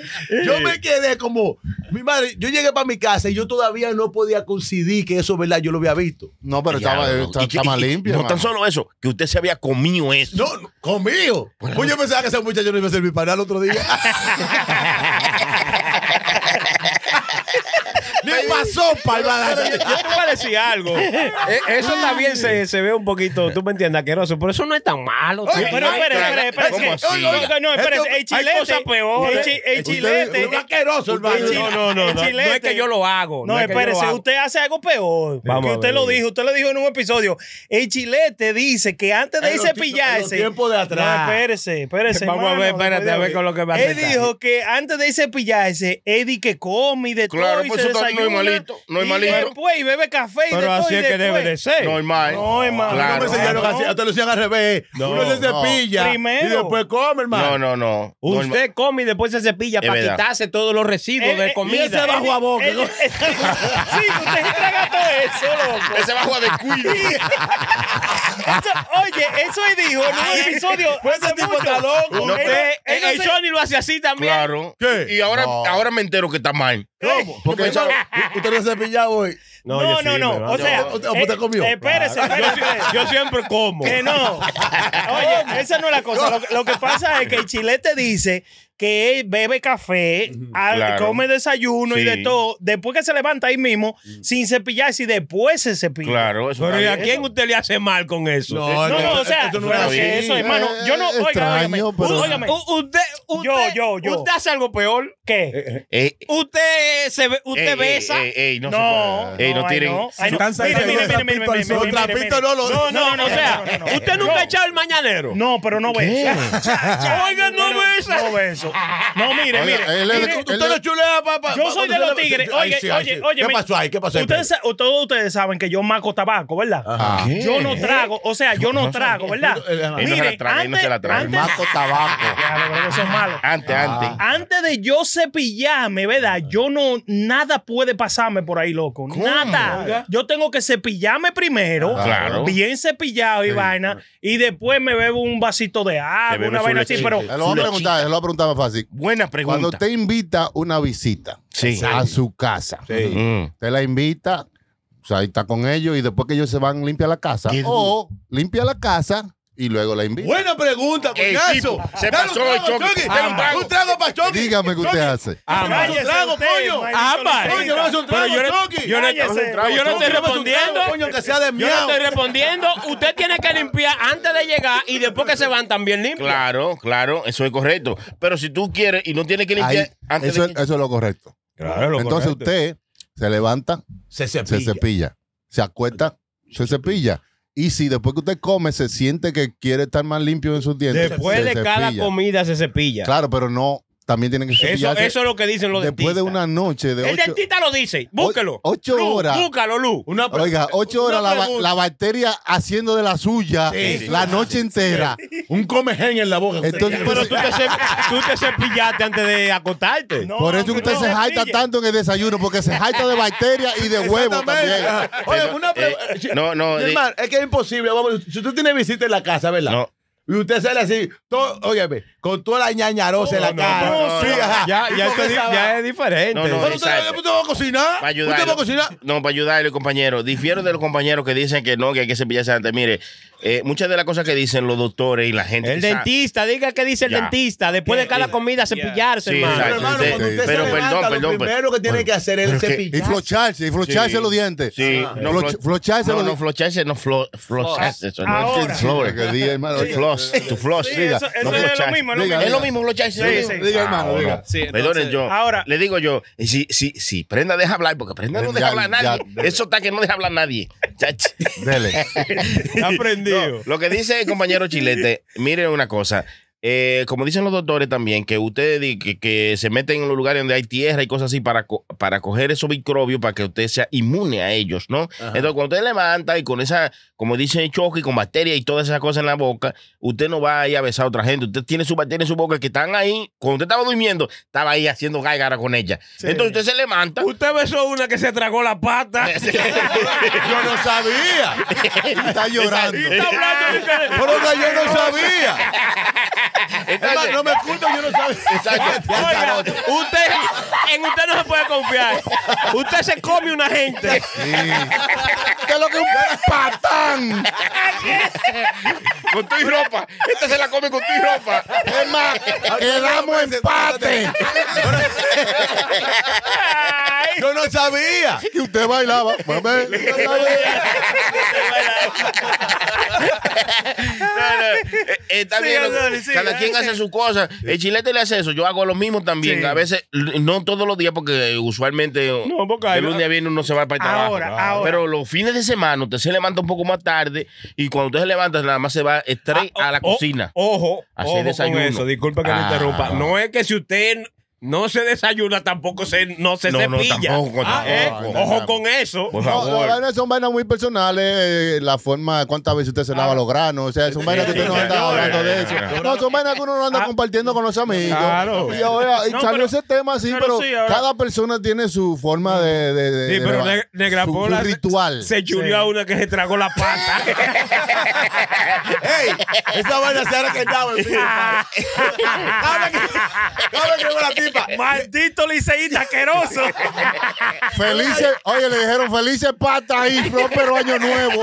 Yo me quedé como. Mi madre, yo llegué para mi casa y yo todavía no podía coincidir que eso, ¿verdad? Yo lo había visto.
No, pero estaba,
Diablo.
está,
Y-
está
y-
más
y-
limpio.
No tan
hermano.
solo eso, que usted se había comido eso.
No, no, conmigo. Pues yo pensaba que ese muchacho no iba a servir para nada el otro día. Ni pa' sopa iba a dar.
Yo te voy a decir algo. Eh, Eso también se, se ve un poquito, tú me entiendes, asqueroso, pero eso no es tan malo. tío.
Pero
Ay,
espere, espere, espere.
¿Cómo
que-
así?
No, no, no, espere.
Esto-
El chilete.
hay cosas peores.
el chi- El chilete.
Un asqueroso, hermano.
el chi-
No, no,
el
no, no. este. No es
chilete.
que yo lo hago.
No,
es que yo lo
espérese,
hago.
usted hace algo peor.
Vamos
que
a
usted
ver.
lo dijo, usted lo dijo en un episodio. El chilete dice que antes de
En
ir
los
cepillarse.
ti- en los tiempos de atrás.
No, espérese, espérese.
Vamos a
hermano,
ver,
después
espérate,
de-
a ver con lo que va a
Él
aceptar.
dijo que antes de ir cepillarse, Eddie que come y de
Claro,
todo. y
pues
se
eso también no es
desayuna,
malito, no es
y
malito.
después y bebe café y de
Pero
todo,
así
y
es que debe
después.
de ser.
No, hermano.
eh. No, hermano.
Claro.
No me enseñaron
Claro.
así, hasta lo hacían al revés. Uno se
no.
cepilla
Primero.
y después come, hermano.
No, no, no. No,
Usted come y después se cepilla
Es
para
verdad.
quitarse todos los residuos
Eh, eh,
de
y ese
comida.
bajo a boca. sí, usted se traga todo eso. pasó, loco?
Ese bajo a descuido.
Eso- oye, eso él dijo en un episodio. hace mucho.
No
Él-
te-
eh,
él no se-
Sony lo hace así también.
Claro. Y ahora, ahora me entero que está mal.
¿Cómo? Porque eso- usted no se ha pillado hoy.
No, no, no. O sea,
¿O te- o te
eh,
comió?
Espérese, espérese.
Yo siempre como.
Que no. Oye, esa no es la cosa. Lo, lo que pasa es que el chilete dice que él bebe café, al-
Claro.
come desayuno y
Sí.
de todo. Después que se levanta ahí mismo, sin cepillarse y después se cepilla.
Claro, eso
Pero ¿y
está
a
bien.
quién usted le hace mal con eso?
No, no, o sea,
esto no
pero
es
que
así.
eso, hermano. Yo no,
Eh,
oiga, óigame,
extraño, pero-
óigame,
U- usted, usted,
Yo, yo, yo.
Usted hace algo peor.
¿qué?
Ey,
Usted se ve- usted
ey, ey,
besa.
ey, ey, no, se
No,
puede. Ey, no
ay,
tiren.
ay, no.
Están
Mire,
sacando
mire,
esa
mire, mire,
pipa al
mire,
sol.
mire, mire,
Trapito no lo-
No, no, no,
o sea,
eh, no, no, no.
usted nunca ha echado el mañanero.
No, pero no ve.
Oiga, no ve esa.
No ve eso. No, mire,
Oiga,
mire.
él es-
mire,
él
Usted
es-
lo chulea, papá.
Yo soy de los tigres. Oye, oye, oye,
¿Qué
me-
pasó ahí? ¿Qué pasó ahí?
Ustedes, sa- todos ustedes saben que yo maco tabaco, ¿verdad?
Ajá.
¿Qué?
Yo no trago, o sea, yo no trago, ¿verdad?
Él no se
la traga, él no se la traga.
antes-
Maco tabaco.
Ya, pero eso es malo.
Antes, antes.
Antes de yo cepillarme, ¿verdad? Yo no, nada puede pasarme por ahí, loco. Nada. Yo tengo que cepillarme primero.
Ah,
Claro.
Bien cepillado y vaina. Y después me bebo un vasito de
Te
agua,
bebes
una
su
vaina así.
lechita.
Pero
Él lo va a preguntar, él lo va a preguntar más fácil.
Buena
Cuando
pregunta.
usted invita una visita
Sí. Ah,
a su casa,
Sí.
Mm.
usted la invita, o sea, ahí está con ellos y después que ellos se van, limpia la casa.
Qué
O limpia la casa y luego la invita.
Buena pregunta,
Ey,
coñazo.
tipo, se
Dale
pasó
un
el
trago,
choque.
Chucky,
Dale un trago.
Un trago para Chucky.
Dígame qué usted hace.
Ambas.
Cállese usted, maldito
Ambas.
Coño, vamos a un trago,
Pero yo no,
Chucky.
yo no-
Cállese.
pero yo no estoy
Chucky, vamos a un trago,
respondiendo.
Coño, que sea de
Yo no
miau.
estoy respondiendo. Usted tiene que limpiar antes de llegar y después que se van también limpia.
Claro, claro, eso es correcto. Pero si tú quieres y no tienes que
Ahí,
limpiar antes
eso,
de
es- eso es lo correcto. Entonces usted se levanta,
Se
se
cepilla.
cepilla, se acuesta, se cepilla. Y si después que usted come se siente que quiere estar más limpio en sus dientes,
Después
se
de cada
cepilla.
comida se cepilla.
Claro, pero no, también tienen que
Eso,
cepillarse
eso es lo que dicen los
después de una
dentistas.
noche de
El
ocho,
dentista lo dice. Búsquelo.
ocho
Lu,
horas.
Búscalo, Lu.
Una pre-
Oiga, ocho
una
horas la, ba-
pregunta.
la bacteria haciendo de la suya
Sí, sí.
la noche entera.
Un comején en la boca.
Entonces,
Pero tú te, cep- tú te cepillaste antes de acostarte.
No,
por eso que
hombre,
usted
no
se jaita
cepille.
tanto en el desayuno, porque se jaita de bacteria y de huevo también.
Exactamente. Oye, una
eh,
pregunta.
no, no, eh,
es que es imposible. Vamos, si tú tienes visita en la casa, ¿verdad?
No.
Y usted sale así, todo, óyeme, con toda la ñañarosa en la
No, no,
cara.
no,
Oh, no,
sí,
no.
ajá.
Ya,
Y
ya,
con
eso di-
esa-
ya es diferente.
No, no,
Pero usted,
Exacto.
usted va a cocinar.
para ayudarlo.
usted va a cocinar.
No, para ayudarle, compañero. Difiero de los compañeros que dicen que no, que hay que cepillarse antes. Mire, eh, muchas de las cosas que dicen los doctores y la gente.
El
que sabe-
dentista, diga qué dice el
Ya.
dentista. Después de
Ya,
cada
ya.
comida
Ya.
cepillarse,
Sí,
hermano.
Pero,
exacto.
hermano,
sí,
cuando usted
pero
se
perdón,
levanta,
perdón,
lo
pero-
primero que tiene que hacer es
pero que-
Y
cepillarse.
flocharse, y flocharse
Sí.
los dientes.
Sí, no,
Flo-
floch-
flocharse
no,
los
no, flocharse, no, flo, flocharse. Eso, no.
Ahora.
Flor.
Que diga, hermano,
Tu floss, tu floss.
Sí,
Diga,
eso, eso
no
es lo
flocharse.
mismo, es lo
Diga,
mismo.
Es lo mismo, flocharse. es lo
Sí,
mismo.
sí.
Diga, hermano,
Ahora.
diga.
Sí, entonces-
Perdonen yo.
Ahora.
Le digo yo, y si, si, si Prenda deja hablar, porque Prenda no deja
Ya,
hablar a nadie.
ya.
Eso está que no deja hablar a nadie. Chachi.
Dele.
Está aprendido.
No, lo que dice el compañero Chilete, miren una cosa. eh, como dicen los doctores también, que ustedes di- que, que se meten en los lugares donde hay tierra y cosas así para, co- para coger esos microbios para que usted sea inmune a ellos, ¿no? Entonces, cuando usted levanta y con esa, como dice Choque, con bacteria y todas esas cosas en la boca, usted no va a ir a besar a otra gente. Usted tiene su bacteria en su boca que están ahí. Cuando usted estaba durmiendo, estaba ahí haciendo gáigara con ella. Entonces, usted se levanta.
Usted besó Pues una que se tragó la pata.
Yo no sabía.
Está llorando.
Está hablando de que-
Por otra, yo no sabía. Hermano, no me culpo, yo no sabía.
Exacto.
Oiga, usted, en usted no se puede confiar. Usted se come una gente.
¿Qué es lo que es un patán?
con tu y ropa. Esta se la come con tu y ropa.
Es más, quedamos empate.
Yo no sabía.
Y usted bailaba. pues, Mame,
No, no, eh, eh, está bien,
Sigan,
lo-
Dolly, sigan.
cada quien hace su cosa. El chilete le hace eso. Yo hago lo mismo también.
Sí.
A veces, l- no todos los días, porque eh, usualmente
No, porque
de
hay-
lunes a viernes uno se va para el trabajo.
Ahora, ahora.
Pero los fines de semana usted se levanta un poco más tarde y cuando usted se levanta, nada más se va straight a la
O-
cocina.
Ojo,
Hacer
ojo con
desayuno.
eso. Disculpa que
Ah.
me interrumpa. No es que si usted No se desayuna, tampoco se, no se
No, no,
cepilla.
tampoco,
Ah, ¿eh?
tampoco.
Ojo con eso.
Por
No, las
favor.
vainas son vainas muy personales, eh, la forma, cuántas veces usted se lava los granos, o sea, son vainas que usted no
sí, sí,
anda hablando
sí,
de
sí,
eso. No, son vainas que uno no anda compartiendo con los amigos.
Claro.
Y, ahora, y
No,
salió
pero-
ese tema así,
pero
pero,
sí, ahora-
cada persona tiene su forma de... de, de-
Sí,
de-
pero
de-
Ne- Negra
su- su
Pola se-
ritual.
Se chuleó
Sí.
a una que se tragó la pata.
¡Ey! Esa vaina se ha requentado. Ahora que ahora que veo la tipa.
Maldito liceísta asqueroso.
Felices, oye, le dijeron felices patas y próspero año nuevo.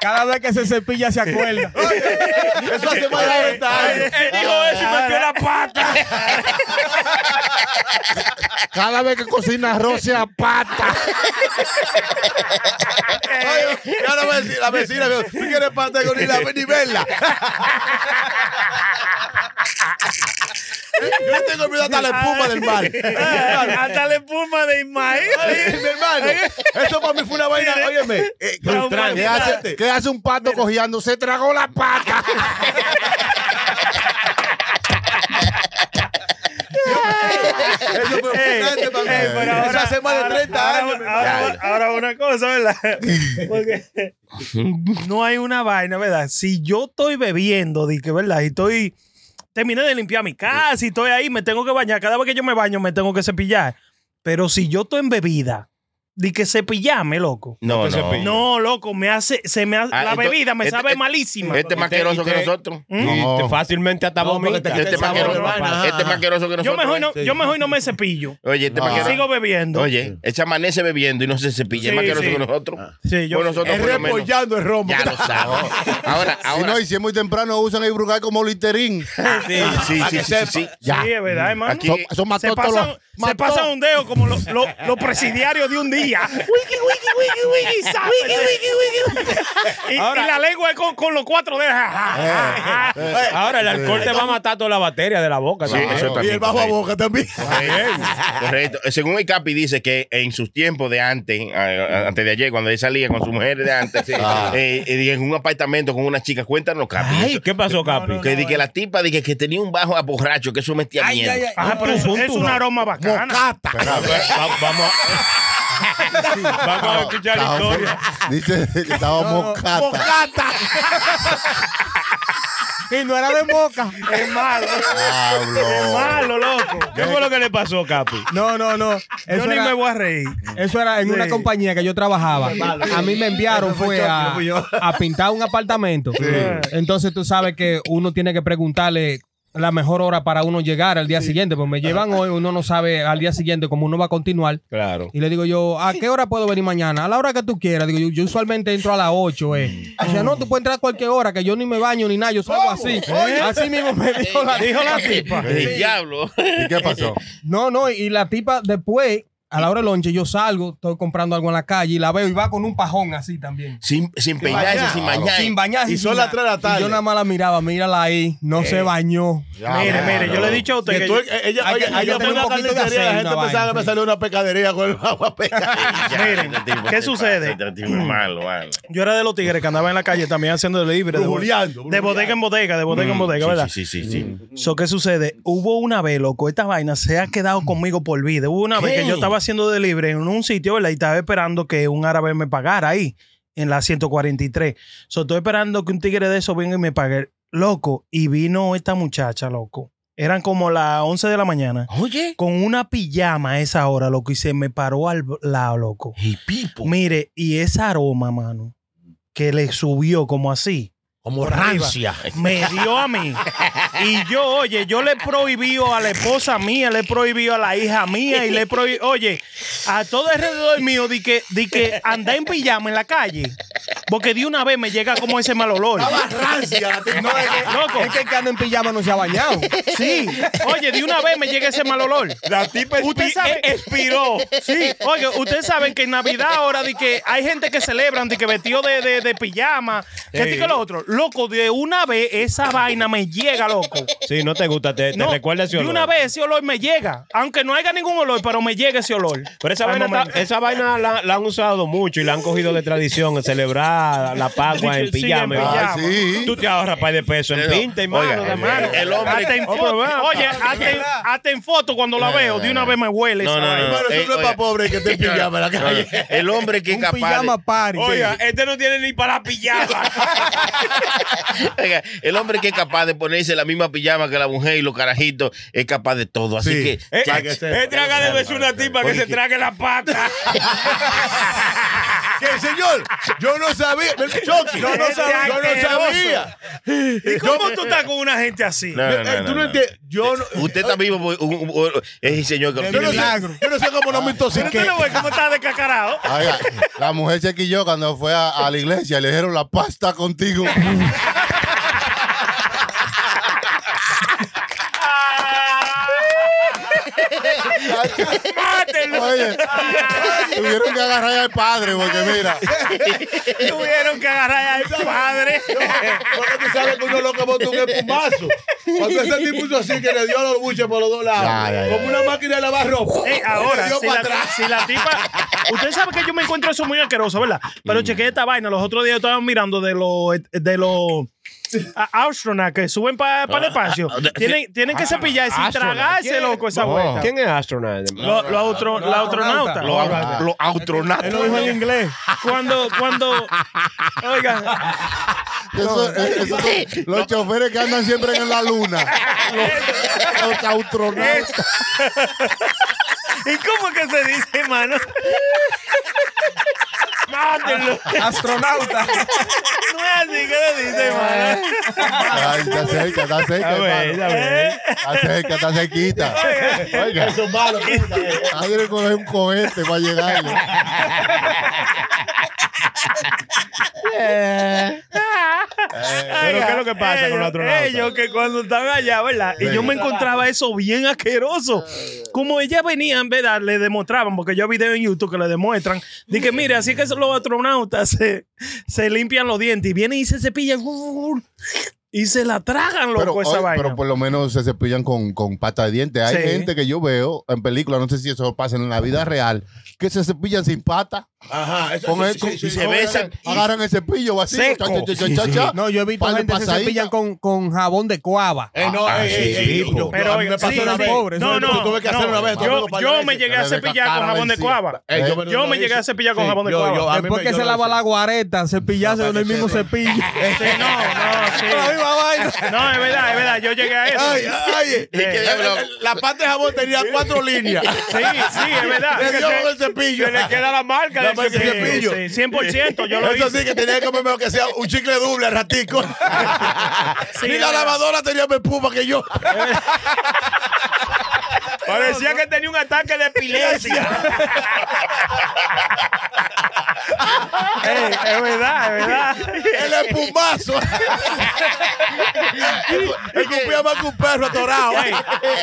Cada vez que se cepilla se acuerda.
Eso hace más de 90 años.
Él dijo eso y metió la pata.
Cada vez que cocina arroz se apata.
Oye, ahora voy a decir, la vecina, me dijo, tú quieres pata con ni la ni verla. Yo tengo miedo hasta la espuma del mar.
Hasta la espuma de Ismael.
Oye, mi hermano, eso para mí fue una vaina, óyeme, eh,
Traumatizante.
¿Qué hace, qué hace un pato cojeando? Se tragó la pata.
Eso fue frustrante para mí.
Ey, pero ahora-
Eso hace más de 30
ahora-
años. mi
Ahora,
hermano.
ahora una cosa, ¿verdad? Porque no hay una vaina, ¿verdad? Si yo estoy bebiendo, di que, ¿verdad? Y estoy. Terminé de limpiar mi casa y estoy ahí, me tengo que bañar. Cada vez que yo me baño, me tengo que cepillar. Pero si yo estoy en bebida, di que cepillarme, loco.
No, no.
No, loco, me hace, se me hace,
Ah,
la
esto-
bebida me
este-
sabe
este-
malísima.
Este es más
Y te-
asqueroso
y
que
te-
nosotros.
¿Mm?
No.
Y te- fácilmente hasta
No, porque te
vomita.
quita
Este
el
es más
sabor,
asqueroso
hermano.
este es más asqueroso que
yo
nosotros.
mejor no,
sí.
yo mejor no me cepillo.
Oye, este es más
Ah.
asqueroso.
Sigo bebiendo.
Oye, ese amanece bebiendo y no se cepilla. es
Sí,
más asqueroso
sí.
que nosotros.
Ah.
Sí, yo-
Pues nosotros
Es
por lo menos.
repollando el romo.
Ya lo sabes. Ahora,
Si
ahora.
no, y si es muy temprano, usan el brugal como literín.
Sí, sí,
Para
sí,
que
sí,
sepa.
sí.
Ya.
Sí, es verdad, hermano.
Aquí-
Son, son mató
se
todos los-
pasan, se
mató.
pasan un dedo como los los- los presidiarios de un día. Wiki, wiki, wiki, wiki, sápete. Y, y la lengua es con, con los cuatro dedos.
Eh,
Ahora el alcohol te va a matar toda la bacteria de la boca.
Sí,
también.
eso
Y el bajo a
correcto.
boca también.
Correcto. Correcto. Según el Capi dice que en sus tiempos de antes, a- a- antes de ayer, cuando él salía con su mujer de antes,
Ah.
eh, eh, en un apartamento con una chica, cuéntanos, Capi.
Ay,
eso.
¿qué pasó, Capi?
que, di que la tipa dije que tenía un bajo a borracho, que eso metía miedo.
Ajá, pero es, es un aroma bacana.
Vamos a... Vamos a escuchar la
Estaba-
historia.
Dice que estaba moscata.
Y no era de boca.
Es malo.
Diablo.
Es malo, loco.
¿Qué fue lo que le pasó, Capi?
No, no, no.
Yo
Eso
ni me
era,
voy a reír.
eso era en
Sí.
una compañía que yo trabajaba. A mí me enviaron
Eso fue
fue
Chucky, no
a,
fui yo.
a pintar un apartamento. Entonces tú sabes que uno tiene que preguntarle la mejor hora para uno llegar al día siguiente. Pues me llevan hoy, uno no sabe al día siguiente cómo uno va a continuar.
Claro.
Y le digo yo, ¿a qué hora puedo venir mañana? A la hora que tú quieras. Digo yo, yo usualmente entro a las 8, eh. O sea, no, tú puedes entrar a cualquier hora, que yo ni me baño ni nada, yo salgo así. Así mismo me dijo la, dijo la tipa.
El diablo.
¿Y qué pasó?
No, no, y la tipa después, a la hora del lonche, yo salgo, estoy comprando algo en la calle y la veo y va con un pajón así también.
Sin, sin peinarse,
bañar.
sin bañar.
Sin bañarse.
Y son
sin
las
nada.
tres de la tarde.
Y yo nada más la miraba, mírala ahí, no se bañó.
Mire,
Diablo.
mire, yo le he dicho a usted
Que
que.
tú, eh, ella,
Hay que-
oye,
hay que
yo fui a
tener
una
un poquito de
carnicería y la
acento,
gente pensaba que me
vaina,
salió una pecadería con el agua pecadera.
Ya,
Miren,
este tipo
¿qué
se
sucede?
pasa, este tipo es malo, vale.
Yo era de los tigres que andaba en la calle también haciendo de libre. De, bo-
Brujuleando,
de
brujuleando.
bodega en bodega, de bodega en bodega,
Mm. Sí,
¿verdad?
Sí, sí, sí. sí.
So, ¿qué sucede? Hubo una vez, loco, esta vaina se ha quedado conmigo por vida. Hubo una vez que yo estaba haciendo de libre en un sitio, ¿verdad? Y estaba esperando que un árabe me pagara ahí, en la 143. So, estoy esperando que un tigre de esos venga y me pague. Loco, y vino esta muchacha, loco. Eran como las 11 de la mañana. Oye. Con una pijama a esa hora, loco, y se me paró al lado, loco.
Y pipo.
Mire, y ese aroma, mano, que le subió como así
Como
me dio a mí. Y yo, oye, yo le prohibí a la esposa mía, le prohibí a la hija mía y le prohibí, oye, a todo alrededor mío di que, di que andar en pijama en la calle. Porque de una vez me llega como ese mal olor.
rancia.
No, es que,
Loco.
es que el que anda en pijama no se ha bañado.
Sí. Oye, de una vez me llega ese mal olor.
La tipa
Usted sabe, expiró. Sí. Oye, ustedes saben que en Navidad ahora de que hay gente que celebran de que vestido de, de, de pijama, que esto y que lo otro. Loco, de una vez esa vaina me llega, loco.
Sí, no te gusta, te, te
No,
recuerda ese
de
olor.
una vez ese olor me llega. Aunque no haya ningún olor, pero me llega ese olor.
Pero esa
Al
vaina, está-
momento.
esa vaina la, la han usado mucho y la han cogido de tradición, en celebrar la, la pagua en
Sí, en
pijama.
pijama.
Ah,
llamo.
sí.
Tú te ahorras par de pesos en
Pero,
pinta y mano,
oiga,
de
eh,
mano.
el hombre.
Hasta en foto. Oye, hasta en, hasta en foto cuando la
Eh,
veo, de una vez me huele.
No,
esa
no, Eh,
vaina.
no.
Pero
Ey,
eso no es
oiga.
para pobre que te pijama en la calle.
El hombre que es
Un
capaz. de-
pijama party.
Oiga, este no tiene ni para la pijama.
Oiga, el hombre que es capaz de ponerse la misma pijama que la mujer y los carajitos es capaz de todo. Así
Sí.
que.
Eh,
Para que sepa.
eh, traga de vez una tipa que se trague la pata.
Que señor, yo no sabía. Chucky, yo no
Este
sabía. Yo no
asqueroso.
sabía.
¿Y cómo tú estás con una gente así?
No, no, no,
Eh, Tú
no,
no
no.
entiendes. Yo no.
Usted está vivo. por un- un- un- es el señor que lo
Yo
tiene
no
vivo.
sé, yo no sé cómo no me
Pero tú
intoxiqué.
no ves cómo estás descacarado.
Oiga, la mujer se quilló cuando fue a, a la iglesia, le dijeron la pasta contigo.
Mátenlo.
Oye, tuvieron que agarrar al padre, porque mira,
Tuvieron que agarrar al padre.
Porque tú sabes que uno lo que botó un espumazo. Cuando ese tipo hizo así que le dio a los buches por los dos lados.
Ya, ya, ya.
Como una máquina de lavar ropa. Eh,
Ey, Eh, ahora,
Le dio
si
para
la,
atrás.
si la tipa. Usted sabe que yo me encuentro eso muy asqueroso, ¿verdad? Pero chequeé esta vaina. Los otros días estaban mirando de los. De los a- astronauts que suben para el espacio.
ah, de-
Tienen, tienen que cepillar sin
astronaut.
tragarse,
¿Quién?
loco, esa
No.
vuelta.
¿Quién es astronaut?
Los los autro- los astronautas.
Los au- los astronautas.
inglés. Cuando, cuando. Oiga,
eso- eh, esos son los choferes que andan siempre en la luna. Los, los astronautas.
¿y cómo es que se dice, hermano? Mátenlo.
Astronauta.
No es así que se dice, hermano.
Ay, está cerca, está cerca, hermano. Está cerca, está cerquita. Oiga,
Eso es malo.
hay que coger un cohete para llegarle.
Pero ¿qué es lo que pasa con los astronautas?
Ellos que cuando estaban allá, ¿verdad? Y
Sí.
yo me encontraba eso bien asqueroso. Como ellas venían, ¿verdad? Le demostraban, porque yo vi video en YouTube que le demuestran. Dije, mire, así que los astronautas se, se limpian los dientes y vienen y se cepillan. uh, Y se la tragan,
Pero,
loco, esa
oye,
vaina.
pero pues, por lo menos se cepillan con, con pata de diente. Hay
Sí.
gente que yo veo en películas, no sé si eso pasa en la vida real, que se cepillan sin pata.
Ajá. Eso,
Con
sí,
el-
sí, sí,
con-
sí.
se ve ese-
agarran, agarran el cepillo vacío.
Seco.
cha, cha, cha, cha, cha.
No, yo he visto
Par de
gente que se
pasadita.
pillan con, con jabón de coava.
Eh, no,
Ah,
eh,
sí,
eh,
sí,
eh, yo- yo-
Pero,
a mí me
oiga,
pasó
sí,
una
sí.
vez.
No, no,
Yo tuve que hacer
no.
una vez. tuve
Yo,
un par de
yo
veces.
me llegué a
Le
cepillar con
descascaron
jabón de
encima.
cuava.
Eh,
Eh,
yo
lo
me llegué a
hice.
cepillar con jabón de cuava.
a mí
Después
me-
que
yo
se
lo
lava
hice.
la guareta, cepillarse
No,
con el
para que
mismo Eh,
se-
cepillo.
Sí, no, no, sí.
Con la misma vaina.
No, es verdad, es verdad. Yo llegué a eso. Eh,
Ay, ay,
Es que diablo.
La parte de jabón tenía cuatro líneas.
Sí, sí, es verdad.
Le
Que
dio
se-
con el cepillo.
Se le queda la marca
La
del
marca del
cepillo.
cepillo.
Sí, 100%, yo lo
Eso
hice.
sí, que tenía que comerme que sea un chicle doble al ratico.
Sí,
Ni
es
la
verdad.
lavadora tenía más espuma que yo.
Parecía que tenía un ataque de epilepsia.
Ey, es verdad, es verdad.
El espumazo. Escupía más que un perro atorado.
Ey,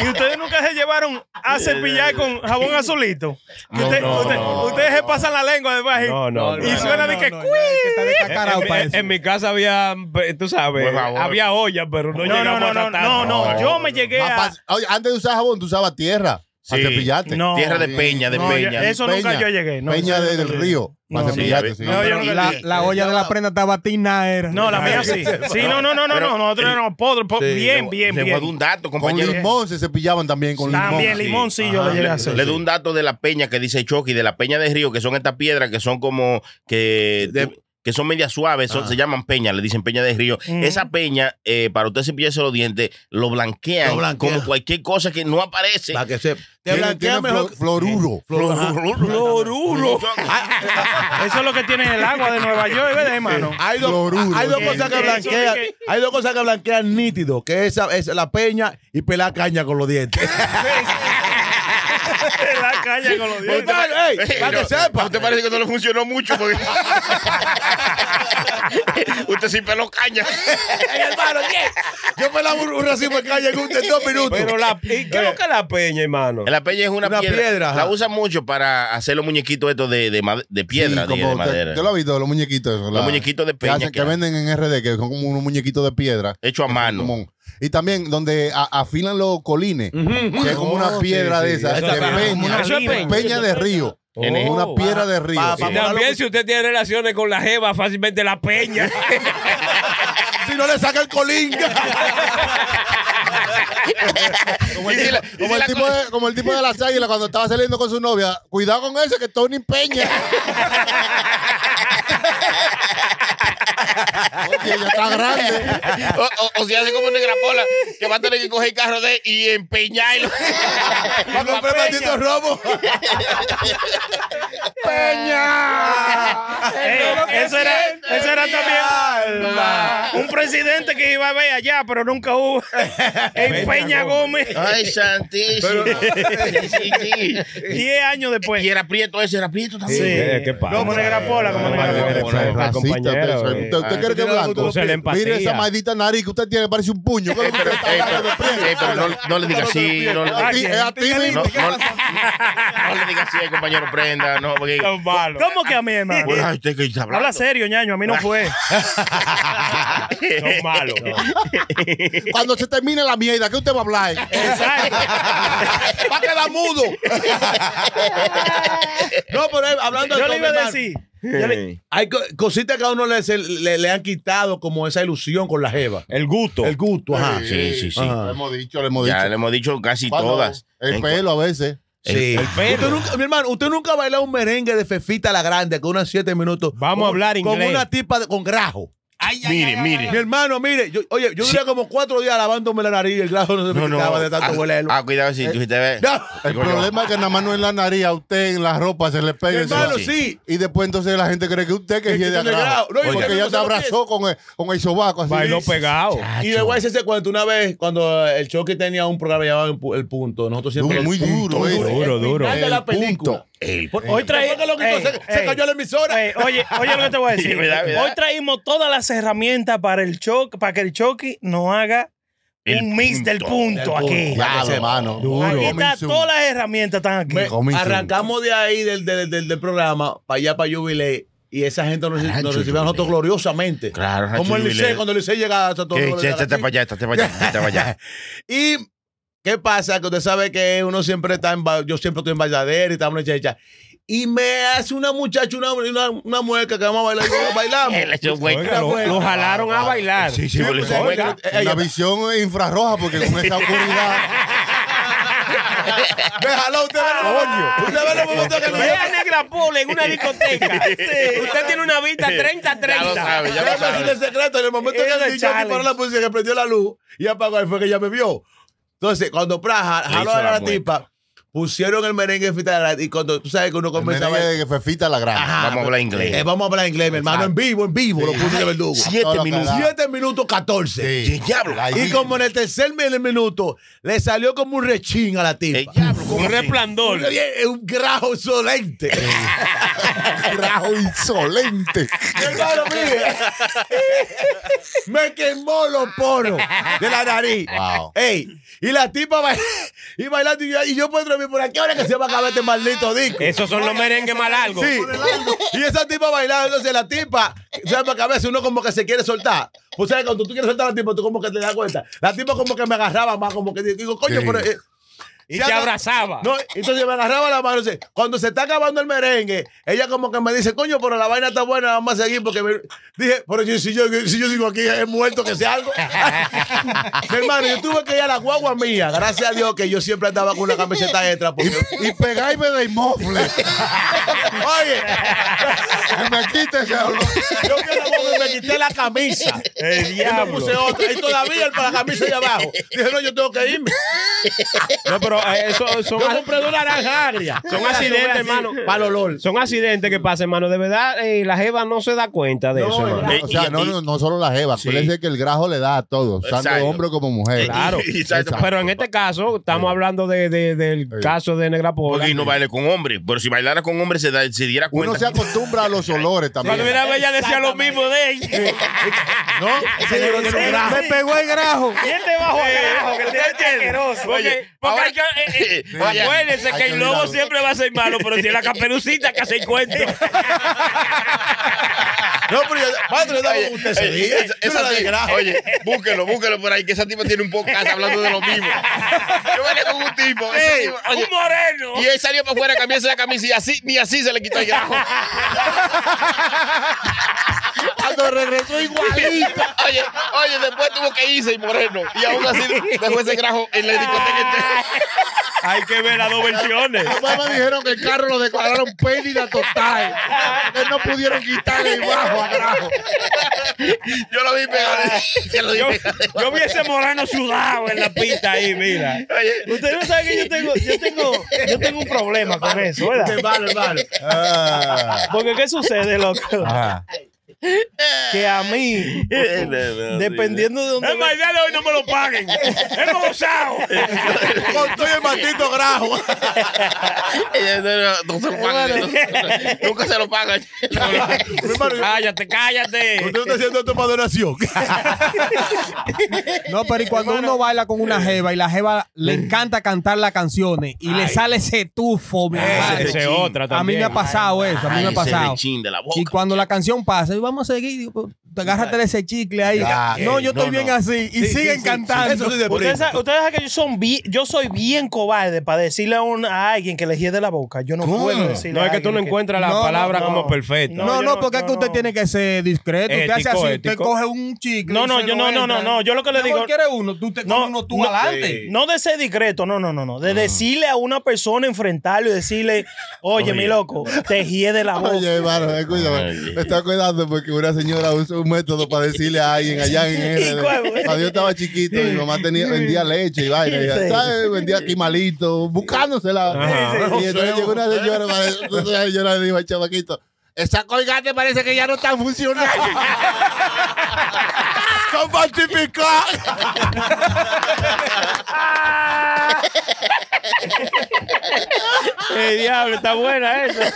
¿Y ustedes nunca se llevaron a cepillar con jabón azulito? Que usted-
no,
usted-
no, no.
ustedes se pasan la lengua después. ahí.
No, no, no.
Y suena de que
no,
"Cui".
ya hay que estar descacarado
En,
para
en-
eso.
en mi casa había, tú sabes,
Por favor.
había olla, pero no,
No, no,
llegamos
no,
hasta
no,
tanto.
no, no. Yo me llegué
Más
a.
fácil. Oye, antes de usar jabón, tú usabas tierra.
Sí.
Para cepillarte.
No.
Tierra de peña, de
No,
peña.
ya- eso nunca yo llegué, Eh, no.
peña de- del río. Para
No,
cepillarte,
no,
sí.
No, yo
Y
nunca
la,
llegué.
la olla de la prenda estaba tina era.
No, la mía sí. Sí, no, no, no, no, no. Nosotros éramos podres. po-
Sí,
Bien, bien,
Le voy a
bien.
dar un dato,
Con
compañero.
limón se cepillaban también con limón.
También limón sí yo le llegué a
Ah, Le,
hacer.
le doy un dato de la peña que dice Chucky, de la peña de río, que son estas piedras que son como que,
De-
que son medias suaves, son-
Ah. Mm.
se llaman peña, le dicen peña de río.
Ujú.
Esa peña, eh, para usted cepillarse los dientes, lo blanquean,
Lo blanquean.
como cualquier cosa que no aparece.
Para que sepa. Te
Tiene-
blanquea
tiene
mejor.
flo- Floruro.
Floruro.
Eso es lo que tiene el agua de Nueva York, ¿verdad, hermano?
Hay dos,
Floruro.
hay dos
Sí,
cosas que
eso
blanquean.
de que-
Hay dos cosas que blanquean nítido, que es, es la peña y pelar caña con los dientes.
la calle con los
Usted,
dientes.
Pues, ey, para que
No,
sepa.
¿a usted parece que no le funcionó mucho porque usted sí peló caña.
Ey, hermano, yeah. Yo pelaba un, un racimo de caña en, un- en dos minutos.
Pero la, ¿y qué es
Eh.
lo que es la peña, hermano?
La peña es una,
Una
piedra.
piedra, ajá.
la usan mucho para hacer los muñequitos estos de, de, made- de piedra,
Sí,
diga, de
como te-
madera.
Yo lo he visto, los muñequitos. Esos,
Los
la-
muñequitos de
que,
peña
hacen-
que
que venden en RD, que son como unos muñequitos de piedra.
hecho a mano.
Como- y también donde a- afilan los colines, que es como una
Oh,
piedra
sí,
de
sí,
esas,
eso
de
es
peña,
como una
peña de río.
Tiene-
Una piedra de río.
pa-
sí.
pa-
Y también si usted tiene relaciones con la jeva, fácilmente la peña.
Si no le saca el colinga.
Como el tipo- como el tipo de- Como el tipo de las águilas cuando estaba saliendo con su novia. Cuidado con ese que Tony Peña. Oye, ella está grande.
o, o- o se hace como negra pola que va a tener que coger el carro de él y empeñarlo.
Va a comprar maldito robo.
Eh, eso, era, eso era también un presidente que iba a ver allá, pero nunca hubo. En Peña Gómez,
Ay, santísimo. Sí, sí, sí.
10 años después.
Y era prieto ese, era prieto
Sí,
también.
¿Qué pasa?
como negra pola, como
Vale,
negra pola.
mire,
Bueno,
fue,
racista,
compañero,
usted-
eh.
usted-
ah.
¿Usted quiere que
Tiene la
blanco?
foto
Usa la empatía.
Mire esa maldita nariz que usted tiene, parece un puño. ¿Qué es lo que usted está
Ey,
hablando de
pero,
prieto?
ey, pero no, no le digas así. No, le-
Es a ti- es a ti
no,
mismo.
no- no le digas así, compañero Prenda. No, porque.
¿Cómo que a mí, hermano?
Bueno, ay, usted que está hablando.
Habla serio, ñaño, a mí no fue.
Son malos.
Cuando se termine la mierda, ¿qué usted va a hablar?
Va a quedar mudo. No, pero eh, hablando de
Yo
todo,
le iba a
hermano,
decir. yo le-
Hay co- cositas que a uno le, se- le- le han quitado como esa ilusión con la jeva.
El gusto.
El gusto, ajá.
Sí, sí, sí.
Ajá.
Lo hemos dicho, lo hemos dicho.
Ya le hemos dicho casi
Cuando-
todas.
El
En-
pelo a veces.
Sí. Usted nunca- mi hermano, usted nunca ha bailado un merengue de Fefita la Grande con unas siete minutos.
Vamos a
Con-
hablar
Con
inglés.
una tipa de- con grajo.
Mire,
Mi
mire.
hermano, mire, yo, oye, yo duré como cuatro días lavándome la nariz y el grajo no se me
No, no.
quitaba de tanto
Ah,
huelerlo.
Ah, cuidado si tú si te ves.
Eh, No.
El
Digo yo.
problema es que nada más no en la nariz, a usted en la ropa se le pega. y se
hermano,
va.
sí.
Y después entonces la gente cree que usted que
Que
es de
tiene
atrás.
grado. No, y que
porque
no
ella
se
te
lo
abrazó con el, con el sobaco así.
Bailó pegado.
Y le voy a decir ese cuento. Una vez, cuando el Choque tenía un programa llamado El Pu- El Punto, nosotros siempre.
Muy duro, eh.
Duro, duro.
Final de la
El
película. eh,
punto.
Hoy trae-
Después que lo quitó,
Ey,
se, se
ey.
cayó la emisora.
Ey, Eh, oye, oye lo que te voy a decir.
Sí, verdad, verdad.
Hoy traímos todas las herramientas para el choque, para que el choque no haga
El
un mix del punto
Del punto.
aquí.
Ya,
Diablo,
se-
hermano.
Aquí está,
Coming soon.
todas las herramientas están aquí.
Me-
Coming soon.
arrancamos de ahí del, del, del, del programa para allá para Jubilee y esa gente nos,
Rancho
nos recibió a nosotros
Jubilee.
gloriosamente.
Claro, Rancho
Como el
Jubilee.
Licey, cuando el Licey llega a Santo
Eh,
Domingo,
che,
llega
este está
aquí.
para allá, este está para allá, este está para allá.
Y ¿qué pasa? Que usted sabe que uno siempre está en ba- yo siempre estoy en bailadera y estamos en checha. Y me hace una muchacha, una, una, una mueca que vamos a bailar y digo,
Él
bailamos.
es un güey.
Oiga, lo, lo jalaron a bailar.
Sí, sí, güey,
Oiga,
eso juega.
eh,
Una
ella-
visión infrarroja porque con esa oscuridad.
me jaló usted. ve lo- Usted ve lo bonito que nos
Ve a Negra Pola en una discoteca. Usted tiene una vista
Ya lo
30-30.
sabe, ya lo
Déjame
sabe.
decirle pues, el secreto. En el momento que
Eso
el
es
DJ
challenge.
paró la música, que prendió la luz y apagó, ahí fue que ella me vio. Entonces, cuando Praja
Le hizo
jaló a
la
la,
mueca.
tipa, pusieron el merengue en fita de la- y cuando tú sabes que uno
El
comienza a
merengue
bailar.
de que Fefita la grande.
Vamos a hablar
eh,
inglés.
vamos a hablar inglés, mi hermano, en vivo, en vivo, lo puse de verdugo.
Sí.
Siete
Todo lo que
minutos.
da.
Siete minutos 14.
Sí.
diablo.
La
Y
hija.
como en el tercer mil- minuto, le salió como un rechín a la
Eh,
tipa.
diablo, ¿cómo
Un
así?
resplandor.
Un- eh, Un grajo insolente.
Grajo insolente.
Mi hermano, mire. Me quemó los poros de la nariz.
Wow.
Ey, y la tipa bail- y bailando y yo, y yo puedo dormir por aquí ahora que se va a acabar este maldito disco.
Esos son los merengues más largos.
Sí. Y esa tipa bailando, entonces la tipa, ¿sabes? Porque a veces uno como que se quiere soltar. Pues sabes, cuando tú quieres soltar a la tipa, tú como que te das cuenta. La tipa como que me agarraba más, como que digo, coño,
Sí.
pero. eh,
Y
ya
se
no-
abrazaba.
No, entonces me agarraba la mano. dice, Cuando se está acabando el merengue, ella como que me dice, coño, pero la vaina está buena, vamos a seguir. Porque me- dije, pero yo- si, yo, si yo sigo aquí, he muerto que sea algo. Mi hermano, yo tuve que ir a la guagua mía. Gracias a Dios que yo siempre andaba con una camiseta extra. Porque,
Y pegáis de mofle.
oye,
Me quita ese olor.
yo fui a la guagua y me quité la camisa.
El
Y me
diablo.
puse otra. Y todavía el para la camisa allá abajo. Dije, no, yo tengo que irme.
No, pero eh, eso- son,
Yo compré de una naranja agria.
Son accidentes, hermano.
Para el olor.
eh, son accidentes que pasan, hermano. De verdad, eh, la jeva no se da cuenta de
No,
eso, hermano.
Eh,
O sea,
y-
no,
y-
no, no solo la jeva.
Sí.
Acuérdense que el grajo le da a todos,
Exacto.
tanto hombre como mujer.
Claro.
Exacto.
Pero en este caso, estamos hablando de, de- del caso de Negra Pola.
Porque no baile con hombre. Pero si bailara con hombre, se, da- se diera cuenta.
Uno se acostumbra a los olores también.
Cuando mira, ella decía lo mismo de ella.
¿No? Ese negro tiene un grajo.
Me pegó el grajo.
¿Quién te bajo a carajo? Que te este asqueroso.
Porque, porque
ahora-
hay que, eh, eh,
Sí.
acuérdense
Hay
que
que
el lobo
olvidarlo.
siempre va a ser malo, pero si es la caperucita que hace el cuento.
No, pero yo, maestro, yo daba
Oye,
usted ese
oye,
día.
esa-
Yo
esa
la
tipa-
desgracia.
Oye, búsquelo, búsquelo por ahí, que esa tipa tiene un podcast hablando de lo mismo. Yo venía con un tipo. ese tipo, oye,
moreno!
y él salió para afuera a cambiarse la camisa y así, ni así se le quitó el grajo.
Cuando regresó igualito.
Oye, oye, después tuvo que irse y moreno. Y aún así dejó ese grajo en la discoteca. entera.
Hay que ver las dos versiones.
Después me dijeron que el carro lo declararon pérdida total. Que no pudieron quitar el bajo a grajo.
Yo lo vi pegado. Yo lo vi
Yo,
pegado.
yo vi ese moreno sudado en la pista ahí, mira.
Oye,
Ustedes no saben que yo tengo, yo tengo, yo tengo un problema con eso, ¿verdad?
Hermano, hermano. Ah.
Porque ¿qué sucede, loco?
Ajá.
Que a mí, dependiendo de dónde...
Es más,
hoy no me lo paguen. ¡Es gozado!
Con todo el maldito grajo.
Ella, no, no, no se lo pagan. no- nunca se lo pagan.
Mi hermano, yo-
cállate, cállate.
Usted no está haciendo esto para donación.
No, pero y cuando uno baila con una jeva y la jeva le encanta cantar las canciones y le sale ese tufo, mi hermano.
Ese Ah, es otra
A mí
también.
me ha pasado eso, a mí me ha
Ay, ese
pasado.
rechín de la boca.
Y cuando la canción pasa, y vamos a seguir, digo, te agárrate de ese chicle ahí.
Ya,
no,
eh,
yo estoy
no,
bien
no.
así. Y siguen cantando.
Eso sí de
Ustedes
primo.
sa- ustedes saben que yo, son bi- yo soy bien cobarde para decirle a, un- a alguien que le hiede la boca. Yo no puedo decirle
No,
a
es que tú
alguien
no encuentras la
No, no,
palabra
no.
como perfecta.
No,
No, no,
yo no-
porque es
no,
que usted
no.
tiene que ser discreto. usted hace
Ético,
así,
ético.
usted coge un chicle.
No,
y
no,
se
yo
lo
no, no, no,
entra.
no. Yo lo que le
Mi amor,
digo-
¿Quieres uno? Tú te
No,
coges uno tú
no.
adelante.
No de ser discreto, no, no, no, no. De decirle a una persona, enfrentarlo y decirle, oye, mi loco, te hiede la boca.
Oye, hermano, escúchame. Me está acordando porque una señora usó un método para decirle a alguien allá en
¿Cuál, güey?
RD. Cuando yo estaba chiquito, mi mamá tenía, vendía leche y vaina. y
Sí.
ya, ¿sabes? Vendía aquí malito, buscándosela.
Ajá.
Y entonces llegó una señora, para- entonces la señora le dijo al chamaquito, esa colgante parece que ya no está funcionando.
Son falsificados.
Eh, diablo, está buena eso.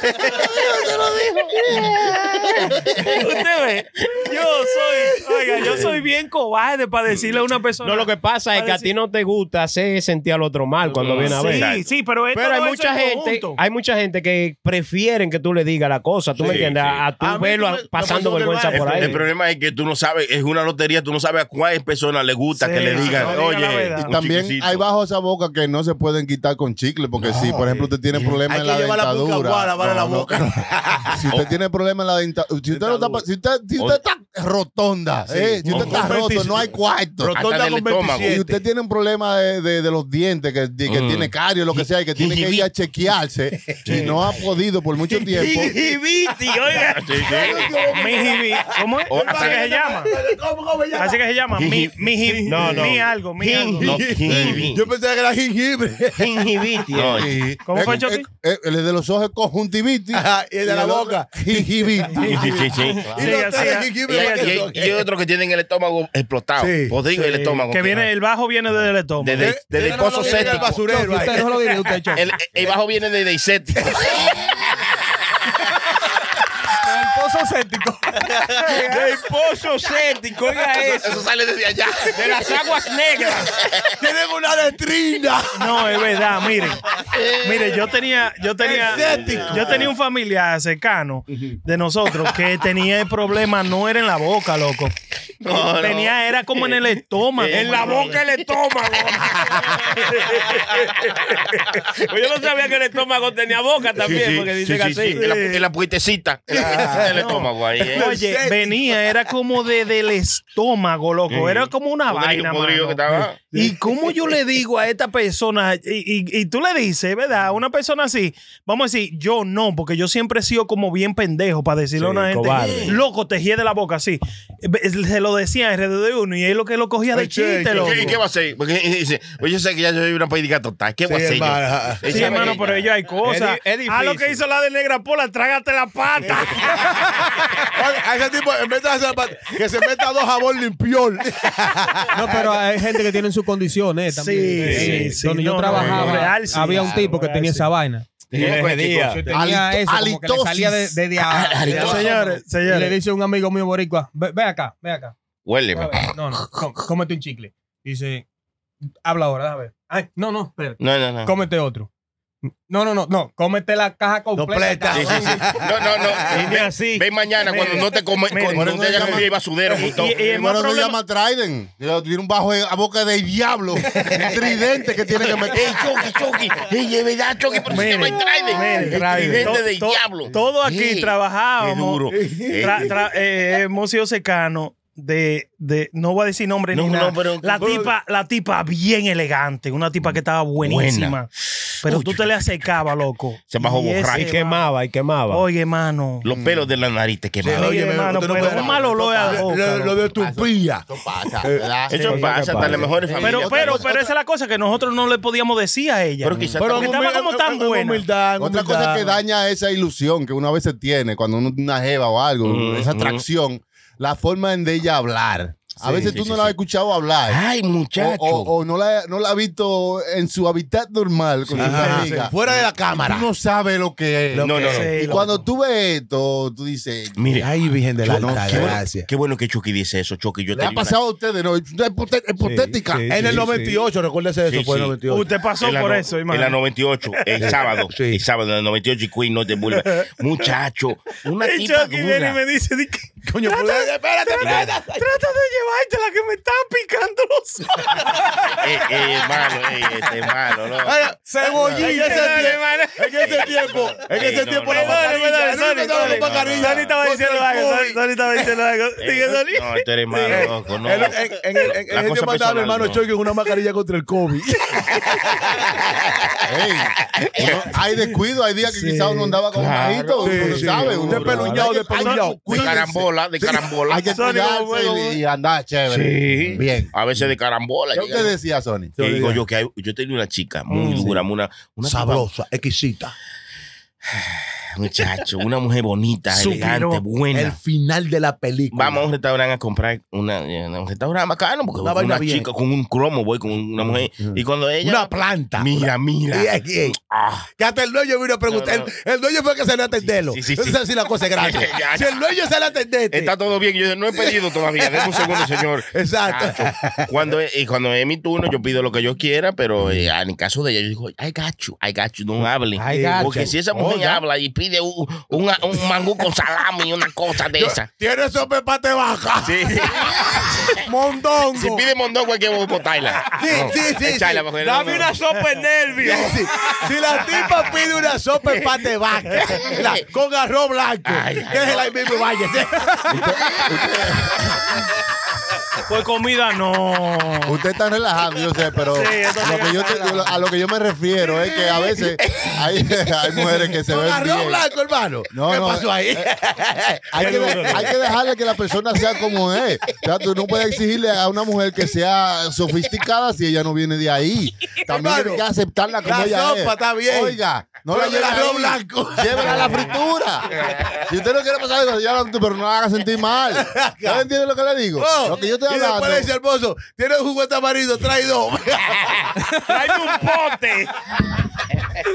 Usted ve, yo soy, oiga, yo soy bien cobarde para decirle a una persona.
No, lo que pasa es que a ti no te gusta hacer sentir al otro mal cuando viene a ver.
Ah, Sí, sí, pero, esto
Pero hay
no es
mucha
en
gente,
conjunto.
hay mucha gente que prefieren que tú le digas la cosa, tú me entiendes, a a tú
A mí
verlo
tú me-
a-
me
pasando
pasó del
vergüenza
bar.
por
El
ahí.
problema es que tú no sabes, es una lotería, tú no sabes a cuál persona le gusta
Sí,
que le
sí,
digan,
no diga la
oye,
verdad.
un
También
chiquecito".
hay bajo esa boca que no se pueden quitar con chicle, porque si, por ejemplo, usted tiene problemas
Hay que
en la
llevar la boca
dentadura.
guada, para la
No, no,
boca.
Si usted tiene problemas en la denta- si usted, no está, pa- si usted, si usted está rotonda, ¿eh? si usted
Con
está roto,
27.
no hay cuarto.
Roto- Hasta
Rotonda
del
con
estómago.
Y
27.
usted tiene un problema de, de- de los dientes, que, de-
Mm.
que tiene caries, lo que sea, y que tiene que ir a chequearse y no ha podido por mucho tiempo.
Jijibiti, oiga. Mi jibi- ¿Cómo es?
O-
Así que se llama.
¿Cómo, cómo se llama?
Así que se llama. Mi, mi, jib-
No, no.
mi algo, mi algo.
No, jibi.
Yo pensé que era jengibre.
No,
Y-
¿Cómo fue,
eh,
Chucky?
eh, eh, El de los ojos es conjuntivitis.
Ajá, y el de la
otro-
boca.
Gingivitis.
sí, sí, sí.
Y
Sí,
los
así
tres
es.
jengibre
Y
para que
hay, y
toque.
hay otros que tienen el estómago explotado,
Sí,
podrido el estómago.
Que viene, el bajo viene desde el estómago.
desde desde
Yo
el
no
pozo
lo diría al
séptico.
basurero
Chucky,
ahí.
usted no lo diría, usted, Chucky.
El, el bajo viene desde el séptico.
El pozo séptico.
El pozo séptico, oiga
Eso sale desde allá.
De las aguas negras.
Tienen una letrina.
No, es verdad, miren. Mire, yo tenía, yo tenía,
Estético.
yo tenía un familiar cercano de nosotros que tenía el problema, no era en la boca, loco.
No, no.
Tenía, era como en el estómago. En la boca el estómago.
Pues yo no sabía que el estómago tenía boca también,
Sí, sí,
porque
sí,
dicen
sí,
así.
sí. En la, en la puertecita. En la puertecita del
Ah. no.
estómago ahí. ¿eh?
Oye, venía, era como desde el estómago, loco. Era como una
Podrido-
vaina.
podrido
mano.
que estaba.
Y cómo yo le digo a esta persona, y, y- y tú le dices, ¿verdad? A una persona así, vamos a decir, yo no, porque yo siempre he sido como bien pendejo para decirle a
Sí,
una gente,
cobarde.
loco, te hiede la boca así. Ve- Se lo decía alrededor de uno y él lo que lo cogía de
Ay, che,
chiste,
¿qué-
loco.
¿Qué, qué va a hacer? Porque dice, oye, yo sé que ya yo soy una política total. ¿Qué voy a
Sí,
hacer yo?
hermano.
Sí, hermano, pero ellos hay cosas.
Es di- es
Ah, lo que
difícil.
hizo la de Negra Pola, trágate la pata.
Oye, a ese tipo, en vez de hacer pat- que se meta dos jabón limpiol.
No, pero hay gente que tiene sus condiciones también.
Sí, sí, sí.
Donde
No,
yo
no,
trabajaba,
no, real, sí.
había un
Claro,
tipo que
real,
tenía
sí.
esa vaina. Tenía
Alito-
eso, como que le salía de,
halitosis.
de, de a- de
Señores,
a-
señores,
Y le dice un amigo mío boricua, ve, ve acá, ve acá.
Huéleme.
A ver, No, no, có- cómete un chicle. Dice, habla ahora, déjame ver. Ay, no, no, espérate.
No, no, no.
Cómete otro. No, no, no, no. Cómete la caja completa.
Completa.
Sí, sí, sí. No, no, no.
Y ni
Ven-
así.
Ven mañana cuando no te come,
Miren.
cuando no te haya comido el basurero.
Y-
montón.
y- y el más
Hermano, no
problema-
llama Trident. Yo- Tiene un bajo a boca de diablo. Un tridente que tiene que meter.
¡Ey, Chucky, Chucky! ¡Ey, es verdad, Chucky! Pero si
Miren,
se llama Trident.
miren,
El tridente
to-
del
to-
diablo.
Todo aquí
Sí, ¡Qué
trabajábamos.
duro!
Tra,
Eh,
tra- eh, eh, Mocio Secano de, de no voy a decir nombre
No,
ni
no,
nada.
pero-
la
pero-
tipa, la tipa bien elegante, una tipa que estaba buenísima.
Buena.
Pero
Uy,
tú te le acercabas, loco.
Se bajó
Y ese
borracho.
Y quemaba, Mm. y quemaba.
Oye, mano.
Los pelos de la nariz te
Sí,
quemaron.
oye,
Oye, hermano,
usted no
pero
puede-
un mal olor a
Lo-
boca,
Lo
loco.
lo de tu pía.
Eso pasa,
Eh,
¿verdad?
Eso
Sí,
pasa, hasta
capaz.
las mejores familias.
Pero, pero, pero esa es la cosa que nosotros no le podíamos decir a ella.
Pero quizás
Porque
en
estaba
humil-
como tan
en- en
buena.
humildad, en
Otra cosa
humildad.
que daña esa ilusión que uno a veces tiene cuando uno tiene una jeva o algo,
Mm,
esa
mm.
atracción, la forma en de ella hablar. A
Sí,
veces
sí,
tú
sí,
no la has
sí.
escuchado hablar.
Ay,
O,
muchacho.
o- o no, la, no la has visto en su hábitat normal con sus
Ajá,
amigas.
sí. Fuera de la cámara.
Tú no sabes lo que es.
no, no, no.
Sí,
y
loco.
cuando tú ves esto, tú dices,
Mire,
Ay, Virgen de la
yo-
Alta
qué, bueno,
Gracia.
qué bueno que Chucky dice eso, Chucky. Yo
le ha
tenía una-
pasado a ustedes, no, es hipote- es hipotética.
sí.
En el 98, recuérdese de eso,
Sí,
fue en
sí.
el 98.
Usted pasó
en la
por
no-
eso,
En la
hermano.
98, el sábado.
Sí.
El sábado, en la 98 y Queen no te vuelve. Muchacho, una
El
tipa
Chucky viene y
dura.
me dice, di que-
Coño,
trata,
pues, espérate, espérate.
trata de llevártela que me están picando los ojos.
Eh, eh, hermano, eh, este hermano, no.
Ahora, Cebollín, en ese
Dale,
tiempo,
hermano.
en ese tiempo, en
Ey,
ese
no,
tiempo
no,
la
no,
Perdón,
mascarilla,
perdón,
no,
Sony,
no, no,
Sony.
la mascarilla.
Sony estaba diciendo
Contra el
algo,
COVID.
Sony- Sony estaba diciendo algo. Dije, Sony.
Eh, No, tú eres malo, loco, no.
En, en, en, en, en
La
ese tiempo
cosa
andaba mi
personal,
hermano
no.
Choy con una mascarilla contra el COVID.
Ey, uno- hay descuido, hay días que quizás uno andaba con
Claro.
un bajito, uno
Sí, sí,
sabe, uno
de peluñado, de
Hay que- hay que
peluñado.
De
cuidarse.
carambola, de carambola.
Hay que
Sony,
cuidarse
bueno, bueno,
y-
bueno.
y andar chévere.
Sí.
Bien.
A veces de carambola.
¿Qué usted decía, Sony?
Que digo yo que hay- yo tenía una chica muy dura, una, una tipa-
Mm, Sabrosa, exquisita.
muchacho, una mujer bonita,
Suspiró.
elegante, buena.
El final de la película.
Vamos a un restaurante a comprar una, una- un restaurante bacano, porque
Una
con
vaina
una
bien. Mm,
chica con un cromo, voy con una mujer. Y cuando ella.
Una planta.
mira, mira.
Ey, ey, ey.
Ah.
Que hasta el dueño vino a preguntar.
No, no.
El, el dueño fue que se le atenderlo.
Sí, sí, sí,
no sé si la cosa es grande.
Ya, ya.
si el dueño se le atendiste.
Está todo bien. Yo dije, no he pedido todavía. Deme un segundo, señor.
Exacto.
Cacho. Cuando es, y cuando es mi turno, yo pido lo que yo quiera, pero eh, en el caso de ella, yo digo, I got you, I got you, no hable.
I got
Porque
you.
si esa
Oh,
mujer
ya.
habla y pide un, un, un mangú con salami y una cosa de esa.
Tiene sopa pate baja.
Sí.
Mondongo.
Si pide mondongo, hay que botarla.
Sí,
No,
sí, sí,
echarla,
sí.
porque no,
Dame
no.
una sopa en nervio.
Sí, sí. Si la tipa pide una sopa en pate vaca la- con arroz blanco,
Ay, ay,
déjela ahí mismo y váyase.
Pues comida no.
Usted está relajando, yo sé, pero
Sí, eso sí
lo que yo te-
relajado.
a lo que yo me refiero es que a veces hay, hay mujeres que se
Con
ven
arroz
bien.
blanco, hermano.
No,
¿Qué
no,
pasó ahí?
Hay que, de- hay que dejarle que la persona sea como es. O sea, tú no puedes exigirle a una mujer que sea sofisticada si ella no viene de ahí. También
Hermano,
hay que aceptarla como
la
ella es.
sopa está bien.
Oiga, no
Pero
la lleve
el arroz
ahí.
blanco.
Llévela a la fritura. Si usted no quiere pasar algo, ya lo- pero no la haga sentir mal. ¿Usted entiende lo que le digo?
Oh,
lo que yo estoy
y después
hablando.
le dice al mozo, tiene un juguete amarillo, trae dos.
Tráeme un pote.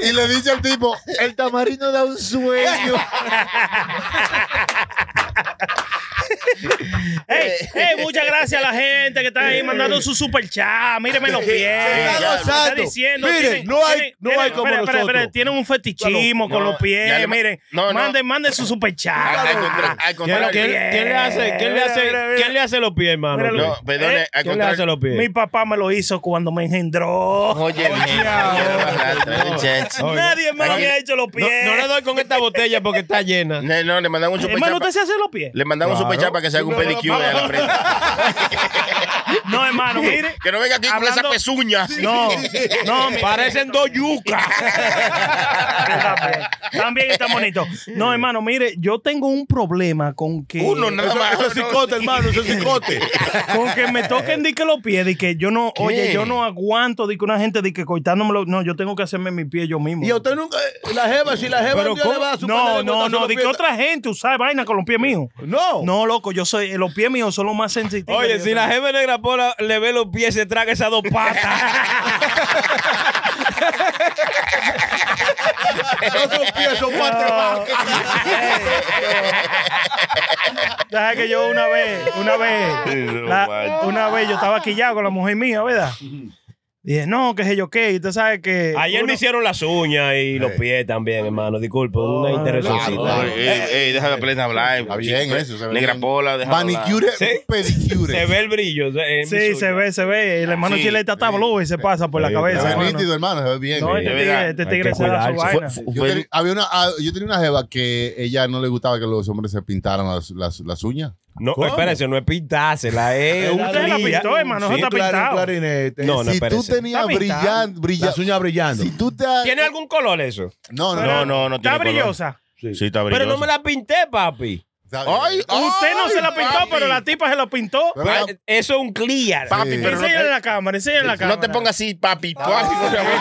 Y le dice al tipo, el tamarindo da un sueño.
Hey, hey, muchas gracias a la gente que está ahí mandando su super chat. Mírenme los pies.
está gozando.
diciendo,
Miren,
tienen-
no hay-
tienen-
no hay
tienen-
como
espera, espera,
nosotros.
espera, tienen un fetichismo
No,
con los
ya le
pies.
ma-
Miren,
no, no.
manden, manden su super
Al- al contra-
chat.
al
¿Quién,
contrario.
quién- quién le hace, quién le hace,
Mira, mira,
quién le hace los pies, hermano?
Mira,
No, perdone,
Eh,
al
¿Quién le hace
contrario.
los pies?
Mi papá me lo hizo cuando me engendró.
Oye, bien, oye, muchacho.
Nadie me lo había hecho los
No,
pies.
no le doy con esta botella porque está llena.
No, no, le mandaron
Hermano,
un superchat.
¿usted
pa-
se hace los pies?
Le mandaron un superchat para que se haga un pedicure en la frente.
No, hermano, mire.
Que no venga aquí con esa
Hablando-
pezuña.
No, no, mire.
Parecen dos yucas.
También, También está bonito. No, hermano, mire, yo tengo un problema con que.
Uno nada más.
Eso es cicote, hermano, eso es cicote.
Con que me toquen di que los pies, di que yo no,
¿Qué?
oye, yo no aguanto di que una gente di que cortándome los, no, yo tengo que hacerme mi pie yo mismo.
Y a usted nunca, eh, la jeva, si la jeva
Pero
un día le
¿cómo?
va a su
no,
padre, le
no,
corta
no,
solo
di que
pies.
otra gente usar vaina con los pies míos.
No.
No, loco, yo soy, eh, los pies míos son los más sensitivos.
Oye, si la jefe negra pola le ve los pies, se traga esas dos patas.
Esos pies son parte vaca.
Deja que yo una vez, una vez,
No,
la-
macho.
una vez yo estaba quillado con la mujer mía, ¿verdad? Dije, no, qué sé yo qué. Y tú sabes que.
Ayer
uno-
me hicieron las uñas y los pies también, hermano. Disculpe, una
claro,
interesoncita.
claro.
Ah, Ey, ey, deja de hablar.
Está bien eso, se ve
Negra
bien.
Pola, deja
Manicure,
Sí.
pedicure.
Se ve el brillo. eh, mis
Sí,
uñas.
se ve, se ve. El hermano
sí,
Chileta está blue y se pasa por la
Sí,
Se
cabeza.
ve
claro.
hermano.
nítido, hermano, se ve bien.
No,
Sí,
este
de verdad.
tigre, este
Hay
tigre
que
se da su
cuidarse.
vaina.
Yo, tenía- había una, ah, yo tenía una jeva que ella no le gustaba que los hombres se pintaran las, las, las uñas.
No, espérese, no es pintársela, es un
Usted la
clear.
pintó, hermano. Eso
Un
está
clar- un
pintado.
clarinete.
Oh, No, no,
si tú
espérese.
tenías
Está pintado.
brillante,
Las
brillante.
uñas brillando.
Si tú te.
¿Tiene algún color eso?
No, no,
No,
no.
no, no.
Está
tiene color.
brillosa.
Sí, está brillosa.
Pero no me la pinté, papi.
Está bien.
Ay,
Usted no
ay,
se la pintó,
papi.
pero la tipa se la pintó.
Pero la-
Ah, Eso es un clear.
Papi,
Sí.
pero no
Enséñale
te,
la cámara, enséñale la cámara.
no te pongas así, papi. papi, por favor.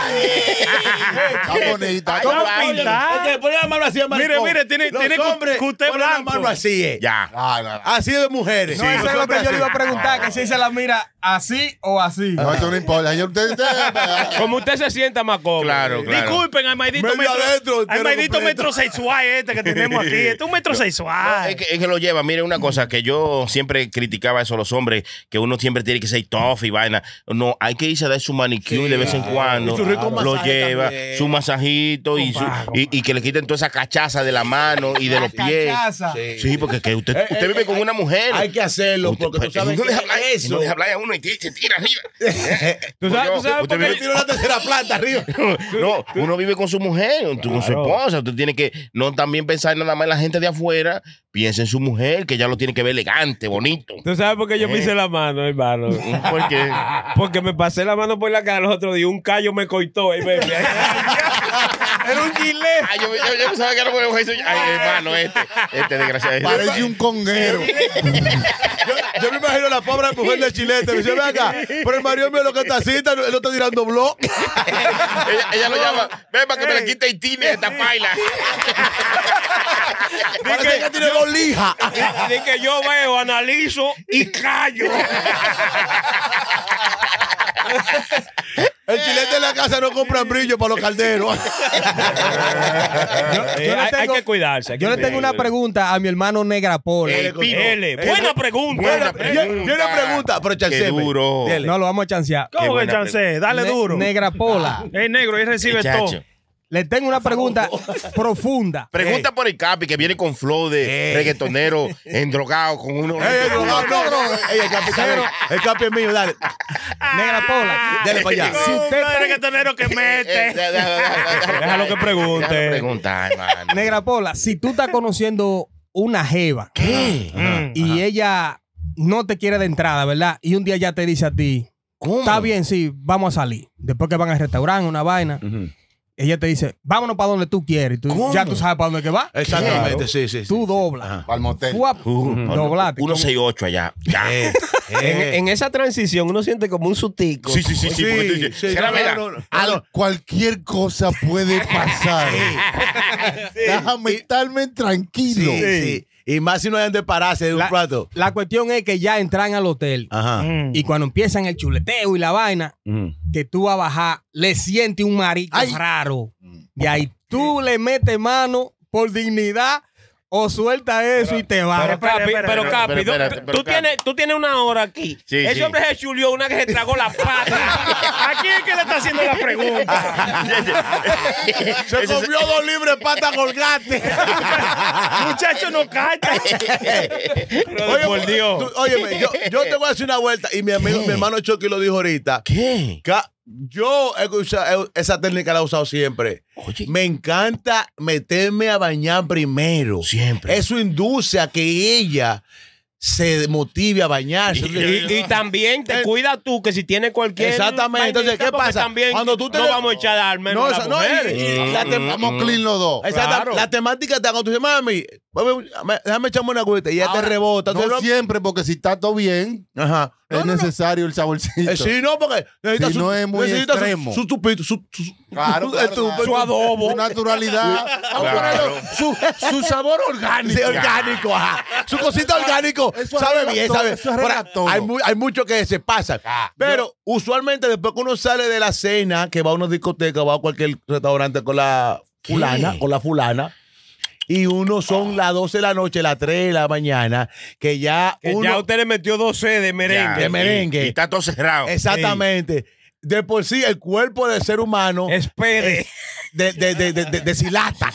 Está bonita.
Ay,
Está
Ay,
pintada.
Oye, ponle la mano así,
Mire, mire, tiene, tiene cu- cuté
Ponle la
blanco.
mano así, eh.
Ya.
Ah, no, no.
Así de mujeres.
No, eso es lo que yo le iba a preguntar, que si se la mira así o así.
No, eso no importa. Señor, usted- usted-
Como usted se sienta más cómodo.
Claro, claro.
Disculpen al maldito
Medio
metro,
adentro,
al
entero
maldito
completo.
metrosexual este que tenemos aquí. Este es un
Ah.
metrosexual.
Ah, Es que, es que lo lleva. Mire, una cosa que yo siempre criticaba eso a los hombres, que uno siempre tiene que ser tough y vaina. No, hay que irse a dar su manicure de vez en cuando.
Y su rico
lo
masaje
lleva,
también.
su masajito y, su- y, y que le quiten toda esa cachaza de la mano y de los pies.
Cachaza.
Sí, porque que usted,
Eh,
usted
eh,
vive con una mujer.
Hay que hacerlo
Usted-
porque tú
pues,
sabes
no
que
deja hablar
eso.
No deja hablar a uno y te- se tira arriba.
¿Tú
Pues
sabes,
yo-
tú sabes
usted
por qué-
me
Yo tiro la tercera planta arriba.
No, uno vive con su mujer, con su esposa. Usted tiene que no también pensar nada más en la gente de afuera. Piensa en su mujer, que ya lo tiene que ver elegante, bonito.
¿Tú sabes por qué
Eh.
yo me hice la mano, hermano?
Porque
Porque me pasé la mano por la cara los otros días. Un callo me coitó. Y me... Era un gilet.
Ay, yo, yo- yo pensaba que era por el juez. Ay, hermano, este, este desgraciado.
Parece un conguero.
Yo, yo me imagino la pobre mujer de chilete. Me dice, ven acá, pero el marido mío lo que está así, está- él no está tirando blog.
ella, ella lo llama, ven para que me le quite el tine de esta paila.
Parece que tiene dos lijas.
De que yo veo, analizo y callo.
El chilete en la casa no compra brillo para los calderos.
Eh,
yo le
hay, hay
tengo-
que cuidarse. hay que
Yo le tengo una
cuidarse.
pregunta a mi hermano Negra Pola.
Ey, pico.
L, buena pregunta.
Buena
Yo, yo le pregunta, pero
Qué
chanceme.
duro.
Dele.
No, lo vamos a chancear.
¿Cómo que
buena
chance? Dale
Ne-
duro. Ah.
Negra Pola.
Es negro y recibe
Chacho.
todo.
Le tengo una pregunta profunda.
Pregunta por el Capi, que viene con flow de reggaetonero, endrogado, con uno.
Ey, no, no, no, no. Ey, el capi, cero. El capi es mío, dale.
Eh, Negra
Ah.
Pola.
Dale para allá.
Si usted
Hombre, que tenero que
Eh,
mete.
deja- deja- deja- deja-
Déjalo que pregunte.
Déjalo preguntar, hermano.
Negra Pola, si tú estás conociendo una jeva
¿Qué?
Mm.
y ella no te quiere de entrada, ¿verdad? Y un día ya te dice a ti,
¿Cómo?
está bien, sí, vamos a salir. Después que van al restaurante, una vaina, ella te dice, vámonos para donde tú quieres. Y tú-
¿Cómo? Eh,
ya tú sabes para dónde que va.
Exactamente, sí, sí. sí.
Tú doblas.
Ajá.
Para el motel.
Fuap,
Uno-
doblate.
168 allá. Ya.
Eh,
En,
eh.
en esa transición uno siente como un sutico.
Sí, sí, sí, sí. porque tú dices,
sí,
será
no,
verdad.
no, no, no.
Al- cualquier cosa puede pasar.
Eh.
Déjame estarme tranquilo.
Sí, sí. Y más si no hayan de pararse de un
La-
plato.
La cuestión es que ya entran al hotel
Ajá.
Mm.
y cuando empiezan el chuleteo y la vaina, que tú vas a bajar, le siente un marico
Ay.
raro.
Mm.
Y ahí tú le metes mano por dignidad o suelta eso y te
Pero,
vas.
espera,
Capi,
espera,
pero,
espera,
Capi,
espera,
tú-
espera, espera,
tú,
Capi.
tienes, tú tienes una hora aquí.
Sí,
Ese
sí.
hombre se chulió una que se tragó la pata.
¿A quién es que le está haciendo la pregunta?
Se
Ese-
comió dos libres patas colgantes.
Muchacho, no canta.
Oye, pues, por Dios. Oye, yo, yo te voy a hacer una vuelta. Y mi amigo, mi hermano Chucky lo dijo ahorita.
¿Qué?
Ca- Yo he usado- he- esa técnica la he usado siempre.
Oye,
Me encanta meterme a bañar primero.
siempre.
Eso induce a que ella se motive a bañarse.
Y, y también te
Eh,
cuida tú, que si tiene cualquier.
Exactamente. Entonces,
vainita,
¿qué
porque
pasa?
También
Cuando tú te
no
le-
vamos a echar al menos.
No,
a las
esa- no, y-
mujeres.
y- y la tem-
Vamos clean los dos.
Exacta-
Claro.
La temática está cuando tú dices, mami, mami, déjame echarme una agüita y ya te
Ahora,
rebota.
No
Entonces,
siempre, porque si está todo bien,
Ajá. No,
es
no, no.
necesario el saborcito.
Eh, sí, no, porque necesita
Si
su,
no es muy
necesita su-
extremo.
Su, tupito, su, su, su-
Claro,
su-
claro,
eh, tu-
claro.
tu-
adobo.
Su naturalidad.
Vamos a ponerlo, su, su sabor orgánico. Sí, orgánico, ajá. Su cosita orgánico.
Eso
sabe
arregla
bien,
todo,
sabe.
eso arregla
Ahora,
todo.
Hay, mu- hay mucho que se pasa. Pero usualmente después que uno sale de la cena, que va a una discoteca, va a cualquier restaurante con la fulana, con la fulana. Y uno son las 12 de la noche, las 3 de la mañana, que ya
Que
uno...
ya usted le metió 12 de
Ya,
merengue.
de merengue.
Y, y está todo cerrado.
Exactamente. de por sí el cuerpo del ser humano Eh,
Espere.
de, de, de, de, de- deshilata.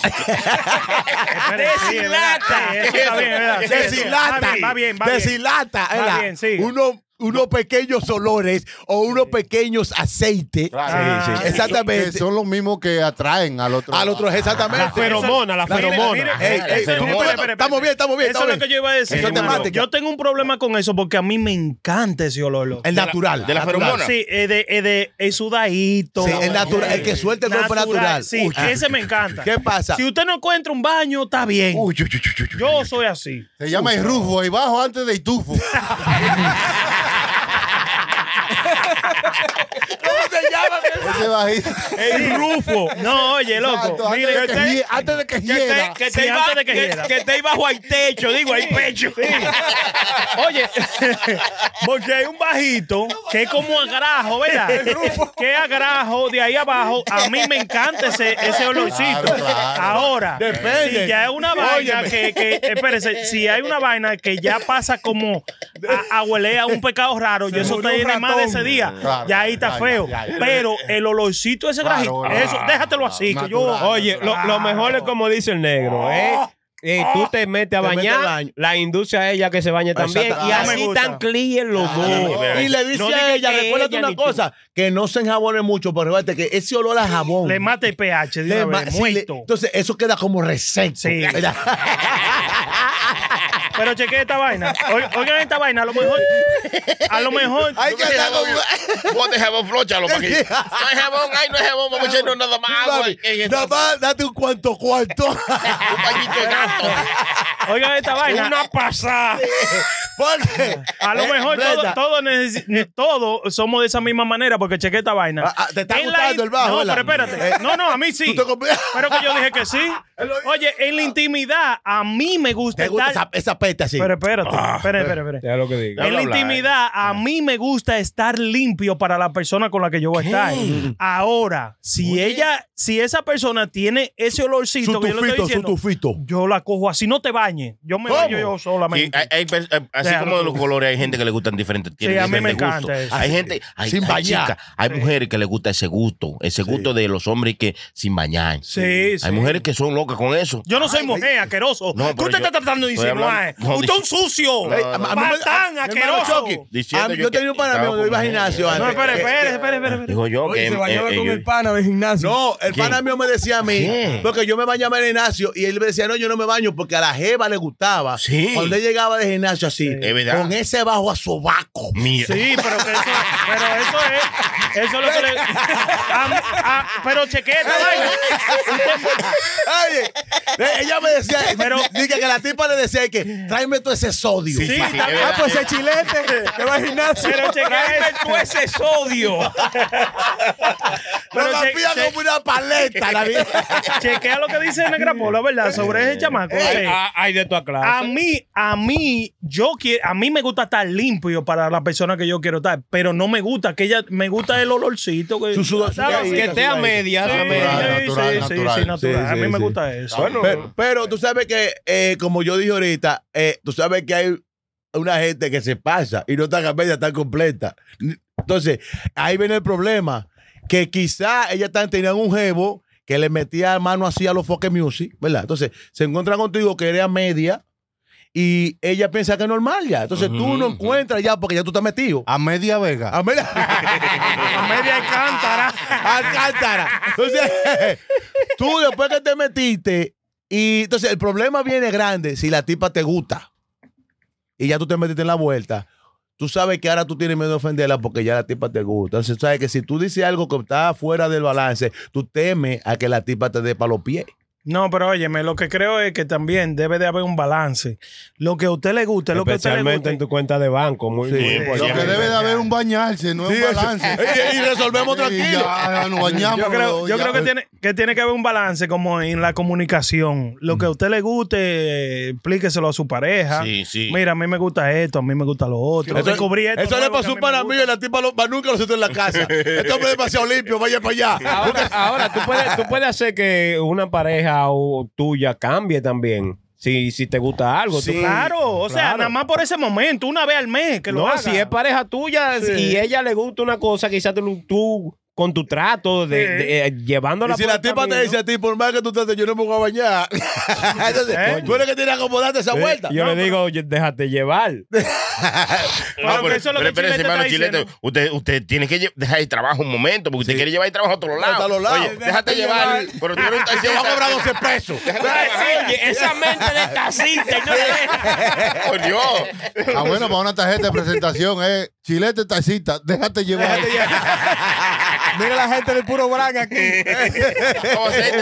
Desilata. Ah, Está bien, ¿verdad?
Deshilata.
Va bien, va bien, va bien.
Deshilata,
Va
¿verdad?
bien, sigue.
Uno- unos pequeños olores o unos pequeños aceites.
Ah, sí, sí.
Que
Exactamente.
son los mismos que atraen al otro.
Al otro, exactamente.
La feromona, la
Mire,
feromona.
mire,
Ajá,
ey,
la
ey,
feromona.
estamos-
Espera, espera,
Estamos bien, estamos bien.
Eso
estamos
es lo que
bien.
yo iba a decir.
Esa es
hermano.
temática.
Yo tengo un problema con eso porque a mí me encanta ese olor. loco.
El natural.
de la
Ah,
natural.
feromona.
Sí, es de, es de es sudadito.
Sí, el natural. El que suelta el cuerpo natural.
Sí,
Uy, ah.
ese me encanta.
¿Qué pasa?
Si usted no encuentra un baño, está bien.
Uy, uy, uy, uy, uy.
Yo soy así.
Se llama Irrufo y bajo antes de Itufo. Ese bajito.
El rufo. No, oye,
Exacto,
loco.
antes,
Mire,
de que
usted-
hie- antes de que hiera.
que te iba- que- que
bajo al techo, digo, al pecho.
Oye, porque hay un bajito que es como agrajo, ¿verdad? Que es agrajo de ahí abajo. A mí me encanta ese, ese olorcito.
Claro, claro.
Ahora,
Depende.
si ya es una vaina
Óyeme.
que, que, espérese, si hay una vaina que ya pasa como a, a huele a un pecado raro, y eso
murió
te
un
viene más de
ratón.
ese día,
Claro,
ya ahí está
ya,
feo.
ya, ya, ya.
Pero el olorcito ese
Claro,
grajito,
claro,
eso, déjatelo así, que yo.
natural.
Oye, lo, lo mejor es como dice el
Oh,
negro, ¿eh? Eh, tú te metes a
Te metes al
bañar,
baño.
la industria es ella que se baña también.
Exacto.
Y
Ah,
me
así
gusta.
tan clean los dos.
no,
Y le dice
No diga
a ella,
que
recuérdate
ella
una
ni tú.
cosa, que no se enjabone mucho, pero fíjate que ese olor a jabón.
Le mata el pH, de
le
una
ma-
vez,
sí, le-
muerto.
entonces, eso queda como reseco.
Sí.
¿verdad?
Pero cheque esta vaina. O- Oigan esta vaina, a lo mejor. A lo mejor.
Hay que estar como-
Bote jabón, flóchalo. pa' que- No hay jabón, ay, no hay jabón. Vamos a echarnos nada más agua.
Mami,
que- que-
Nada
Un
más, date un cuanto cuanto.
pañito de gato.
Oigan esta vaina.
pasada.
Porque
A lo mejor todos
Brenda,
todo necesi- todos somos de esa misma manera porque cheque esta vaina.
Ah, ah, te está
En la
gustando
in-
el bajo,
No,
¿verdad?
pero
Eh,
espérate. No, no, a mí sí.
tú te comp-
Pero que yo dije que sí. Oye, en la intimidad, a mí me gusta
te gusta esa,
estar.
Ah, esa peste así.
Pero espérate, espérate, espérate, espérate.
Ya lo que digo.
En la
eh.
intimidad, a mí me gusta estar limpio para la persona con la que yo voy a estar. Ahora, si ella, si esa persona tiene ese olorcito
su
que yo le estoy
tufito, su
diciendo,
tufito.
yo la cojo así, no te bañes. Yo me
¿Cómo?
baño yo
Sí,
solamente.
hay- hay pers- eh, así
Déjalo
como de los
tú.
colores, hay gente que le gustan diferentes. Tiene
Sí, a mí me
diferentes
encanta
gustos.
eso.
Hay gente, hay,
Sin
hay
bañar.
chicas, hay mujeres que les gusta ese gusto, ese gusto de los hombres que sin bañar.
Sí, sí.
Hay mujeres que son locas con eso.
yo no soy mujer, asqueroso.
No,
¿Qué
pero
usted
yo-
está tratando de
estoy
insinuar?
hablando- no,
usted es
di-
un sucio.
No, no, no.
Patán,
mi hermano
asqueroso.
Chucky,
Diciendo
a mí-
yo
yo
que
tenía un pana mío
estaba
que iba al
con-
gimnasio antes.
No, espera,
Eh,
espera, espera, espera, espera.
Digo yo que.
Oye, se
eh,
bañaba
eh,
con
yo-
el pana del gimnasio.
No, el
¿Quién?
pana mío me decía a mí,
¿Quién?
porque yo me bañaba en el gimnasio y él me decía, no, yo no me baño porque a la jeva le gustaba.
Sí.
Cuando él llegaba del gimnasio así,
Es verdad.
con ese bajo a sobaco.
Mira.
Sí, pero, que eso, pero eso es. Eso es lo que le. Ah, ah, pero chequea esta vaina.
Oye, eh, ella me decía,
Pero-
pero, dije que la tipa le decía que tráeme todo ese sodio.
Sí, sí, sí, es
Ah,
verdad.
pues el chilete. Te va al gimnasio.
Pero chequea este. esto.
tú ese sodio.
pero
pero
la
che-
pía
che-
como una paleta, la vieja.
Chequea lo que dice Negra Pola, ¿verdad? Sobre ese chamaco. Sí.
Hay de tu
A
aclaro.
mí, a mí, yo quiero, a mí me gusta estar limpio para la persona que yo quiero estar, pero no me gusta que ella, me gusta el olorcito que
Su sudor-
¿sabes?
su
Sí,
Que esté a medias. a medias.
sí, sí,
Natural,
sí,
natural.
sí, natural.
Sí,
A mí
sí,
me
sí. Ah.
gusta eso.
Pero, pero tú sabes que, eh, como yo dije ahorita, eh, tú sabes que hay una gente que se pasa y no está a media, está completa. Entonces, ahí viene el problema, que quizá ella tan- tenía un jevo que le metía mano así a los Fox Music, ¿verdad? Entonces, se encuentra contigo que eres a media y ella piensa que es normal ya. Entonces, tú no encuentras ya porque ya tú estás metido.
A media vega.
A media.
a media alcántara.
Alcántara. Entonces, tú después que te metiste, y entonces el problema viene grande si la tipa te gusta y ya tú te metiste en la vuelta. Tú sabes que ahora tú tienes miedo de ofenderla porque ya la tipa te gusta. Entonces, tú sabes que si tú dices algo que está fuera del balance, tú temes a que la tipa te dé para los pies.
No, pero óyeme, lo que creo es que también debe de haber un balance. Lo que a usted le gusta, lo que a usted le gusta.
Especialmente en tu cuenta de banco. Muy, muy
Lo que
importante.
debe de haber un bañarse, no es un balance.
Y resolvemos tranquilo.
Ya, ya nos bañamos.
Yo creo, yo
ya.
creo que, tiene, que tiene que haber un balance como en la comunicación. Lo que
Mm.
a usted le guste, explíqueselo a su pareja.
Sí, sí.
Mira, a mí me gusta esto, a mí me gusta lo otro.
Eso,
Descubrí esto
eso le
nuevo que
pasó
a
un
mí
pana
me gusta.
mío y la tipa lo- más nunca lo siento en la casa. Este hombre es demasiado limpio, vaya para allá.
Ahora, ahora tú, puedes, tú puedes hacer que una pareja o tuya cambie también. si, si te gusta algo. tú-
Claro, o sea,
claro.
nada más por ese momento, una vez al mes que lo
no,
haga.
si es pareja tuya
Sí.
y ella le gusta una cosa, quizás tú, tú con tu trato, de,
Sí.
de- eh, llevándola
Y si
por
la
el
tipa te
camino.
dice a ti, por más que tú trates, yo no me voy a bañar. Entonces,
¿Eh?
tú eres que tienes que acomodarte esa
Eh,
vuelta.
Yo
No,
le digo, "Oye, déjate llevar.
Pero que eso es lo que Chilete está
Chilete,
diciendo.
usted, usted tiene que lle- dejar el trabajo un momento, porque usted quiere llevar el trabajo a otro lado.
Hasta los lados.
Oye, déjate
Déjate
llevar,
llevar.
pero tú no estás
Te va a cobrar 12 pesos.
Oye, esa mente de taxista. y no le-
Por Dios.
Ah, bueno, para una tarjeta de presentación es chilete tacita, déjate llevar.
Mira la gente del puro brag aquí.
Vamos a hacer-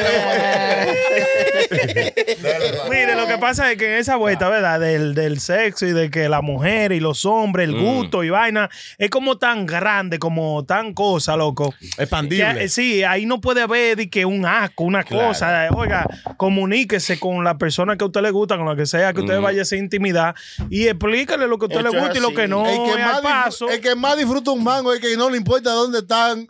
Mire, lo que pasa es que en esa vuelta, ¿verdad? Del, del sexo y de que la mujer y los hombres,
Mm.
el gusto y vaina, es como tan grande, como tan cosa, loco. Que, eh,
Expandible.
sí, ahí no puede haber de que un asco, una cosa. eh, Oiga, comuníquese con la persona que a usted le gusta, con la que sea, que
Mm.
usted vaya a esa intimidad y explícale lo que a usted
Esto
le
es
gusta y lo
así.
que no.
el, que
es al
más disfr-
paso.
el que más disfruta un mango es el que no le importa dónde están.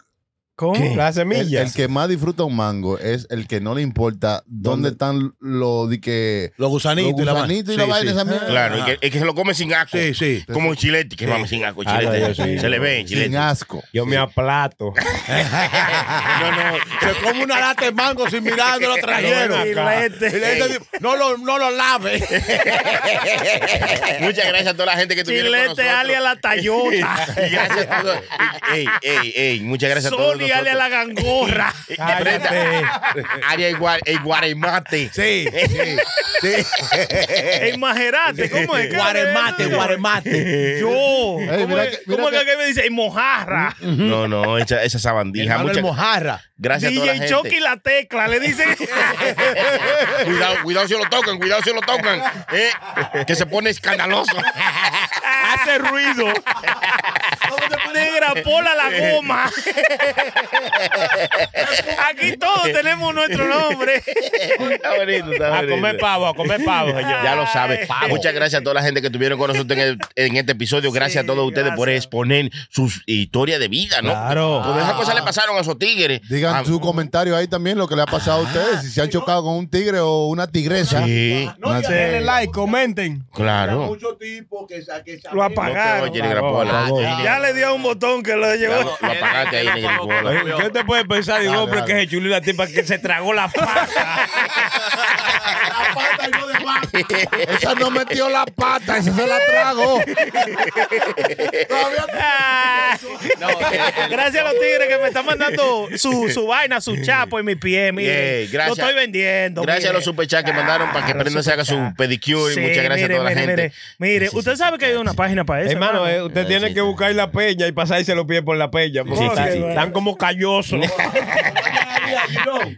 ¿Cómo?
La
El,
semilla.
el que más disfruta un mango es el que no le importa
¿Dónde?
dónde, están los de que.
Los
Los
gusanitos y la vaina.
gusanitos y la
Sí,
vaina
sí.
esa mierda.
Claro, el que, el que se lo come sin asco.
Sí, sí.
Como el chilete, que mami sin asco,
Ah,
chilete.
ya, ya, sí.
se le ve, chilete.
Sin asco.
Yo me aplato.
No, no.
Se come una lata de mango sin mirar dónde lo trajeron. Y le dice, No lo, no lo lave.
Muchas gracias a toda la gente que estuvieron con
Chilete,
nosotros.
alia la Tayota.
Y gracias a todos. Ey, ey, ey. Muchas gracias a
Sony,
todos.
alia la gangorra.
Área igual, el guaremate.
Sí, sí, sí.
El majerate, ¿cómo es?
Guaremate, guaremate.
Yo. ¿Cómo,
mira
es-
que- mira
cómo es
que-
que me dice? El mojarra.
No, no, esa, esa sabandija.
Hermano, el
Muchas
mojarra.
gracias a toda la
DJ Chucky
gente.
la tecla, le dicen.
Cuidado, cuidado si lo tocan, cuidado si lo tocan. Eh, que se pone escandaloso.
hace ruido. Negra pola la goma. Aquí todos tenemos nuestro nombre.
Está bonito, está
A
bonito.
comer pavo, a comer pavo, señor.
Ya lo sabe.
Pavo.
Muchas gracias a toda la gente que estuvieron con nosotros en, el- en este episodio. Gracias
Sí,
a todos ustedes por
gracias.
exponer sus historias de vida, ¿no?
Claro.
Porque esas cosas le
Ah.
pasaron a esos tigres.
Digan
Ah,
su comentario ahí también lo que le ha pasado a ustedes. Si se han chocado con un tigre o una tigresa.
Sí,
Una-
Denle like, comenten.
claro.
Muchos tipos que que
Lo apagaron.
Oye, Grapola.
Por favor.
Jenny-
Ya le dio un botón que lo llevó.
Lo apagaste ahí, Negrapola.
Oye, ¿Qué te puede pensar de un
Dale,
hombre
dale.
que se chuló la tipa que se tragó la pata?
Esa no metió la pata, esa se la trago.
Ah.
eh,
Gracias a los tigres que me están mandando su, su vaina, su chapo en mi pie. Mire,
Yeah, gracias.
lo estoy vendiendo.
Gracias a
mire.
los superchats que mandaron para que
Claro,
Prenda se haga su
superchats.
pedicure.
Sí,
Muchas gracias
mire,
a toda la
mire,
gente.
Mire, Mire, usted sabe que hay una página para eso.
Hermano, eh, usted
Sí,
tiene
sí,
que
sí.
buscar la peña y pasarse los pies por la peña. porque
sí,
están,
sí, sí.
están como callosos.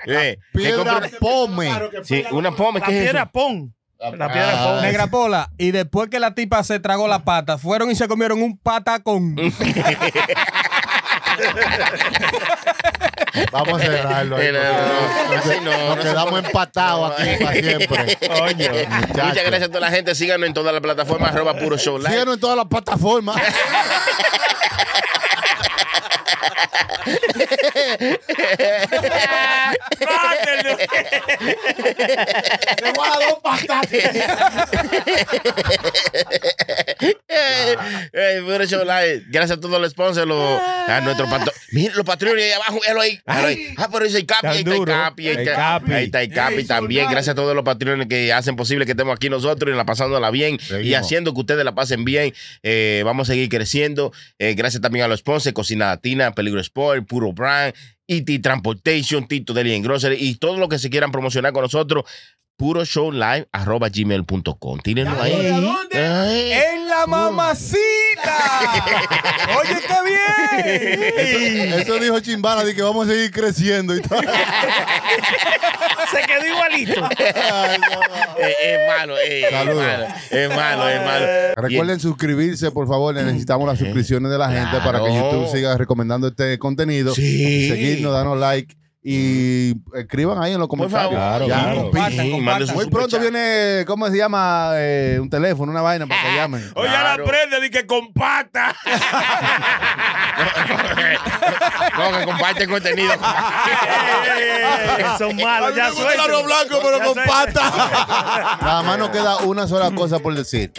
Eh, me
Piedra
compré
pome.
una- sí, una pome,
La
¿qué es
piedra
eso?
pon. La piedra
Ah.
pon.
Negra Pola, y después que la tipa se tragó la pata, fueron y se comieron un patacón.
Vamos a cerrarlo. ahí,
Eh, no, no, no.
porque-
Así no, no
Nos
se eh.
quedamos empatados aquí para siempre.
Coño.
Muchachos.
Muchas gracias a toda la gente. Síganos en todas las plataformas. Arroba puro show live.
Síganos en todas las plataformas.
Mátenlo.
Te voy a dar dos patatas.
Eh, puro show live. Gracias a todos los sponsors. los-
Ah.
a nuestros patro- Miren los patrones ahí abajo. Míralo ahí. míralo ahí. Ah, pero dice el Capi.
Tan
Ahí está el
duro.
Capi. Ahí
El
está
Capi.
ahí está el Capi también. Gracias a todos los patrones que hacen posible que estemos aquí nosotros y la pasándola bien y
Seguimos.
haciendo que ustedes la pasen bien. Eh, vamos a seguir creciendo. Eh, gracias también a los sponsors: Cocina Latina, Peligro Sport, Puro Brand, ET Transportation, Tito Deli and Grocery y todo lo que se quieran promocionar con nosotros. Puro show live arroba gmail.com. Tírenlo ahí. Ay.
¡En la mamacita! ¡Oye, qué bien!
Eso dijo Chimbala de que vamos a seguir creciendo y todo.
Se quedó igualito.
Ay, no, no.
Eh, es malo, eh, es
Saludos.
malo, es malo, es malo.
Recuerden suscribirse, por favor.
Mm.
Necesitamos las suscripciones de la gente para que
Claro.
YouTube siga recomendando este contenido.
Sí.
Seguirnos, danos like. y eh, escriban ahí en los
Por
comentarios.
favor,
Ya.
claro.
Compartan, compartan.
mande su
Muy
super
pronto
chat.
viene, ¿cómo se llama? Eh, un teléfono, una vaina
Eh.
para que llamen.
Oye, ahora prende y que comparta. no, que comparte el contenido.
Eh, Son malos, ya suelten.
blanco, pero
Ya
con
suelten.
pata.
Ah,
Nada más nos queda una sola cosa por decir.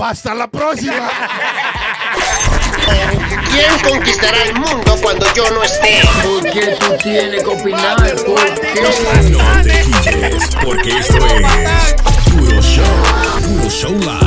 ¡Hasta la próxima!
¿Quién conquistará el mundo cuando yo no esté?
Porque tú tienes que opinar.
Maldito
No te quilles, porque esto es Puro Show. Puro Show Live.